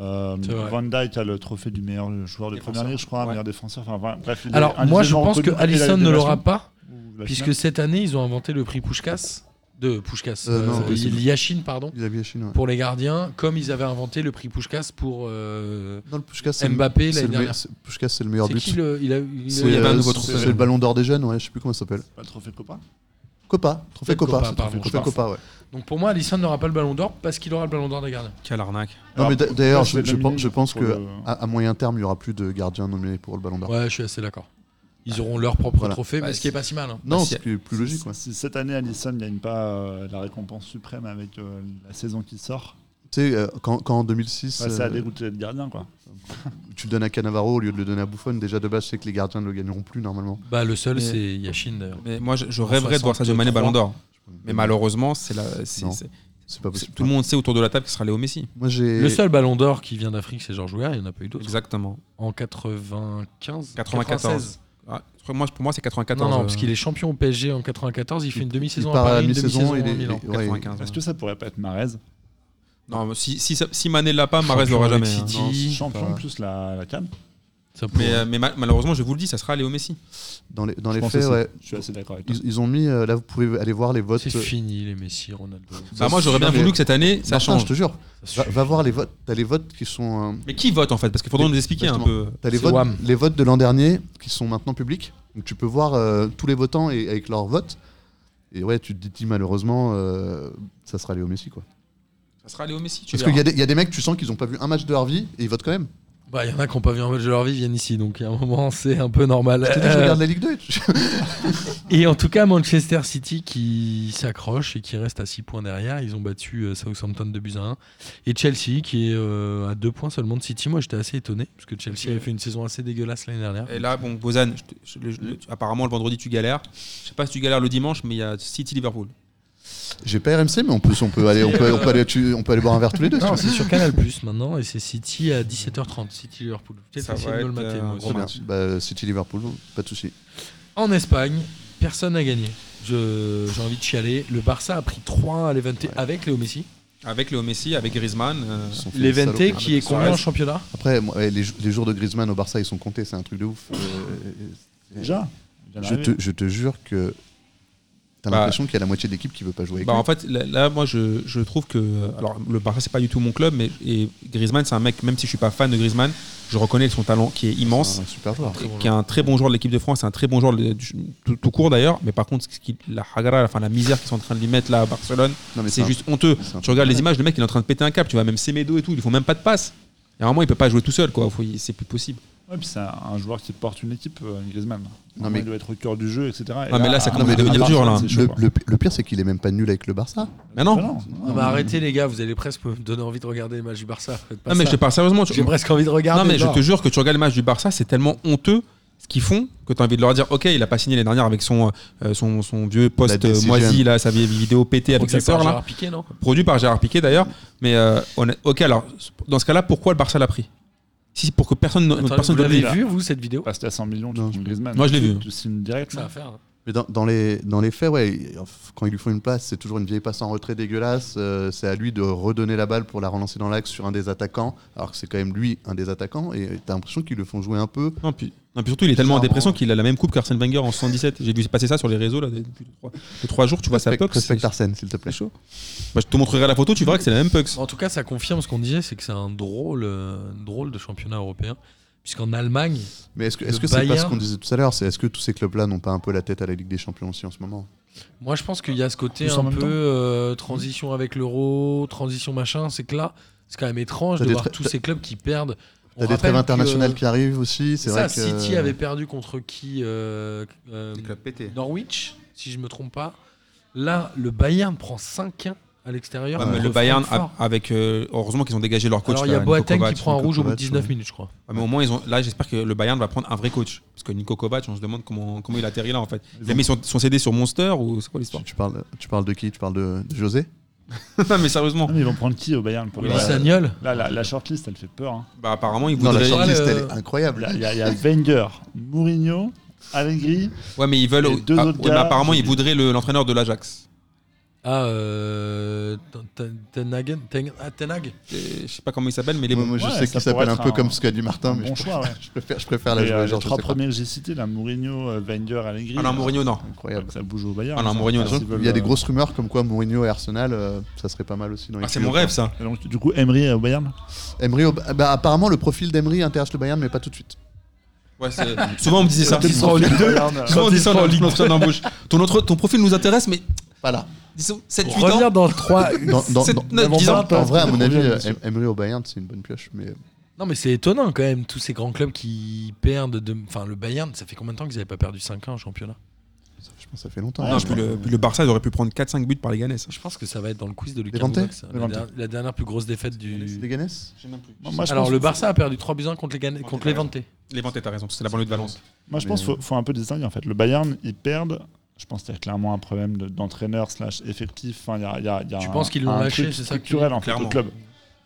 Euh, C'est vrai. Van Dyke a le trophée du meilleur joueur de Défenseur. première ligue, je crois, Ouais. meilleur défenseur. Enfin, voilà, bref, il est Alors, moi, je indéniablement pense que reconnu. Il a Allison la ne dévation l'aura pas. Bah, ou la Puisque finale. cette année, ils ont inventé le prix Pushkas. De Pushkas. Euh, non, euh, impossible. Yashin, pardon. Il a bien chinois. Pour les gardiens, comme ils avaient inventé le prix Pushkas pour euh, Dans le Puskás, c'est le- Mbappé c'est l'année le me- dernière. c'est- Puskás, c'est le meilleur C'est but. qui le. Il a, il a- C'est Il y avait un euh, nouveau c'est- trophée. c'est le ballon d'or des jeunes, ouais, je sais plus comment ça s'appelle. Pas le trophée Copa Copa, trophée Peut-être Copa, Copa, c'est pardon, trophée je Copa, pense. Copa, ouais. Donc pour moi, Alisson n'aura pas le ballon d'or parce qu'il aura le ballon d'or des gardiens. Quelle arnaque. Non, Alors, mais d'a- pour- d'ailleurs, pour je, moi, je vais pense, nominer je pense pour que le- à, à moyen terme, il n'y aura plus de gardiens nommés pour le ballon d'or. Ouais, je suis assez d'accord. Ils auront leur propre Voilà. trophée, Bah, mais ce qui est pas si mal. hein. Non, Bah, c'est si- plus, plus logique, ouais. Si cette année Allison ne gagne pas euh, la récompense suprême avec euh, la saison qui sort, Tu sais, euh, quand, quand en 2006, bah, ça a euh, dégoûté d'être gardien. Quoi. tu le donnes à Cannavaro au lieu de le donner à Buffon, déjà de base, je sais que les gardiens ne le gagneront plus normalement. Bah le seul, Mais- c'est Yachine d'ailleurs. Mais moi, je, je rêverais de voir Sadio Mané 63. ballon d'or. Mais malheureusement, c'est la, c'est- Non, c'est- c'est pas c'est- possible. tout le monde sait autour de la table qui sera Léo Messi. Moi, j'ai. Le seul ballon d'or qui vient d'Afrique, c'est Georges Weah, il n'y en a pas eu d'autres. Exactement. En 95 94. Ah, pour moi, pour moi, c'est 94. Non, non, euh, parce qu'il est champion au PSG en 94, il fait une demi-saison il à part Paris, une mi-saison, demi-saison à il est. Milan. ouais, il- 95. Est-ce que ça pourrait pas être Marez Non, mais si, si, ça- si Mané l'a pas, Marez Champion l'aura avec jamais. hein. City. non, c'est Champion pas- plus la, la CAN Ça pourrait. Mais, euh, mais ma- malheureusement, je vous le dis, ça sera Léo Messi. Dans les, dans Je les pense faits, aussi. ouais. Je suis assez d'accord avec toi. Ils, ils ont mis, euh, là vous pouvez aller voir les votes. C'est fini les Messi, Ronaldo. Bah, moi, j'aurais bien mais- voulu que cette année, ça Martin, change. je te jure. Ça Va, va voir les votes. T'as les votes qui sont. euh, Mais qui vote en fait Parce qu'il faudrait nous expliquer un Exactement. peu. t'as les C'est votes, Wham. les votes de l'an dernier qui sont maintenant publics. Donc tu peux voir euh, tous les votants et avec leurs votes. Et ouais, tu te dis malheureusement, euh, ça sera Léo Messi quoi. Ça sera Léo Messi. Tu Parce qu'il y, verras. a des- il y a des mecs, tu sens qu'ils ont pas vu un match de leur vie et ils votent quand même. Bah, il y en a qui n'ont pas vu un match de leur vie, ils viennent ici, donc il y a un moment, c'est un peu normal. Je t'ai dit, je Euh, regarde la Ligue 2. et en tout cas, Manchester City qui s'accroche et qui reste à 6 points derrière, ils ont battu euh, Southampton de buts à 1. Et Chelsea qui est euh, à 2 points seulement de City, moi j'étais assez étonné, parce que Chelsea avait fait une saison assez dégueulasse l'année dernière. Et là, bon, Bozan, je te- je- le- le- apparemment, le vendredi, tu galères. Je sais pas si tu galères le dimanche, mais il y a City Liverpool. J'ai pas RMC, mais on peut, on peut aller, on peut, on peut aller, tu- on peut aller boire un verre tous les deux. si Non, tu c'est sur Canal Plus maintenant et c'est City à 17h30. City Liverpool. Peut-être Ça essayer va de me le être mater, un moi aussi. gros veux. Très bien. Bah, City Liverpool, pas de souci. En Espagne, personne n'a gagné. Je- J'ai envie de chialer. Le Barça a pris 3 à l'Eventé avec Léo Messi. Avec Léo Messi, avec Griezmann. euh, Ils se sont fait saloper. L'Eventé qui est combien en championnat Après, moi, ouais, les, jou- les jours de Griezmann au Barça, ils sont comptés, c'est un truc de ouf. Euh, Déjà il vient je, d'arriver. te, je te jure que t'as Bah. l'impression qu'il y a la moitié de l'équipe qui veut pas jouer avec Bah, lui. en fait, là, là, moi, je, je trouve que. euh, Alors, le Barça, c'est pas du tout mon club, mais et Griezmann, c'est un mec, même si je suis pas fan de Griezmann, je reconnais son talent qui est immense, C'est un Ah, super joueur. Très bon qui est un très bon joueur de l'équipe de France, c'est un très bon joueur de- du- tout, tout court d'ailleurs, mais par contre, ce qu'il- la hagara, enfin la misère qu'ils sont en train de lui mettre là à Barcelone, Non, mais c'est un- juste honteux. c'est un- Tu regardes les images, le mec, il est en train de péter un câble, tu vois, même Semedo et tout, ils font même pas de passe. Et à un moment, il peut pas jouer tout seul, quoi, Faut y- c'est plus possible. Ouais, puis c'est un- un joueur qui porte une équipe, euh, Griezmann. Non, Non, mais- mais il doit être au cœur du jeu, etc. Et Ah, mais là, ça à- commence à à devenir Barcelone, dur, là. c'est chaud, Le, quoi. le pi- le pire, c'est qu'il est même pas nul avec le Barça. Mais non, Ah non, non, Ah non, bah non. arrêtez les gars, vous allez presque me donner envie de regarder les matchs du Barça. Faites pas Ah, mais ça. je te parle sérieusement. tu- J'ai presque envie de regarder. Non, mais je genre. te jure que tu regardes le match du Barça, c'est tellement honteux ce qu'ils font que tu as envie de leur dire Ok, il a pas signé les dernières avec son, euh, son, son vieux poste euh, La décision. moisi, là, sa vieille vidéo pétée avec sa Produit sœur, par là. Gérard Piqué, non Produit par Gérard Piqué d'ailleurs. Mais euh, on est- ok, alors, dans ce cas-là, pourquoi le Barça l'a pris Si, pour que personne ne Attendez, personne Vous donne l'avez les- là. vu, vous, cette vidéo Parce que t'as 100 millions, tu Non, prends Griezmann. Moi, je l'ai Tu- vu. Tu signes direct. Ça là. va faire. hein. Mais dans, dans les, dans les faits, ouais, il- f- quand ils lui font une passe, c'est toujours une vieille passe en retrait dégueulasse. euh, c'est à lui de redonner la balle pour la relancer dans l'axe sur un des attaquants, alors que c'est quand même lui un des attaquants. Et t'as l'impression qu'ils le font jouer un peu. Non, puis, non, puis surtout, il est tellement en Bizarrement. dépression qu'il a la même coupe qu'Arsène Wenger en 77. J'ai vu passer ça sur les réseaux là, depuis trois, deux, trois jours. Tu vois, ça Respect- pop. C'est Respecte Arsène, s'il te plaît. c'est chaud. Bah, je te montrerai la photo, tu verras que c'est la même Pucks. En tout cas, ça confirme ce qu'on disait, c'est que c'est un drôle, euh, un drôle de championnat européen. Puisqu'en Allemagne, Mais est-ce que Le est-ce que c'est pas Bayern- ce qu'on disait tout à l'heure C'est est-ce que tous ces clubs-là n'ont pas un peu la tête à la Ligue des Champions aussi en ce moment moi je pense qu'il y a ce côté Tous en un même peu temps. euh, transition avec l'euro, transition machin, c'est que là, c'est quand même étrange T'as de des voir tra- tous t'as- ces clubs qui perdent. On T'as des rappelle trêves que- internationales qui arrivent aussi. C'est C'est vrai ça, que City avait perdu contre qui euh, euh, pété. Norwich, si je me trompe pas. Là, le Bayern prend 5-1 à l'extérieur. Ouais, mais contre le Bayern, Francfort. a- avec, euh, heureusement qu'ils ont dégagé leur coach. Alors il y a là, Nico Boateng qui Kovac. prend un Nico rouge au bout de Kovac, 19 ouais. minutes, je crois. Ouais, mais au moins, ils ont... là, j'espère que le Bayern va prendre un vrai coach. Parce que Nico Kovac, on se demande comment, comment il a atterri là, en fait. Il a mis son, son CD sur Monster ou c'est tu, quoi l'histoire tu parles, tu parles de qui Tu parles de, de José Non, mais sérieusement. Non, mais ils vont prendre qui au Bayern pour le- Luis Sagnol Là, la, la shortlist, elle fait peur. hein. Bah, apparemment, il Non, la voudrait. sortie- shortlist, le- elle est incroyable. Il y, a- il y a Wenger, Mourinho, Allegri. Ouais, mais ils veulent. Les deux Ah, autres ouais, mais gars, apparemment, j'ai il dit. voudrait le- l'entraîneur de l'Ajax. Ah, euh, Ten- Tenhagen- Ten- ah, Tenhag Et Je sais pas comment il s'appelle, mais il est Moi, bon. moi, je Ouais, sais ça qu'il pourrait s'appelle un être peu un- comme ce qu'a dit Martin, un mais bon je, choix, ouais. je préfère, je préfère la Et, euh, jouer. les genre, je trois sais pas. premiers que j'ai cités, là, Mourinho, euh, Wenger, Allegri. Ah non, Mourinho, non. Incroyable. Ça bouge au Bayern. Ah non, ça. Mourinho, Alors, non. s'ils Il veulent, y a des euh, grosses rumeurs comme quoi Mourinho et Arsenal, euh, ça serait pas mal aussi dans les Ah, c'est tuyaux, mon quoi. rêve, ça. et Donc, du coup, Emery est au Bayern. Emery, au- bah, apparemment, le profil d'Emery intéresse le Bayern, mais pas tout de suite. Ouais, c'est- Souvent, on me disait ça. Quand il sera en Ligue deux. Bayern, euh, Souvent, on dit ça dans l'entretien d'embauche. Ton, entre- ton profil nous intéresse, mais Pas là. disons 7-8 ans. Reviens dans le 3. Dans- dans- Sept, dans- neuf, dix ans. En vrai, à mon Bien avis, sûr. euh, Em- Emery au Bayern, c'est une bonne pioche. Mais Non, mais c'est étonnant quand même, tous ces grands clubs qui perdent. de- Enfin, le Bayern, ça fait combien de temps qu'ils n'avaient pas perdu 5 ans en championnat ça, je pense que ça fait longtemps. Ouais, Non, hein. puis le, puis le Barça, ils auraient pu prendre 4-5 buts par les Ganes. Je pense que ça va être dans le quiz de Lucas Levante Moulox, ça. La, Levante. der- la dernière plus grosse défaite Les du. Ganes Moi, moi, je Alors, pense- le Barça a perdu 3 buts 1 contre les Ganes- contre Levante. Les Vantais, t'as raison, c'est la banlieue de Valence. Moi, je Mais- pense qu'il faut, faut un peu distinguer. En fait, le Bayern, ils perdent. Je pense qu'il y a clairement un problème de- d'entraîneur slash effectif. Enfin, il y a, il y a- il y a Tu un- penses qu'ils l'ont un lâché, truc c'est ça que tu structurel en fait, Clairement. au club.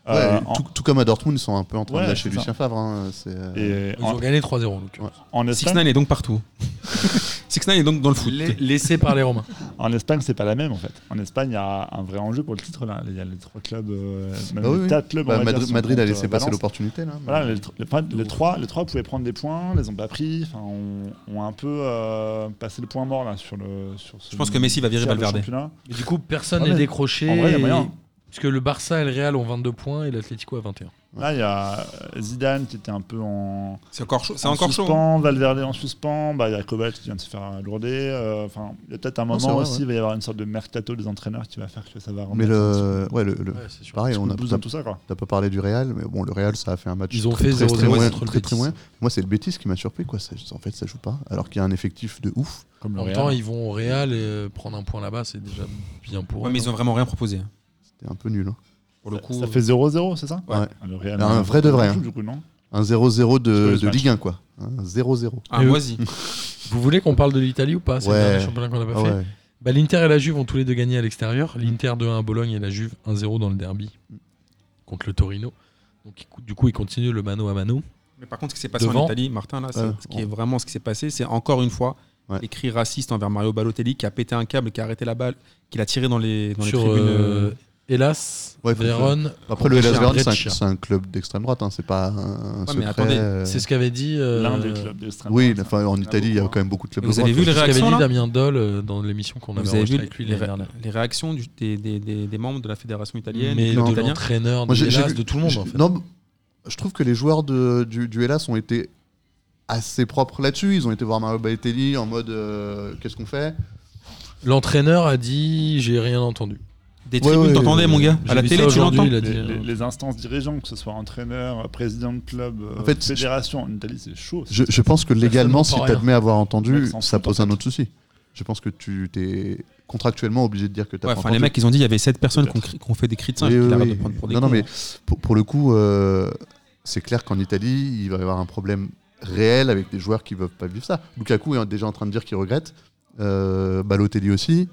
Ouais, Euh, en- tout, tout comme à Dortmund, ils sont un peu en train Ouais, de lâcher c'est ça. Lucien Favre. hein, c'est, euh, et Ils en, ont gagné 3-0 en l'occurrence. en 6 Espagne, 9 est donc partout. 6 9 est donc dans le foot. La- Laissé par les Romains. en Espagne, c'est pas la même en fait. En Espagne, il y a un vrai enjeu pour le titre. Là. Il y a les trois clubs, euh, même Bah oui, les oui. quatre clubs. on bah, va dire, Madrid, sont Madrid a contre, laissé euh, passer Valence. l'opportunité. Là, Voilà, les, tr- les- les trois, les trois pouvaient prendre des points, les ont pas pris. Enfin, on, on a un peu euh, passé le point mort là sur le. Sur ce Je pense que Messi va virer tiers de Valverde. championnat. Mais du coup, personne Ouais, n'est mais- décroché. en vrai, il y a moyen. et- Parce que le Barça et le Real ont 22 points et l'Atlético a 21. Là, il y a euh, Zidane qui était un peu en. C'est encore chaud. C'est en encore chaud. hein. suspens, Valverde en suspens, bah, il y a Kovac qui vient de se faire lourder. euh, Enfin, il y a peut-être un Non, moment c'est vrai, aussi, ouais. il va y avoir une sorte de mercato des entraîneurs qui va faire que ça va remettre Mais un le, ouais, le, le- Ouais, c'est sûr. pareil, petit on coup a de boost à tout ça. Quoi. T'as pas parlé du Real, mais bon, le Real, ça a fait un match. Ils ont très, très, fait 0-0 très, moyen, contre le très, très Betis. moyen. Moi, c'est le Betis qui m'a surpris, quoi. C'est- En fait, ça joue pas, alors qu'il y a un effectif de ouf. Comme le En même Real. temps, ils vont au Real et euh, prendre un point là-bas, c'est déjà bien pour Ouais, eux. mais ils ont vraiment rien proposé. hein. C'était un peu nul. hein. Pour le Ça- coup, ça fait 0-0, c'est ça Ouais. Ouais. Ah, Le Real. Un a vrai de vrai, hein. Du coup, non Un 0-0 Je de, connais ce de match. Ligue 1, quoi. hein, Un 0-0. un Et eux- moisi. Vous voulez qu'on parle de l'Italie ou pas C'est le Ouais. dernier championnat qu'on n'a pas Ah fait. ouais. Bah, L'Inter et la Juve ont tous les deux gagné à l'extérieur. L'Inter 2-1 à Bologne et la Juve 1-0 dans le derby contre le Torino. Donc, ils cou- du coup, ils continuent le mano à mano. Mais par contre, ce qui s'est passé Devant. Euh, en Italie, Martin, là, c'est- Ouais. ce qui est vraiment ce qui s'est passé, c'est encore une fois Ouais. les cris racistes envers Mario Balotelli qui a pété un câble, qui a arrêté la balle, qui l'a tiré dans les, dans les Sur, tribunes. euh, euh, hélas, Ouais, faut Vérone, Après, le Contre Hellas un Vérone, Red c'est un- Shire. c'est un, club d'extrême droite, hein, c'est pas un mais secret. attendez, euh, c'est ce qu'avait dit. euh, L'un des clubs d'extrême Oui, droite. enfin, en Il y en a Italie, il y a beaucoup, quand même beaucoup de clubs Vous de avez droite. vu C'est les ce qu'avait réactions dit là Damien Doll euh, dans l'émission qu'on avait Vous avez vu enregistrée les, avec lui l'année dernière. les réactions du- des, des- des- des membres de la fédération italienne, Mais des clubs de italiens. l'entraîneur, de Moi, j'ai- j'ai Hellas, vu- de tout le monde j'ai- en fait. Non, mais je trouve que les joueurs de, du, du Hellas ont été assez propres là-dessus. Ils ont été voir Mario Balotelli en mode euh, qu'est-ce qu'on fait L'entraîneur a dit j'ai rien entendu. Des Ouais, tribunes, ouais, t'entendais ouais, mon ouais. gars À J'ai la vu télé, ça tu aujourd'hui, l'entends il a dit, Les, euh, les- les instances dirigeantes, que ce soit entraîneur, président de club, euh, En fait, je- fédération, en Italie, c'est chaud. je, je pense que légalement, si Personne n'entend tu admets avoir Ouais, entendu, s'en ça fout, pose en un fait. autre souci. Je pense que tu t'es contractuellement obligé de dire que tu as Ouais, pas enfin, entendu. les mecs, ils ont dit il y avait 7 personnes qui ont Peut-être. cri- qui ont fait des cris de singe. Oui, qu'il oui, arrête oui. de prendre pour des non, non, cons. hein. mais pour, pour le coup, euh, c'est clair qu'en Italie, il va y avoir un problème réel avec des joueurs qui ne veulent pas vivre ça. Lukaku est déjà en train de dire qu'il regrette. Euh, Balotelli aussi.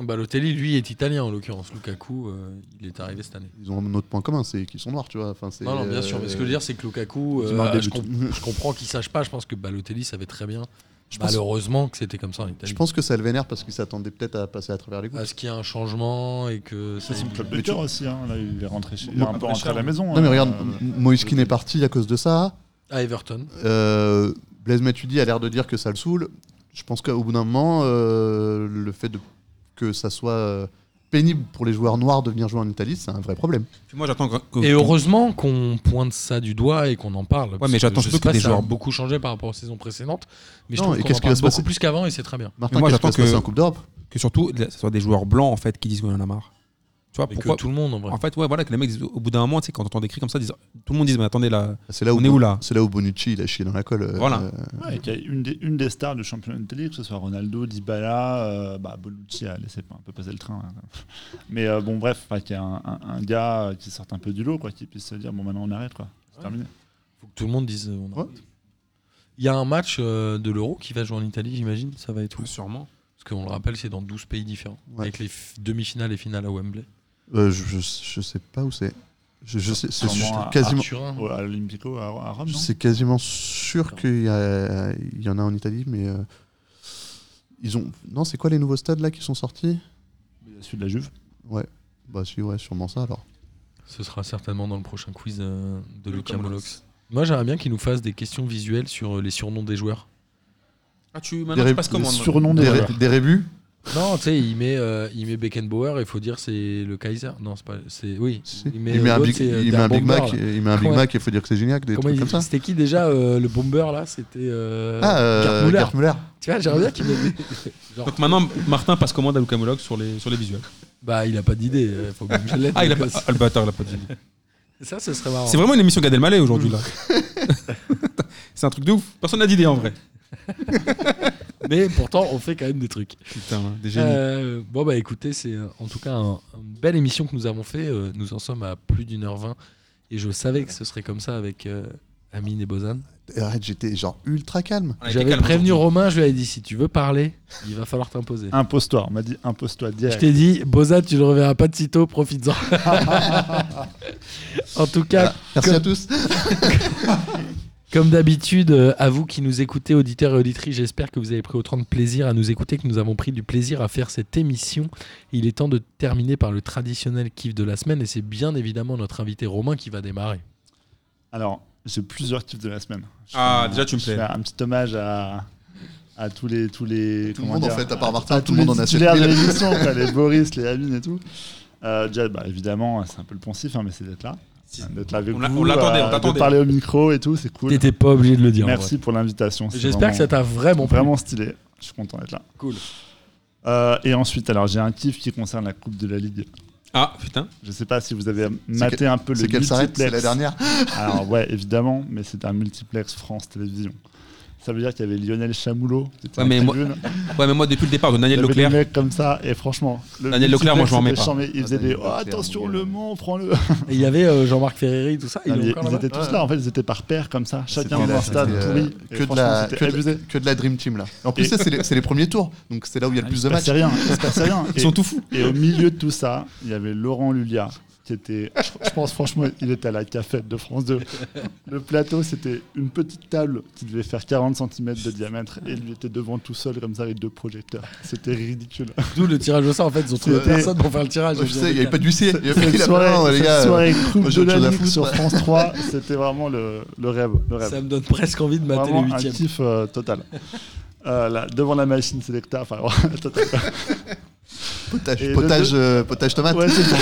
Balotelli, Bah, lui, est italien en l'occurrence. Lukaku, euh, il est arrivé cette année. Ils ont un autre point commun, c'est qu'ils sont noirs, tu vois. Enfin, c'est, Non, non, bien sûr. Mais ce que je veux dire, c'est que Lukaku, ils euh, marquent des je, buts. com- je comprends qu'il sache pas. Je pense que Balotelli savait très bien, Je pense- malheureusement, que c'était comme ça en Italie. Je pense que ça le vénère parce qu'il s'attendait peut-être à passer à travers les À gouttes. ce qu'il y a un changement et que. C'est son club de Mais tu- cœur aussi. hein. Là, il est rentré chez, il est Moi, un peu après rentré à Charles. la maison. non, mais hein. regarde, Euh, Moïskine est parti à cause de ça. À Everton. Euh, Blaise Matuidi a l'air de dire que ça le saoule. Je pense qu'au bout d'un moment, euh, le fait de- que ça soit euh, pénible pour les joueurs noirs de venir jouer en Italie, c'est un vrai problème. Puis moi, j'attends que- que- Et heureusement qu'on pointe ça du doigt et qu'on en parle. parce mais j'attends je surtout sais pas, que des ça a joueurs- beaucoup changé par rapport aux saisons précédentes. Mais je Non, trouve et qu'on qu'est-ce en qui parle va se passer beaucoup plus qu'avant et c'est très bien. Martin, Mais moi, qu'est-ce qui va j'attends se passer que- en Coupe d'Europe que surtout, ce soit des joueurs blancs en fait qui disent qu'on en a marre. Tu vois, Mais pourquoi que tout le monde en Ah. vrai. En fait, ouais, voilà, que les mecs, au bout d'un moment, tu sais, quand on entend des cris comme ça, disent- tout le monde dit, mais attendez, là, C'est là où, On est où, là C'est là où Bonucci il a chié dans la colle. euh, Voilà. euh, ouais, qu'il y a une, des, une des stars du championnat d'Italie, que ce soit Ronaldo, Dybala, euh, bah, Bonucci a laissé un peu passer le train. hein. Mais euh, bon, bref, enfin, qu'il y a un, un- un gars euh, qui sorte un peu du lot, quoi, qui puisse se dire bon, maintenant on arrête, quoi. C'est terminé. Faut que tout le monde dise. euh, on Ouais. arrête. Il y a un match euh, de l'Euro qui va jouer en Italie, j'imagine. Ça va être où sûrement. Parce qu'on le rappelle, c'est dans 12 pays différents. Ouais. Avec les f- demi-finales et finales à Wembley. euh, je, je, je sais pas où c'est. Je, je sais, c'est Sûrement sûr- à- quasiment. À Turin. Au- À l'Olympico, à, à Rome, Je non suis quasiment sûr qu'il y, a- il y en a en Italie, mais euh, ils ont. Non, c'est quoi les nouveaux stades là qui sont sortis Il y a celui de la Juve. Bah si, ouais, sûrement ça alors. Ce sera certainement dans le prochain quiz euh, de Lucas Molox. Moi, j'aimerais bien qu'il nous fasse des questions visuelles sur euh, les surnoms des joueurs. Ah, tu, maintenant, Des tu passes comment moi Surnom des Des, joueurs. ré- des rébus Non, tu sais, il met, euh, il met Beckenbauer, il faut dire c'est le Kaiser. Non, c'est pas. C'est oui. Si. Il met, Il met un l'autre, Big c'est, euh, il met Der un Big Bomber, Mac, là. il met un Big Ouais. Mac, il faut dire que c'est Gignac, des Comment trucs il- comme ça. C'était qui déjà euh, le bomber là C'était. euh, Ah, Gerd euh, Müller. Gerd Müller. Tu vois, j'aimerais bien qu'il mette des- Genre, Donc maintenant, Martin passe commande à Luca Moloch sur les, sur les visuels. Bah, il a pas d'idée. euh, Faut bien que je l'aide, Ah, il a pas, Lucas. ah, le bâtard, il a pas dit. Ça, ce serait marrant. C'est vraiment une émission Gad Elmaleh aujourd'hui, là. C'est un truc de ouf. Personne n'a d'idée en vrai. Mais pourtant, on fait quand même des trucs. Putain, des génies. Euh, bon, bah écoutez, c'est euh, en tout cas un- une belle émission que nous avons fait. Euh, nous en sommes à plus d'une heure vingt. Et je savais que ce serait comme ça avec euh, Amine et Bozan. Et Arrête, j'étais genre ultra calme. On a été J'avais calme prévenu aujourd'hui. Romain, je lui avais dit si tu veux parler, il va falloir t'imposer. Impostoire, on m'a dit impostoire Je direct. t'ai dit, Bozan, tu le reverras pas de sitôt, profites-en. en tout cas, Voilà. Merci comme- à tous. Comme d'habitude, euh, à vous qui nous écoutez, auditeurs et auditrices, j'espère que vous avez pris autant de plaisir à nous écouter, que nous avons pris du plaisir à faire cette émission. Il est temps de terminer par le traditionnel kiff de la semaine et c'est bien évidemment notre invité Romain qui va démarrer. Alors, j'ai plusieurs kiffs de la semaine. Je Ah, fais un- déjà, tu me je plais. fais Un petit hommage à, à tous les. Tous les Tout le comment monde hein. en dire, fait, à part Martin, à tout Ah, tous le les monde en a titulaires de 7000. l'émission, quoi, les Boris, les Amine et tout. Euh, déjà, bah, évidemment, c'est un peu le poncif, hein, mais c'est d'être là. Si. Hein, D'être là avec On l'a- vous. euh, on l'attendait, on de t'attendait. parler au micro et tout, c'est cool. T'étais pas obligé de le dire. en Merci pour l'invitation. vrai. c'est J'espère que ça t'a vraiment plu. vraiment stylé. Je suis content d'être là. Cool. Euh, et ensuite, alors j'ai un kiff qui concerne la Coupe de la Ligue. Ah, putain. Je sais pas si vous avez maté un peu le C'est qu'elle s'arrête, c'est multiplex. la dernière. Alors ouais, évidemment, mais c'est un multiplex France Télévisions. Ça veut dire qu'il y avait Lionel Chamoulot. c'était Ouais, en mais moi- tribune. Ouais, mais moi, depuis le départ de Daniel Il y avait Leclerc, des mecs comme ça, et franchement. le Daniel Leclerc, moi, je m'en remets c'était pas. chambé. Ils faisaient Ah, des. Daniel Oh, Leclerc, attention, mon le gars. Mans, prends-le. Et il y avait euh, Jean-Marc Ferreri, tout ça. Il Ah, est Ils, encore ils là-bas. étaient tous Ouais. là, en fait, ils étaient par paire comme ça. Chacun C'était- dans un stade c'était, euh, pourri. Et que, de franchement, la, c'était que, de, abusé. que de la Dream Team là. En Et- Ah, plus, ça, c'est les, c'est les premiers tours, donc c'est là où il y a le plus de Il se matchs. passait rien, il se passait rien. ils Et- sont tout fous. Et au milieu de tout ça, il y avait Laurent Lulia, qui était, je je pense franchement, il était à la cafette de France 2. Le plateau, c'était une petite table qui devait faire 40 cm de diamètre, et il était devant tout seul, comme ça, avec deux projecteurs. C'était ridicule. D'où le tirage au sort, en fait, ils ont trouvé C'était- personne pour faire le Ah, tirage. Je sais, il n'y avait pas d'huissier. Il y avait- Cette il a- soirée, non, les cette gars, euh, soirée Coupe moi, j'ai de autre la chose à Ligue foutre. sur France 3, c'était vraiment le, le rêve. Le rêve. Ça me donne presque envie de mater Vraiment le un huitième. kiff euh, total. Euh, là, devant la machine Selecta, enfin, total. Et Potage, le potage, deux- euh, potage tomate. Ouais, c'est ça.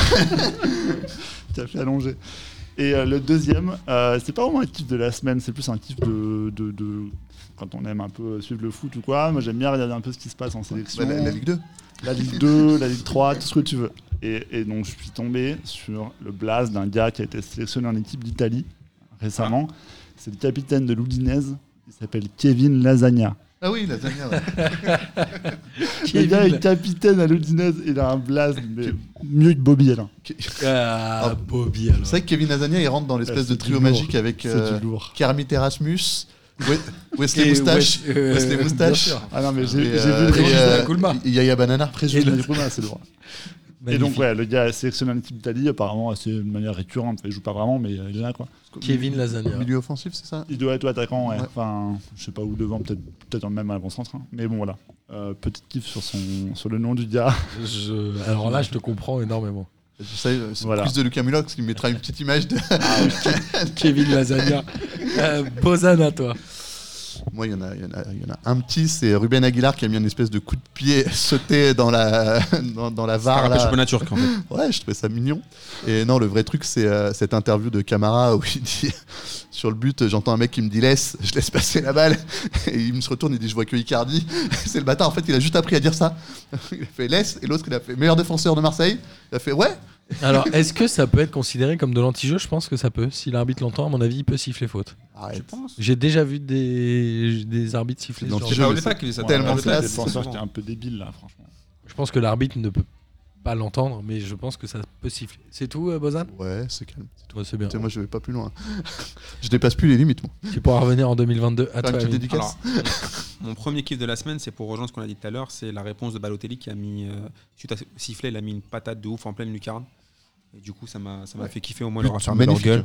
Café allongé. Et euh, le deuxième, euh, c'est pas vraiment un kiff de la semaine, c'est plus un kiff de, de, de- Quand on aime un peu suivre le foot ou quoi, moi j'aime bien regarder un peu ce qui se passe en sélection. Ouais, la, la Ligue 2. La Ligue 2, la Ligue 3, tout ce que tu veux. Et, et donc je suis tombé sur le blaze d'un gars qui a été sélectionné en équipe d'Italie récemment. C'est le capitaine de l'Udinese, il s'appelle Kevin Lasagna. Ah oui, la dernière. ouais. Le gars Kevin. est capitaine à l'Udinese, il a un blaze mais mieux que Bobby Alain. Ah, Ah, Bobby, alors. C'est vrai que Kevin Lasagna, il rentre dans l'espèce Ah, c'est de du trio lourd. magique avec C'est euh, du lourd. Kermit Erasmus, We- Wesley Et Moustache, Wes- euh, Wesley bien Moustache, sûr. Ah non, mais j'ai et, j'ai euh, vu le et, Régis registre. euh, Dalacoulma. et Yaya Banana. Après, Et j'ai le- le Dalacoulma, c'est droit. Et donc, ouais, le gars est sélectionné en équipe d'Italie, apparemment, assez de manière récurrente. Il joue pas vraiment, mais il est là, quoi. Kevin Lasagna. Milieu offensif, c'est ça Il doit être attaquant, ouais. Ouais. Enfin, je sais pas où devant, peut-être peut-être même avant-centre. hein. Mais bon, voilà. Euh, petite kiff sur, son, sur le nom du gars. Je- Alors là, je te comprends énormément. Je sais, euh, C'est Voilà. plus de Lucas Mulox qui mettra une petite image de. Kevin Lasagna. Euh, Bozana, toi. Moi, il y, en a, il, y en a, il y en a un petit, c'est Ruben Aguilar qui a mis une espèce de coup de pied sauté dans la, dans, dans la Ça VAR. rappelle le Ah, Là. championnat turc, en fait. Ouais, je trouvais ça mignon. Et non, le vrai truc, c'est euh, cette interview de Camara où il dit sur le but, j'entends un mec qui me dit laisse, je laisse passer la balle. Et il me se retourne, il dit je vois que Icardi. C'est le bâtard. En fait, il a juste appris à dire ça. Il a fait laisse et l'autre, il a fait meilleur défenseur de Marseille. Il a fait ouais. Alors, est-ce que ça peut être considéré comme de l'anti-jeu Je pense que ça peut. Si l'arbitre l'entend, à mon avis, il peut siffler faute. Arrête. J'ai déjà vu des, des arbitres siffler. C'est dans ce genre le de- jeu. Paoletta qui faisait ça. tellement le Paoletta, classe. c'est souvent. défenseur qui est un peu débile, là, franchement. Je pense que l'arbitre ne peut pas l'entendre, mais je pense que ça peut siffler. C'est tout, euh, Bozan Ouais, c'est calme. Ouais, C'est bien. Putain, Moi, je vais pas plus loin. Je dépasse plus les limites. Moi. Tu pourras revenir en 2022 Faire à une toi. petite Amine. dédicace. Alors, mon, mon premier kiff de la semaine, c'est pour rejoindre ce qu'on a dit tout à l'heure, c'est la réponse de Balotelli qui a mis, euh, suite à au sifflet, il a mis une patate de ouf en pleine lucarne. Et du coup, ça m'a ça m'a Ouais. fait kiffer au moins But leur a fermé leur magnifique. gueule.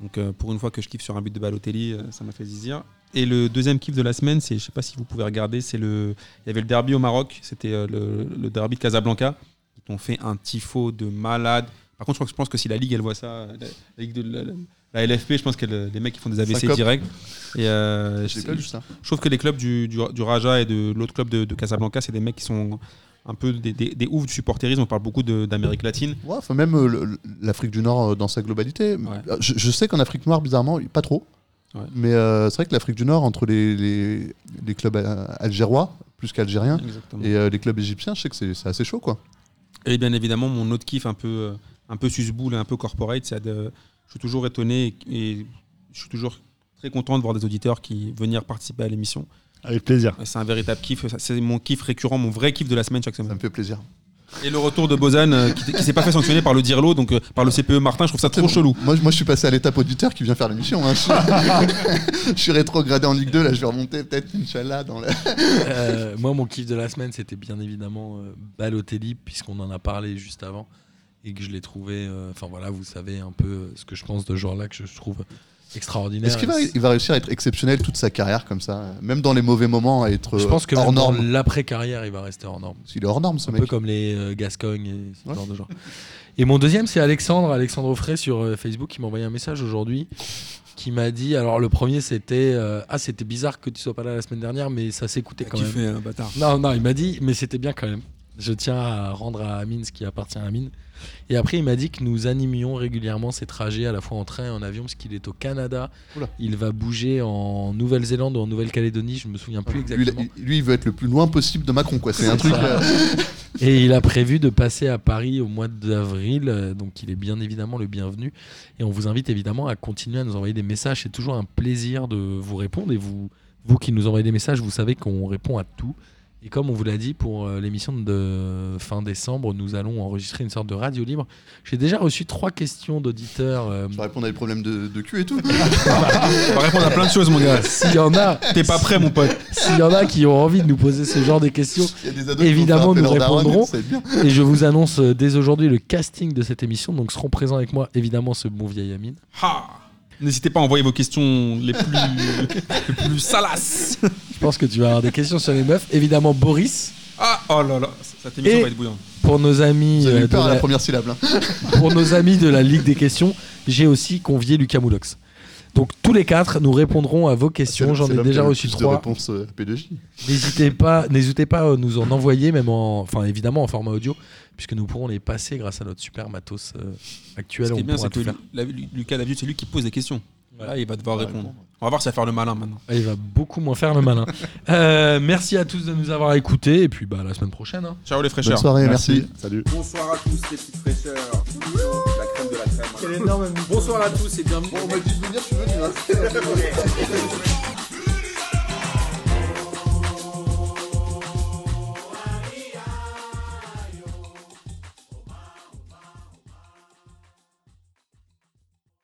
Donc euh, pour une fois que je kiffe sur un but de Balotelli, euh, ça m'a fait zizir. Et le deuxième kiff de la semaine, c'est, je sais pas si vous pouvez regarder, c'est le, il y avait le derby au Maroc, c'était euh, le, le derby de Casablanca. Ils ont fait un tifo de malade. Par contre, je crois que- je pense que si la Ligue, elle voit ça, euh, la, la Ligue de la, la- la LFP, je pense que le- les mecs, ils font des AVC Syncope. direct. Et euh, J'ai c'est- pas vu ça. je trouve que les clubs du, du, du Raja et de l'autre club de, de Casablanca, c'est des mecs qui sont un peu des, des, des oufs du supporterisme. On parle beaucoup de- d'Amérique latine. Ouais, enfin, même euh, le- l'Afrique du Nord euh, dans sa globalité. Ouais. Euh, Je, je sais qu'en Afrique noire, bizarrement, pas trop. Ouais. Mais euh, c'est vrai que l'Afrique du Nord, entre les, les, les clubs euh, algérois, plus qu'algériens, Exactement. et euh, les clubs égyptiens, je sais que c'est c'est assez chaud. quoi. Et bien évidemment, mon autre kiff un peu, euh, un peu susboule et un peu corporate, c'est de. Je suis toujours étonné et, et je suis toujours très content de voir des auditeurs qui venir participer à l'émission. Avec plaisir. C'est un véritable kiff. Ça, C'est mon kiff récurrent, mon vrai kiff de la semaine chaque Ça semaine. me fait plaisir. Et le retour de Bozan euh, qui, qui s'est pas fait sanctionner par le Dirlo, donc euh, par le CPE Martin, je trouve ça trop chelou. Moi, je- moi, je suis passé à l'étape auditeur qui vient faire l'émission. hein. Je- je suis rétrogradé en Ligue 2. Là, je vais remonter peut-être, Inch'Allah, dans la. Euh, moi, mon kiff de la semaine, c'était bien évidemment euh, Balotelli, puisqu'on en a parlé juste avant et que je l'ai trouvé. euh, Enfin voilà, vous savez un peu euh, ce que je pense de ce joueur-là, que je trouve extraordinaire. Est-ce qu'il va, il va réussir à être exceptionnel toute sa carrière comme ça euh, Même dans les mauvais moments, à être je euh, pense que hors même dans norme l'après-carrière, il va rester hors norme. Parce qu'il est hors norme, ce un mec. peu comme les euh, Gascogne et ce Ouais. genre de gens. Et mon deuxième, c'est Alexandre, Alexandre Offray sur euh, Facebook, qui m'a envoyé un message aujourd'hui, qui m'a dit, alors le premier c'était, euh, ah c'était bizarre que tu sois pas là la semaine dernière, mais ça s'écoutait quand même. un hein, bâtard. Non, non, il m'a dit, mais c'était bien quand même. Je tiens à rendre à Amine ce qui appartient à Amine. Et après, il m'a dit que nous animions régulièrement ces trajets, à la fois en train et en avion, parce qu'il est au Canada. Oula. Il va bouger en Nouvelle-Zélande ou en Nouvelle-Calédonie, je me souviens plus Lui, il a- exactement. il- lui, il veut être le plus loin possible de Macron. quoi. C'est un truc. ça. euh, Et il a prévu de passer à Paris au mois d'avril, euh, donc il est bien évidemment le bienvenu. Et on vous invite évidemment à continuer à nous envoyer des messages. C'est toujours un plaisir de vous répondre et vous Vous qui nous envoyez des messages, vous savez qu'on répond à tout. Et comme on vous l'a dit, pour euh, l'émission de fin décembre, nous allons enregistrer une sorte de radio libre. J'ai déjà reçu trois questions d'auditeurs. euh, Je vais répondre à des problèmes de, de cul et tout. On va répondre à plein de choses, mon gars. S'il y en a, T'es pas prêt, mon pote. s'il y en a qui ont envie de nous poser ce genre de questions, Il y a des ados qui Évidemment, vont faire nous appeler leur daronne, répondrons. ça va être bien. et je vous annonce euh, dès aujourd'hui le casting de cette émission. Donc seront présents avec moi évidemment ce bon vieil Amine. Ha N'hésitez pas à envoyer vos questions les plus, les plus salaces. Je pense que tu vas avoir des questions sur les meufs. Évidemment Boris Ah, oh là là, cette émission Et- va être bouillante. pour nos amis Vous avez euh, eu de peur à la la, première syllabe. hein. pour nos amis de la Ligue des questions. J'ai aussi convié Lucas Moulox. Donc tous les quatre, nous répondrons à vos questions. J'en C'est ai l'homme qui déjà a le reçu plus de trois. réponses euh, P2J. N'hésitez pas, n'hésitez pas à nous en envoyer, même en, enfin évidemment en format audio, puisque nous pourrons les passer grâce à notre super matos euh, actuel. Ce qui est On bien, pourra c'est tout que faire. Lu- la- Lu- Lucas Lavieux, c'est lui qui pose les questions. Ouais. Là, il va devoir répondre. On va voir si ça va faire le malin maintenant. Ah, Il va beaucoup moins faire le malin. Euh, merci à tous de nous avoir écoutés. Et puis bah, à la semaine prochaine. hein. Ciao les Bonne fraîcheurs. soirée, merci. Salut. Bonsoir à tous les petites fraîcheurs. La crème de la crème. Bonsoir à tous et bienvenue. Bon, on m'a dit de venir, je suis venu. hein.